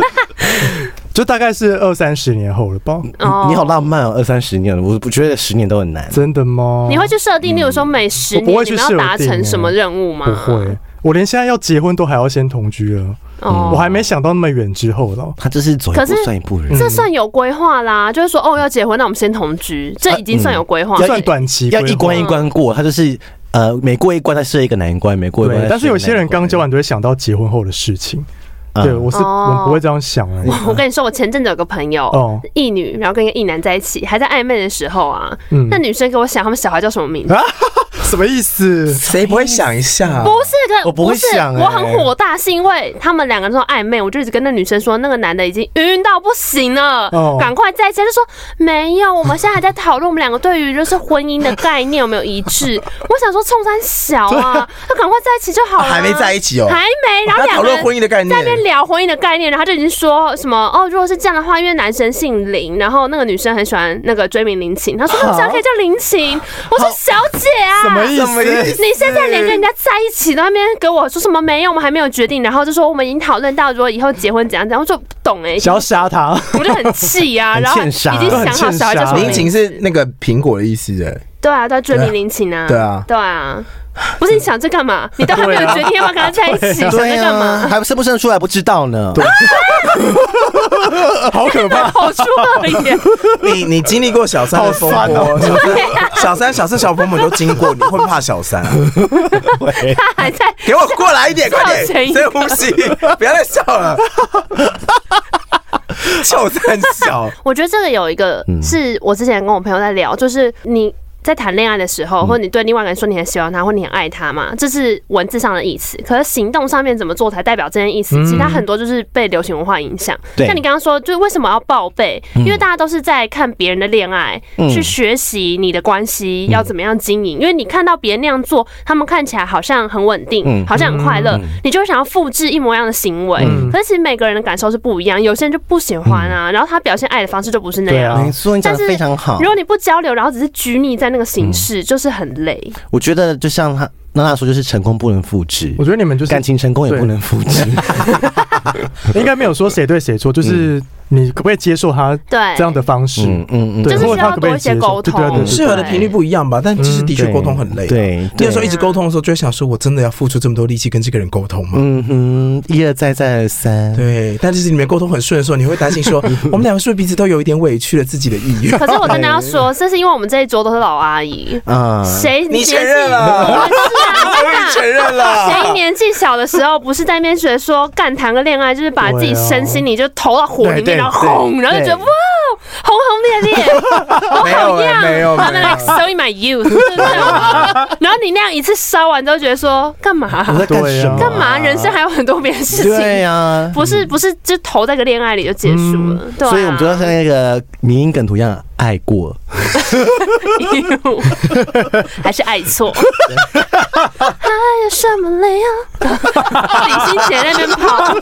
[SPEAKER 3] 就大概是二三十年后了吧？
[SPEAKER 1] 哦
[SPEAKER 2] 你好浪漫哦，二三十年了，我不觉得十年都很难。
[SPEAKER 3] 真的吗？
[SPEAKER 1] 你会去设定，例如说每十
[SPEAKER 3] 我不
[SPEAKER 1] 年
[SPEAKER 3] 会
[SPEAKER 1] 你
[SPEAKER 3] 去
[SPEAKER 1] 们要
[SPEAKER 3] 设
[SPEAKER 1] 达
[SPEAKER 3] 定
[SPEAKER 1] 成
[SPEAKER 3] 欸
[SPEAKER 1] 什么任务吗？
[SPEAKER 3] 不会，我连现在要结婚都还要先同居了，我
[SPEAKER 1] 哦。
[SPEAKER 3] 还没想到那么远之后了。
[SPEAKER 2] 他这是走一
[SPEAKER 1] 可
[SPEAKER 2] 步
[SPEAKER 1] 是
[SPEAKER 2] 算一步
[SPEAKER 5] 嗯
[SPEAKER 2] 的人，
[SPEAKER 1] 这算有规划啦，就是说哦要结婚，那我们先同
[SPEAKER 5] 啊
[SPEAKER 1] 居，这已经算有规划
[SPEAKER 5] 嗯
[SPEAKER 2] 要
[SPEAKER 1] 了。
[SPEAKER 3] 算短期规
[SPEAKER 2] 要
[SPEAKER 3] 划，
[SPEAKER 2] 一关一关过。他就是呃，每过一关再设一个难关，每过一关
[SPEAKER 3] 对
[SPEAKER 2] 再。
[SPEAKER 3] 但是有些人刚交
[SPEAKER 2] 交
[SPEAKER 3] 往，都会想到结婚后的事情。
[SPEAKER 2] 嗯
[SPEAKER 3] 对，我是
[SPEAKER 1] 哦
[SPEAKER 3] 我不会这样想哎。
[SPEAKER 1] 我跟你说，我前阵子有个朋友，
[SPEAKER 3] 哦，
[SPEAKER 1] 一女，然后跟一个一男在一起，还在暧昧的时候啊，
[SPEAKER 3] 嗯
[SPEAKER 1] 那女生给我想他们小孩叫什么名字？
[SPEAKER 5] 啊
[SPEAKER 3] 什么意思？
[SPEAKER 5] 谁不会想一下？
[SPEAKER 1] 不是，可
[SPEAKER 2] 我不会
[SPEAKER 1] 是
[SPEAKER 2] 想欸
[SPEAKER 1] 我很火大，是因为他们两个人都暧昧，我就一直跟那女生说，那个男的已经晕到不行了，
[SPEAKER 3] 哦
[SPEAKER 1] 赶快在一起。他就说没有，我们现在还在讨论我们两个对于就是婚姻的概念有没有一致。我想说，冲山小 啊，那赶快在一起就好了。
[SPEAKER 5] 还没在一起哦。
[SPEAKER 1] 还没，然后
[SPEAKER 5] 他
[SPEAKER 1] 两
[SPEAKER 5] 讨
[SPEAKER 1] 个人
[SPEAKER 5] 论婚姻的概
[SPEAKER 1] 在
[SPEAKER 5] 念
[SPEAKER 1] 那，边聊婚姻的概念，然后他就已经说什么哦，如果是这样的话，因为男生姓林，然后那个女生很喜欢那个追名林琴，他说他们家可以叫林琴，我说小姐啊，
[SPEAKER 3] 什么意
[SPEAKER 5] 什么意
[SPEAKER 3] 思？
[SPEAKER 5] 思
[SPEAKER 1] 你现在连跟人家在一起都在那边给我说什么没有，我们还没有决定，然后就说我们已经讨论到如果以后结婚怎样怎样，我说不懂哎、
[SPEAKER 3] 想要杀他？
[SPEAKER 1] 我就很气啊，
[SPEAKER 2] 很
[SPEAKER 1] 然后已
[SPEAKER 2] 欠杀
[SPEAKER 1] 经想好小孩叫什么
[SPEAKER 5] 林
[SPEAKER 1] 名
[SPEAKER 5] 琴
[SPEAKER 1] 字，
[SPEAKER 5] 是那个苹果的意思的，
[SPEAKER 1] 对啊，对啊，追名林琴啊，
[SPEAKER 5] 对啊
[SPEAKER 1] 对啊，不是你想这干嘛？你都还没有决定要不要跟他在一起，想这
[SPEAKER 2] 对啊
[SPEAKER 1] 干嘛？
[SPEAKER 2] 啊，还生不生得出来不知道呢。对，
[SPEAKER 5] 好可 怕！
[SPEAKER 1] 跑出了耶！
[SPEAKER 5] 你你经历过小三的风
[SPEAKER 2] 哦
[SPEAKER 5] 波，小三、小三、小四、小伯母都经过，你会不会怕小三啊？
[SPEAKER 1] 他还在
[SPEAKER 5] 给我过来一点，
[SPEAKER 1] 笑
[SPEAKER 5] 快
[SPEAKER 1] 成
[SPEAKER 5] 点，
[SPEAKER 1] 一
[SPEAKER 5] 深呼吸，不要再笑了。就三小，
[SPEAKER 1] 我觉得这个有一个是我之前跟我朋友在聊，就是你在谈恋爱的时候，或者你对另外一个人说你很喜欢他，或你很爱他嘛，这是文字上的意思。可是行动上面怎么做才代表这件意思？其实它很多就是被流行文化影响。
[SPEAKER 2] 对
[SPEAKER 1] 像你刚刚说，就是为什么要报备？
[SPEAKER 3] 嗯
[SPEAKER 1] 因为大家都是在看别人的恋爱，去学习你的关系要怎么样经营。因为你看到别人那样做，他们看起来好像很稳
[SPEAKER 3] 嗯
[SPEAKER 1] 定，好像很快乐，你就会想要复制一模一样的行为。
[SPEAKER 3] 嗯
[SPEAKER 1] 可是其实每个人的感受是不一样，有些人就不喜欢啊，然后他表现爱的方式就不是那
[SPEAKER 3] 对
[SPEAKER 1] 样。
[SPEAKER 3] 啊
[SPEAKER 2] 没错，你哎讲
[SPEAKER 1] 但
[SPEAKER 2] 的
[SPEAKER 1] 是
[SPEAKER 2] 非常好
[SPEAKER 1] 如。果你不交流，然后只是拘泥在那个形
[SPEAKER 3] 嗯
[SPEAKER 1] 式，就是很累。
[SPEAKER 2] 我觉得就像他娜娜说，就是成功不能复制
[SPEAKER 3] 我，觉得你们就是
[SPEAKER 2] 感情成功也不能复 制。
[SPEAKER 3] 应该没有说谁对谁错，就是你可不可以接受他
[SPEAKER 1] 对，
[SPEAKER 3] 这样的方式？
[SPEAKER 2] 嗯嗯
[SPEAKER 3] 对，
[SPEAKER 2] 嗯，
[SPEAKER 1] 就是
[SPEAKER 3] 或者
[SPEAKER 1] 需
[SPEAKER 3] 他
[SPEAKER 1] 要
[SPEAKER 3] 可不可
[SPEAKER 1] 多一
[SPEAKER 3] 以
[SPEAKER 1] 些
[SPEAKER 3] 接
[SPEAKER 1] 沟
[SPEAKER 3] 受？对对
[SPEAKER 1] 通
[SPEAKER 3] 对对，
[SPEAKER 5] 适合的频率不一样吧？但其实的
[SPEAKER 2] 嗯
[SPEAKER 5] 确
[SPEAKER 2] 对
[SPEAKER 5] 沟通很累。，啊
[SPEAKER 2] 对，
[SPEAKER 5] 你
[SPEAKER 2] 对
[SPEAKER 5] 有时候一直沟通的时候，就会想说，我真的要付出这么多力气跟这个人沟通吗？
[SPEAKER 2] 嗯哼，一而再，再而三。
[SPEAKER 5] 对，但是你们沟通很顺的时候，你会担 心说，我们两个是不是彼此都有一点委屈了自己的意愿？
[SPEAKER 1] 可是我跟大家说，这是因为我们这一桌都是老阿姨，
[SPEAKER 2] 啊，
[SPEAKER 1] 谁
[SPEAKER 5] 你
[SPEAKER 1] 年
[SPEAKER 5] 承
[SPEAKER 1] 纪
[SPEAKER 5] 认了
[SPEAKER 1] 我是啊，
[SPEAKER 5] 你承
[SPEAKER 1] 真的。
[SPEAKER 5] 认了，
[SPEAKER 1] 谁年纪小的时候不是在那边学说干谈个恋爱，就是把自己身心里就投到火里
[SPEAKER 2] 对对
[SPEAKER 1] 面，然后轰，
[SPEAKER 2] 对
[SPEAKER 1] 然后就觉得哇，轰轰烈烈，
[SPEAKER 5] 没有
[SPEAKER 1] 好
[SPEAKER 5] 欸
[SPEAKER 1] 样，
[SPEAKER 5] 没有
[SPEAKER 1] 他
[SPEAKER 5] 没
[SPEAKER 1] 们
[SPEAKER 5] 有
[SPEAKER 1] like。showing my youth，就是 这样然后你那样一次烧完之后，觉得说干嘛
[SPEAKER 2] 我在干
[SPEAKER 3] 对啊
[SPEAKER 2] 什么？
[SPEAKER 1] 干嘛，人生还有很多别的事
[SPEAKER 2] 对
[SPEAKER 5] 啊
[SPEAKER 1] 情，
[SPEAKER 2] 呀，
[SPEAKER 1] 不是不是就投在个恋爱里就结束
[SPEAKER 5] 嗯
[SPEAKER 1] 了，对啊
[SPEAKER 2] 所以我们就要像那个民音梗图一样，爱过。
[SPEAKER 1] 还是爱错，爱有什么 理由？李心洁在那边跑，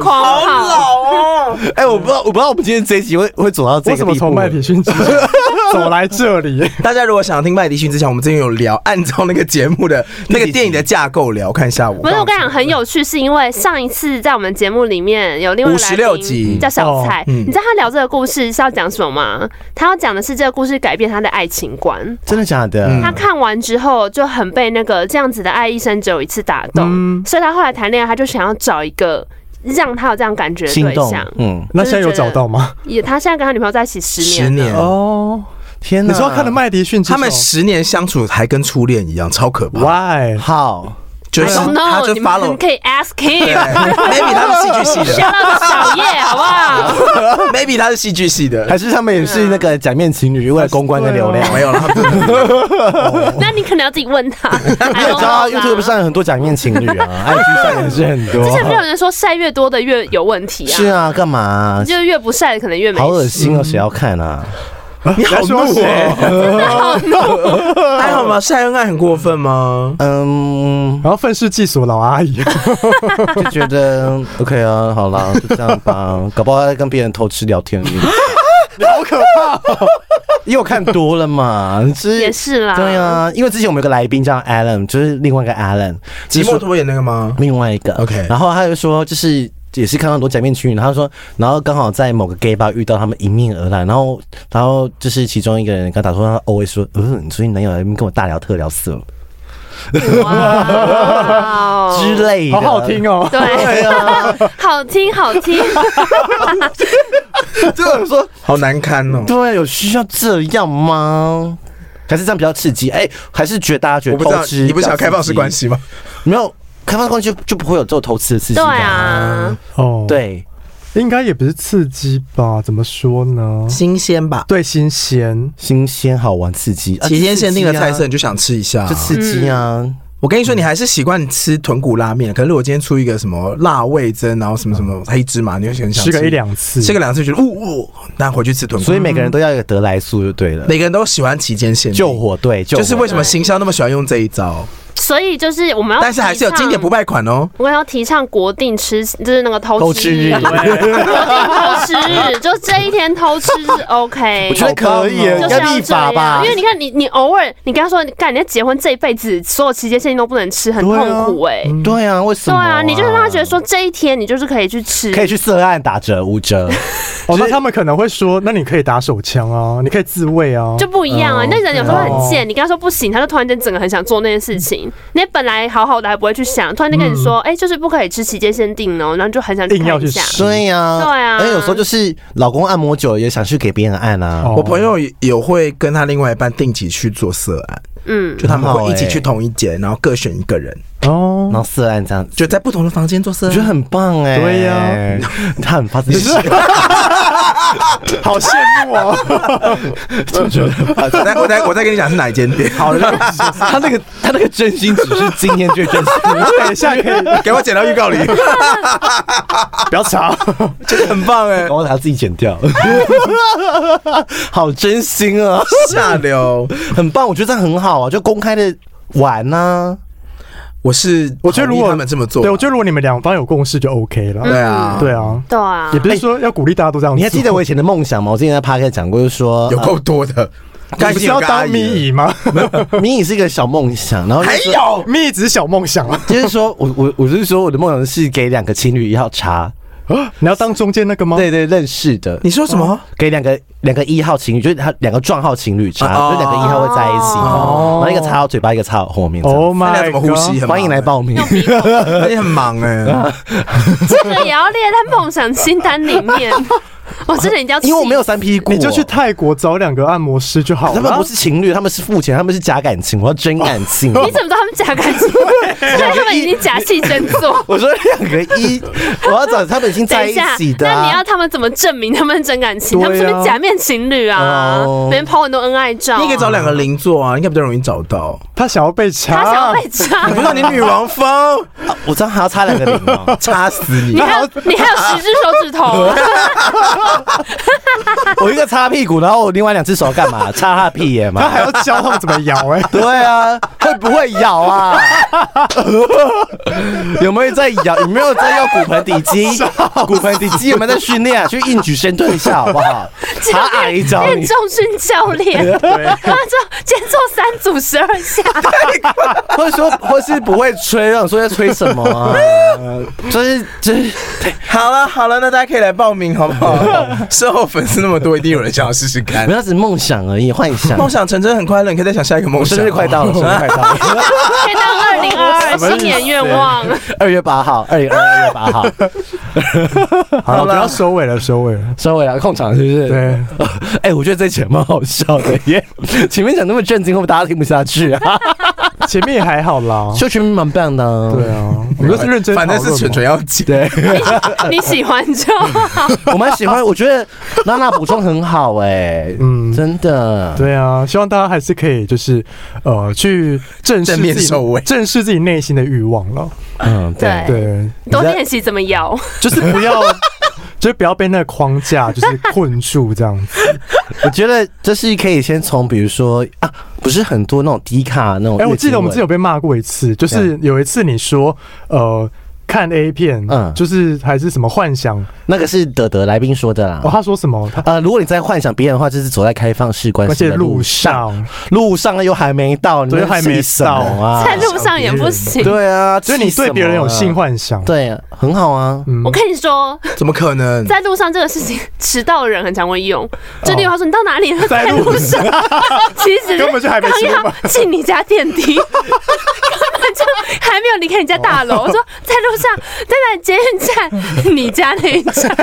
[SPEAKER 1] 狂跑，
[SPEAKER 5] 哦，
[SPEAKER 2] 哎，我不知道，我不知道我们今天这一集会会走到这
[SPEAKER 3] 为什
[SPEAKER 2] 个地
[SPEAKER 3] 么
[SPEAKER 2] 步。
[SPEAKER 3] 从麦迪逊之走来这里？
[SPEAKER 5] 大家如果想听麦迪逊之前，我们之前有聊，按照那个节目 的那个电影的架构聊，看一下我。
[SPEAKER 1] 不是我跟你讲很有趣，是因为上一次在我们节目里面有另外一个来宾
[SPEAKER 5] 56集
[SPEAKER 1] 叫小蔡，
[SPEAKER 5] 嗯
[SPEAKER 1] 你知道他聊这个故事是要讲什么吗？他要讲的是这个故事改变他的爱情观。
[SPEAKER 2] 真的假的？
[SPEAKER 1] 嗯他看完之后就很被那个这样子的爱一生只有一次打动，所以他后来谈恋爱，他就想要找一个让他有这样感觉的
[SPEAKER 2] 心
[SPEAKER 1] 对
[SPEAKER 2] 动
[SPEAKER 1] 象。。
[SPEAKER 2] 嗯，
[SPEAKER 3] 那现在有找到吗？
[SPEAKER 1] 也，他现在跟他女朋友在一起十
[SPEAKER 5] 十
[SPEAKER 1] 年了，
[SPEAKER 5] 年，
[SPEAKER 3] 哦，
[SPEAKER 2] 天哪！
[SPEAKER 3] 你说看了麦迪逊之手，
[SPEAKER 5] 他们十年相处还跟初恋一样，超可怕。
[SPEAKER 3] why？
[SPEAKER 2] 好，
[SPEAKER 5] 就是
[SPEAKER 1] I don't
[SPEAKER 5] 啊他
[SPEAKER 1] know，
[SPEAKER 5] 就
[SPEAKER 1] 你们
[SPEAKER 5] follow
[SPEAKER 1] 可以 ask him。
[SPEAKER 5] maybe 他是戏剧系
[SPEAKER 1] 笑
[SPEAKER 5] 的
[SPEAKER 1] 到小叶，好不好？
[SPEAKER 5] ，maybe 他是戏剧系的，
[SPEAKER 2] 还是他们也是那个假面情侣，为了公关跟流量。
[SPEAKER 1] 啊
[SPEAKER 5] 没有了，他真的
[SPEAKER 1] 那你可能要自己问他。
[SPEAKER 2] 你
[SPEAKER 1] 你
[SPEAKER 2] 也知道啊 YouTube 上有很多假面情侣 啊，IG 上也是很
[SPEAKER 1] 之前不是
[SPEAKER 2] 多。
[SPEAKER 1] 有人说晒越多的越有问题啊？
[SPEAKER 2] 是，啊，干嘛啊？
[SPEAKER 1] 就是越不晒的可能越没
[SPEAKER 2] 好恶
[SPEAKER 1] 事。
[SPEAKER 2] 心哦，谁要看啊？
[SPEAKER 5] 你好
[SPEAKER 3] 说
[SPEAKER 5] 怒哦，还好吗？晒恩爱很过分吗？
[SPEAKER 2] 嗯，
[SPEAKER 3] 然后愤世嫉俗老阿姨，
[SPEAKER 2] 就觉得 OK 啊，好啦，就这样 吧。搞不好他在跟别人偷吃聊天而已，
[SPEAKER 3] 你好可怕！
[SPEAKER 2] 因为我哦看多了嘛，就是
[SPEAKER 1] 也是啦，
[SPEAKER 2] 对，啊，因为之前我们有个来宾叫 Alan，就是另外一个 Alan，
[SPEAKER 5] 寂
[SPEAKER 2] 就是
[SPEAKER 5] 寞
[SPEAKER 2] 说
[SPEAKER 5] 拖延那个吗？
[SPEAKER 2] 另外一个
[SPEAKER 5] OK
[SPEAKER 2] 然后他就说就是。也是看到很多假面情侣，然后他说，然后刚好在某个 gay bar 遇到他们迎面而来，然后，然后就是其中一个人跟他打说，他 always 说，嗯、你最近男友来跟我大聊特聊色、
[SPEAKER 1] 哇哦
[SPEAKER 2] 之类的，
[SPEAKER 3] 好好听哦。
[SPEAKER 1] 对，
[SPEAKER 2] 对啊，
[SPEAKER 1] 好听好听，啊
[SPEAKER 5] 这个说好难堪哦，
[SPEAKER 2] 对，有需要这样吗？还是这样比较刺激？哎、还是觉得大家觉
[SPEAKER 5] 我
[SPEAKER 2] 得
[SPEAKER 5] 不知
[SPEAKER 2] 偷
[SPEAKER 5] 道
[SPEAKER 2] 吃，
[SPEAKER 5] 你不想要开放式关
[SPEAKER 2] 系？
[SPEAKER 5] 系吗？
[SPEAKER 2] 没有开放式关系就就不会有这种偷吃的刺激
[SPEAKER 1] 对
[SPEAKER 2] 感。
[SPEAKER 1] 啊，
[SPEAKER 3] 哦，，
[SPEAKER 2] 对，
[SPEAKER 3] 应该也不是刺激吧？怎么说呢？
[SPEAKER 5] 新鲜 吧，
[SPEAKER 3] 对新鲜，
[SPEAKER 2] 新鲜好玩刺激，啊
[SPEAKER 5] 期间限定的菜色
[SPEAKER 2] 刺
[SPEAKER 5] 你就想吃一下
[SPEAKER 2] 激啊就，刺激啊！
[SPEAKER 1] 嗯
[SPEAKER 5] 我跟你说，你还是习惯吃豚骨拉面，可是如果今天出一个什么辣味增，然后什么什么黑芝麻，你会很想
[SPEAKER 3] 吃个一，两次，
[SPEAKER 5] 吃个两次就觉得呜呜，那回去吃豚骨。
[SPEAKER 2] 所以每个人都要有得来速就对了。
[SPEAKER 5] 每个人都喜欢期间限定
[SPEAKER 2] 救，火队救火
[SPEAKER 5] 就是为什么行销那么喜欢用这一招，
[SPEAKER 1] 所以就是我们要，
[SPEAKER 5] 但是还是有经典不。败款哦。
[SPEAKER 1] 我要提倡国定吃，就是那个偷
[SPEAKER 2] 偷
[SPEAKER 1] 吃
[SPEAKER 2] 吃日，
[SPEAKER 1] 偷吃日，就这一天偷吃日 OK。
[SPEAKER 2] 我觉得可以，
[SPEAKER 1] 就是
[SPEAKER 2] 要
[SPEAKER 1] 要
[SPEAKER 2] 立
[SPEAKER 1] 这
[SPEAKER 2] 法
[SPEAKER 1] 样，啊
[SPEAKER 2] 吧
[SPEAKER 1] 因。为你看你，你偶尔你跟他说，干，你要结婚这一辈子，所有期间限定都不能吃，很
[SPEAKER 2] 对啊
[SPEAKER 1] 痛苦哎、
[SPEAKER 2] 对啊，为什
[SPEAKER 1] 对
[SPEAKER 2] 么？
[SPEAKER 1] 啊，你就是让他觉得说这一天你就是可以去吃，
[SPEAKER 2] 可以去色案打折五折，
[SPEAKER 3] 哦，那他们可能会说，那你可以打手枪啊，你可以自慰啊，
[SPEAKER 1] 就不一样啊。那人有时候
[SPEAKER 3] 哦
[SPEAKER 1] 很贱，你跟他说不行，他就突然间整个很想做那件事情。情，你本来好好的还不会去想，突然就跟你说，哎、就是不可以吃期间限定哦，然后就很想去
[SPEAKER 3] 硬要
[SPEAKER 1] 看一
[SPEAKER 3] 去
[SPEAKER 1] 下。
[SPEAKER 3] 试
[SPEAKER 2] 对呀、
[SPEAKER 1] 对啊
[SPEAKER 2] 哎而且有时候就是老公按摩久了也想去给别人按啊。
[SPEAKER 3] 哦
[SPEAKER 5] 我朋友有会跟他另外一半定期去做色案，
[SPEAKER 1] 嗯，
[SPEAKER 5] 就他们
[SPEAKER 2] 很好
[SPEAKER 5] 会一起
[SPEAKER 2] 欸
[SPEAKER 5] 去同一间，然后各选一个人，
[SPEAKER 3] 哦
[SPEAKER 2] 然，后色按这样子，
[SPEAKER 5] 就在不同的房间做色
[SPEAKER 2] 我觉得
[SPEAKER 5] 案。
[SPEAKER 2] 很棒哎、
[SPEAKER 3] 对
[SPEAKER 2] 呀、他很怕自己，
[SPEAKER 3] 好羡慕哦！
[SPEAKER 5] 我再我再我再跟你讲是哪一间店。好了，
[SPEAKER 2] 他那个他那个真心只是今天最真心，
[SPEAKER 3] 等一下可以
[SPEAKER 5] 给我剪到预告 里，
[SPEAKER 3] 不要吵，
[SPEAKER 5] 真的很棒哎
[SPEAKER 2] 然，后他自己剪掉， 好真心啊，
[SPEAKER 5] 下流。
[SPEAKER 2] 很棒，我觉得这样很好啊，就公开的玩啊呐、
[SPEAKER 5] 我是
[SPEAKER 3] 我觉得如
[SPEAKER 5] 同
[SPEAKER 3] 果
[SPEAKER 5] 意他们这么做，
[SPEAKER 3] 对我觉得如果你们两方有共识就 OK 了。
[SPEAKER 5] 对啊，
[SPEAKER 3] 对啊，
[SPEAKER 1] 对啊
[SPEAKER 3] 也，不是说要鼓励大家都这样做。
[SPEAKER 2] 你还记得我以前的梦想吗？我之前在 p a r k 讲过，就是说
[SPEAKER 5] 有够多的。
[SPEAKER 3] 你不是要当迷
[SPEAKER 5] 蚁，
[SPEAKER 3] 乙吗？
[SPEAKER 2] 呃迷你是一个小梦想，然后就
[SPEAKER 5] 还
[SPEAKER 2] 是
[SPEAKER 3] 哎
[SPEAKER 2] 说
[SPEAKER 5] 有
[SPEAKER 3] 迷乙只是小梦想啊！
[SPEAKER 2] 就是说我我我就是说我的梦想是给两个情侣一号茶，
[SPEAKER 3] 你要当中间那个吗？
[SPEAKER 2] 对对，认识的，
[SPEAKER 5] 你说什么？
[SPEAKER 2] 给两个两个一号情侣，就是他两个壮号情侣茶，
[SPEAKER 5] 哦
[SPEAKER 2] 就两个一号会在一起，
[SPEAKER 3] 哦
[SPEAKER 2] 然后一个插到嘴巴，一个插到后面。哦，
[SPEAKER 3] ，Oh
[SPEAKER 5] 那
[SPEAKER 3] my，
[SPEAKER 5] 俩怎么呼吸？很忙
[SPEAKER 2] 欢迎来，报名。
[SPEAKER 5] 而且很忙 哎。
[SPEAKER 1] 这个也要列在梦想清单里 面。我真的一定要气，
[SPEAKER 2] 因为我没有三 P 过，
[SPEAKER 3] 你哎就去泰国找两个按摩师就好
[SPEAKER 2] 他们不
[SPEAKER 3] 了。
[SPEAKER 2] 是情侣，他们是付钱，他们是假感情，我要真感情。
[SPEAKER 1] 你怎么知道他们假感情？所以他们已经假戏真 做。
[SPEAKER 2] 我说两个一，我要找他们已经
[SPEAKER 1] 等
[SPEAKER 2] 在
[SPEAKER 1] 一
[SPEAKER 2] 一
[SPEAKER 1] 下
[SPEAKER 2] 起，的啊、
[SPEAKER 1] 那你要他们怎么证明他们真感情？
[SPEAKER 3] 对啊
[SPEAKER 1] 他们是不是假面情侣啊
[SPEAKER 2] 哦？
[SPEAKER 1] 每天抛很多恩爱照啊。
[SPEAKER 5] 你也可以找两个邻座啊，应该比较容易找到。
[SPEAKER 3] 他想要被查，
[SPEAKER 1] 他想要被 查
[SPEAKER 5] 你。不知道你女王风，。
[SPEAKER 2] 啊我知道还要差两个零哦
[SPEAKER 5] 插死你
[SPEAKER 1] 你！还有你还有十只手指头啊，
[SPEAKER 2] 我一个擦屁股，然后我另外两只手要干嘛？擦他屁眼
[SPEAKER 3] 他
[SPEAKER 2] 嘛。
[SPEAKER 3] 还要教他们怎么摇哎、
[SPEAKER 2] 对啊，会不会咬 啊？有没有在咬？有没有在用骨盆底肌？骨盆底肌有没有在训练啊？去硬举深蹲一下好不好？查阿姨教
[SPEAKER 1] 练
[SPEAKER 2] 你。
[SPEAKER 1] 重训教 练，
[SPEAKER 2] 啊
[SPEAKER 1] 他就今天做三组十二下，
[SPEAKER 2] 或者说，或是不会吹，让你说在吹什么啊？ 就是就是，
[SPEAKER 5] 好了好了，那大家可以来报名好不好？ 售后粉丝那么多，一定有人想要试试看
[SPEAKER 2] 不。要只是梦想而已，幻想。
[SPEAKER 5] 梦想成真很快乐，你可以再想下一个 梦想。
[SPEAKER 2] 生日快到了，生日快到 了，
[SPEAKER 1] 可以当二零二二新年愿 望。
[SPEAKER 2] 二月八号，二零二二月八号，
[SPEAKER 3] 好了，不要收尾了，收尾了。
[SPEAKER 2] 收尾了，控场是不是？。
[SPEAKER 3] 对，
[SPEAKER 2] 哎、我觉得这节蛮好笑 的耶！前面讲那么震惊，会不会大家听不下去啊？
[SPEAKER 3] 前面也还好 啦。
[SPEAKER 2] 就全民蛮棒的、
[SPEAKER 3] 对啊，我们都是认真讨
[SPEAKER 5] 反
[SPEAKER 3] 论嘛，
[SPEAKER 5] 正是纯纯要剪。
[SPEAKER 2] 对，
[SPEAKER 1] 你喜欢就
[SPEAKER 2] 嗯
[SPEAKER 1] 好。
[SPEAKER 2] 我蛮喜欢，我觉得娜娜补充很好哎、嗯，
[SPEAKER 3] 嗯
[SPEAKER 2] 真的，
[SPEAKER 3] 对啊，希望大家还是可以就是呃去正视
[SPEAKER 5] 正面
[SPEAKER 3] 自己
[SPEAKER 5] 受威
[SPEAKER 3] 正视自己内心的欲望了。
[SPEAKER 2] 嗯，
[SPEAKER 1] 对
[SPEAKER 3] 对，
[SPEAKER 1] 多练习怎么摇，
[SPEAKER 3] 就是不要，就是不要被那个框架就是困住这样子。
[SPEAKER 2] 我觉得这是可以先从比如说啊，不是很多那种低卡那种，
[SPEAKER 3] 哎、我记得我们之前有被骂过一次，就是有一次你说呃。看 A 片，
[SPEAKER 2] 嗯
[SPEAKER 3] 就是还是什么幻想
[SPEAKER 2] 那个是德德来宾说的啦。
[SPEAKER 3] 哦？他说什么？他
[SPEAKER 2] 呃，如果你在幻想别人的话，就是走在开放式关
[SPEAKER 3] 而
[SPEAKER 2] 系
[SPEAKER 3] 且
[SPEAKER 2] 的
[SPEAKER 3] 路
[SPEAKER 2] 路上，
[SPEAKER 3] 上，
[SPEAKER 2] 路上又还没到，你
[SPEAKER 3] 对
[SPEAKER 2] 们
[SPEAKER 3] 还没
[SPEAKER 2] 气什么啊？
[SPEAKER 1] 在路上也不行。
[SPEAKER 2] 对啊，
[SPEAKER 3] 所以你
[SPEAKER 2] 气什
[SPEAKER 3] 对
[SPEAKER 2] 么
[SPEAKER 3] 别人有性
[SPEAKER 2] 啊，
[SPEAKER 3] 幻想，嗯
[SPEAKER 2] 对啊，很好啊。
[SPEAKER 1] 我跟你说，
[SPEAKER 5] 怎么可能？
[SPEAKER 1] 在路上这个事情，迟到的人很常会用。就
[SPEAKER 3] 哦
[SPEAKER 1] 例如他说：“你到哪里了？”在路上，其实
[SPEAKER 3] 根本就还没
[SPEAKER 1] 刚
[SPEAKER 3] 出门
[SPEAKER 1] 要进你家电梯，根本就还没有离开你家大
[SPEAKER 3] 哦
[SPEAKER 1] 楼。我说在路上，在那捷运站，你家那一站，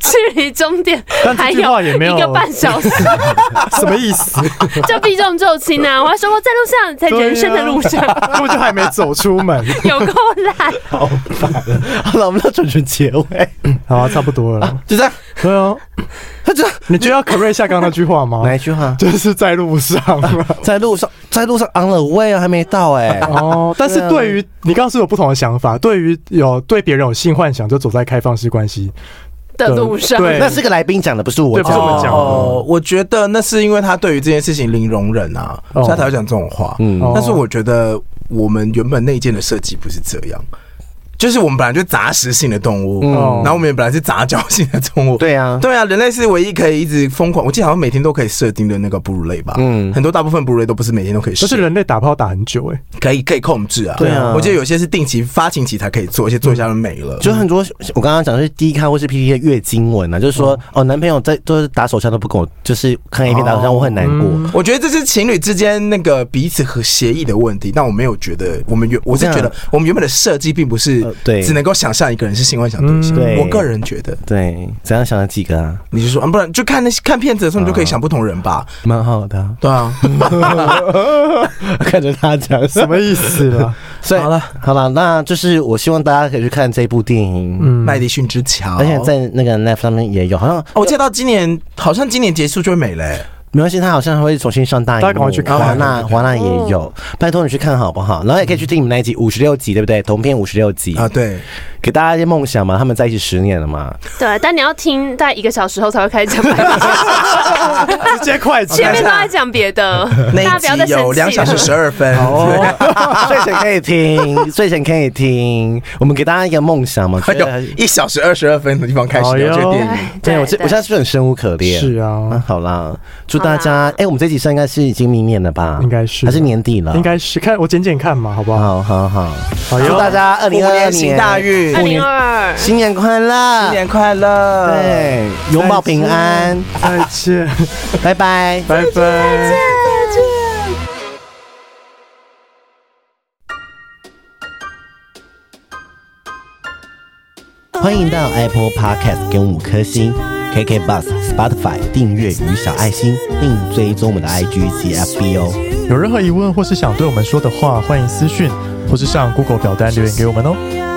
[SPEAKER 1] 距离终点
[SPEAKER 3] 但
[SPEAKER 1] 还
[SPEAKER 3] 这句话也没有
[SPEAKER 1] 一个半小时，
[SPEAKER 3] 什么意 思？
[SPEAKER 1] 就避重就轻啊！我还说过在路上，在人生 的路上，
[SPEAKER 3] 啊根本就还没走出门。
[SPEAKER 1] 有够懒。
[SPEAKER 2] 好了，我们要准准结尾，
[SPEAKER 3] 好、啊，差不多了啦。
[SPEAKER 2] 就这样。
[SPEAKER 3] 对啊，
[SPEAKER 2] 他就
[SPEAKER 3] 你觉得要 correct 一下刚刚那句话 吗？
[SPEAKER 2] 哪一句话？
[SPEAKER 3] 就是在路上啊。
[SPEAKER 2] 在路上，在路上 on the way 啊，还没到 哎。
[SPEAKER 3] 哦，但是
[SPEAKER 2] 对啊
[SPEAKER 3] 对于你刚刚是有不同的想法，对于有对别人有性幻想，就走在开放式关系
[SPEAKER 1] 的路上，
[SPEAKER 3] 对，
[SPEAKER 2] 那是个来宾讲的，不是我
[SPEAKER 3] 对不是我们
[SPEAKER 2] 讲
[SPEAKER 3] 讲的
[SPEAKER 2] 的。
[SPEAKER 5] 哦，我觉得那是因为他对于这件事情零容忍啊，
[SPEAKER 3] 哦
[SPEAKER 5] 所以他才会讲这种话。
[SPEAKER 2] 嗯
[SPEAKER 3] 哦
[SPEAKER 5] 但是我觉得我们原本内建的设计不是这样，就是我们本来就杂食性的动物，然后我们也本来是杂交性的动物。
[SPEAKER 2] 嗯对啊
[SPEAKER 5] 对啊，人类是唯一可以一直疯狂，我记得好像每天都可以设定的那个哺乳类吧。
[SPEAKER 2] 嗯
[SPEAKER 5] 嗯，很多大部分哺乳类都不是每天都可以设，
[SPEAKER 3] 就是人类打炮打很久哎、欸
[SPEAKER 5] 可以可以控制啊。
[SPEAKER 2] 对啊
[SPEAKER 5] 我记得有些是定期发情期才可以做，而且做一下就没了。
[SPEAKER 2] 就很多，我刚刚讲的是低咖或是 PPT 的月经文啊，就是说哦，男朋友在都是打手枪都不跟我，就是看 A 片打手枪，我很难过。
[SPEAKER 3] 嗯
[SPEAKER 5] 我觉得这是情侣之间那个彼此和协议的问题，但我没有觉得我们原我是觉得我们原本的设计并不是
[SPEAKER 2] 呃对
[SPEAKER 5] 只能够想象一个人是性幻想对
[SPEAKER 3] 嗯
[SPEAKER 5] 象。
[SPEAKER 2] 对
[SPEAKER 5] 我个人觉得，
[SPEAKER 2] 对，怎样想了几个啊，
[SPEAKER 5] 你就说，啊、不然就看那些看片子的时候，你就可以想不同人吧。
[SPEAKER 2] 蛮好的啊、
[SPEAKER 5] 对啊，
[SPEAKER 2] 看着他讲 什
[SPEAKER 3] 什么意思啊啦？
[SPEAKER 2] 所以
[SPEAKER 5] 好了，
[SPEAKER 2] 好了，那就是我希望大家可以去看这部电影，
[SPEAKER 3] 嗯，
[SPEAKER 5] 麦迪逊之桥，
[SPEAKER 2] 而且在那个 Netflix 上面也有，好像
[SPEAKER 5] 哦，我记得到今年好像今年结束就会没了、欸。
[SPEAKER 2] 没关系，它好像会重新上大荧幕，
[SPEAKER 3] 大家赶快去看
[SPEAKER 2] 华纳华纳也有，拜托你去看好不好？然后也可以去听你们那一集五十六集，对不对？同片五十六集
[SPEAKER 5] 啊，对，
[SPEAKER 2] 给大家一些梦想嘛，他们在一起十年了嘛，
[SPEAKER 1] 对，但你要听大概一个小时后才会开始讲白话，
[SPEAKER 3] 直接快转
[SPEAKER 1] 前面都在讲别的，大家不要 再
[SPEAKER 5] 那一集有两小
[SPEAKER 1] 生气
[SPEAKER 5] 时十
[SPEAKER 1] 了。
[SPEAKER 5] 二分，
[SPEAKER 2] 睡前可以听， 睡前可以听，我们给大家一个梦想嘛，
[SPEAKER 5] 哎
[SPEAKER 2] 觉
[SPEAKER 5] 呦
[SPEAKER 2] 得，
[SPEAKER 5] 一小时二十二分的地方开始聊这个电影。
[SPEAKER 1] 哎
[SPEAKER 2] 对我这我现在是不是很生无可恋？
[SPEAKER 3] 是
[SPEAKER 2] 啊
[SPEAKER 3] 啊，，
[SPEAKER 2] 好啦，祝大家，哎、我们这集上应该是已经明年了吧？
[SPEAKER 3] 应该是
[SPEAKER 2] 还是年底了，
[SPEAKER 3] 应该哎是看我剪剪看嘛，好不好？
[SPEAKER 2] 好好嗯好，
[SPEAKER 3] 好
[SPEAKER 2] 祝大
[SPEAKER 3] 哟，
[SPEAKER 2] 家二
[SPEAKER 5] 虎
[SPEAKER 2] 零二二年哎
[SPEAKER 5] 年行大运，
[SPEAKER 1] 二零二二，
[SPEAKER 2] 新年快乐，
[SPEAKER 5] 新年快乐！，
[SPEAKER 2] 对，拥抱平安，
[SPEAKER 3] 再见，
[SPEAKER 2] 拜拜。
[SPEAKER 3] 拜拜。
[SPEAKER 2] 欢迎到 Apple Podcast 给我们五颗星，KK Bus、Spotify 订阅与小爱心，并追踪我们的 IG 及 FB 哦。
[SPEAKER 4] 有任何疑问或是想对我们说的话，欢迎私讯或是上 Google 表单留言给我们哦。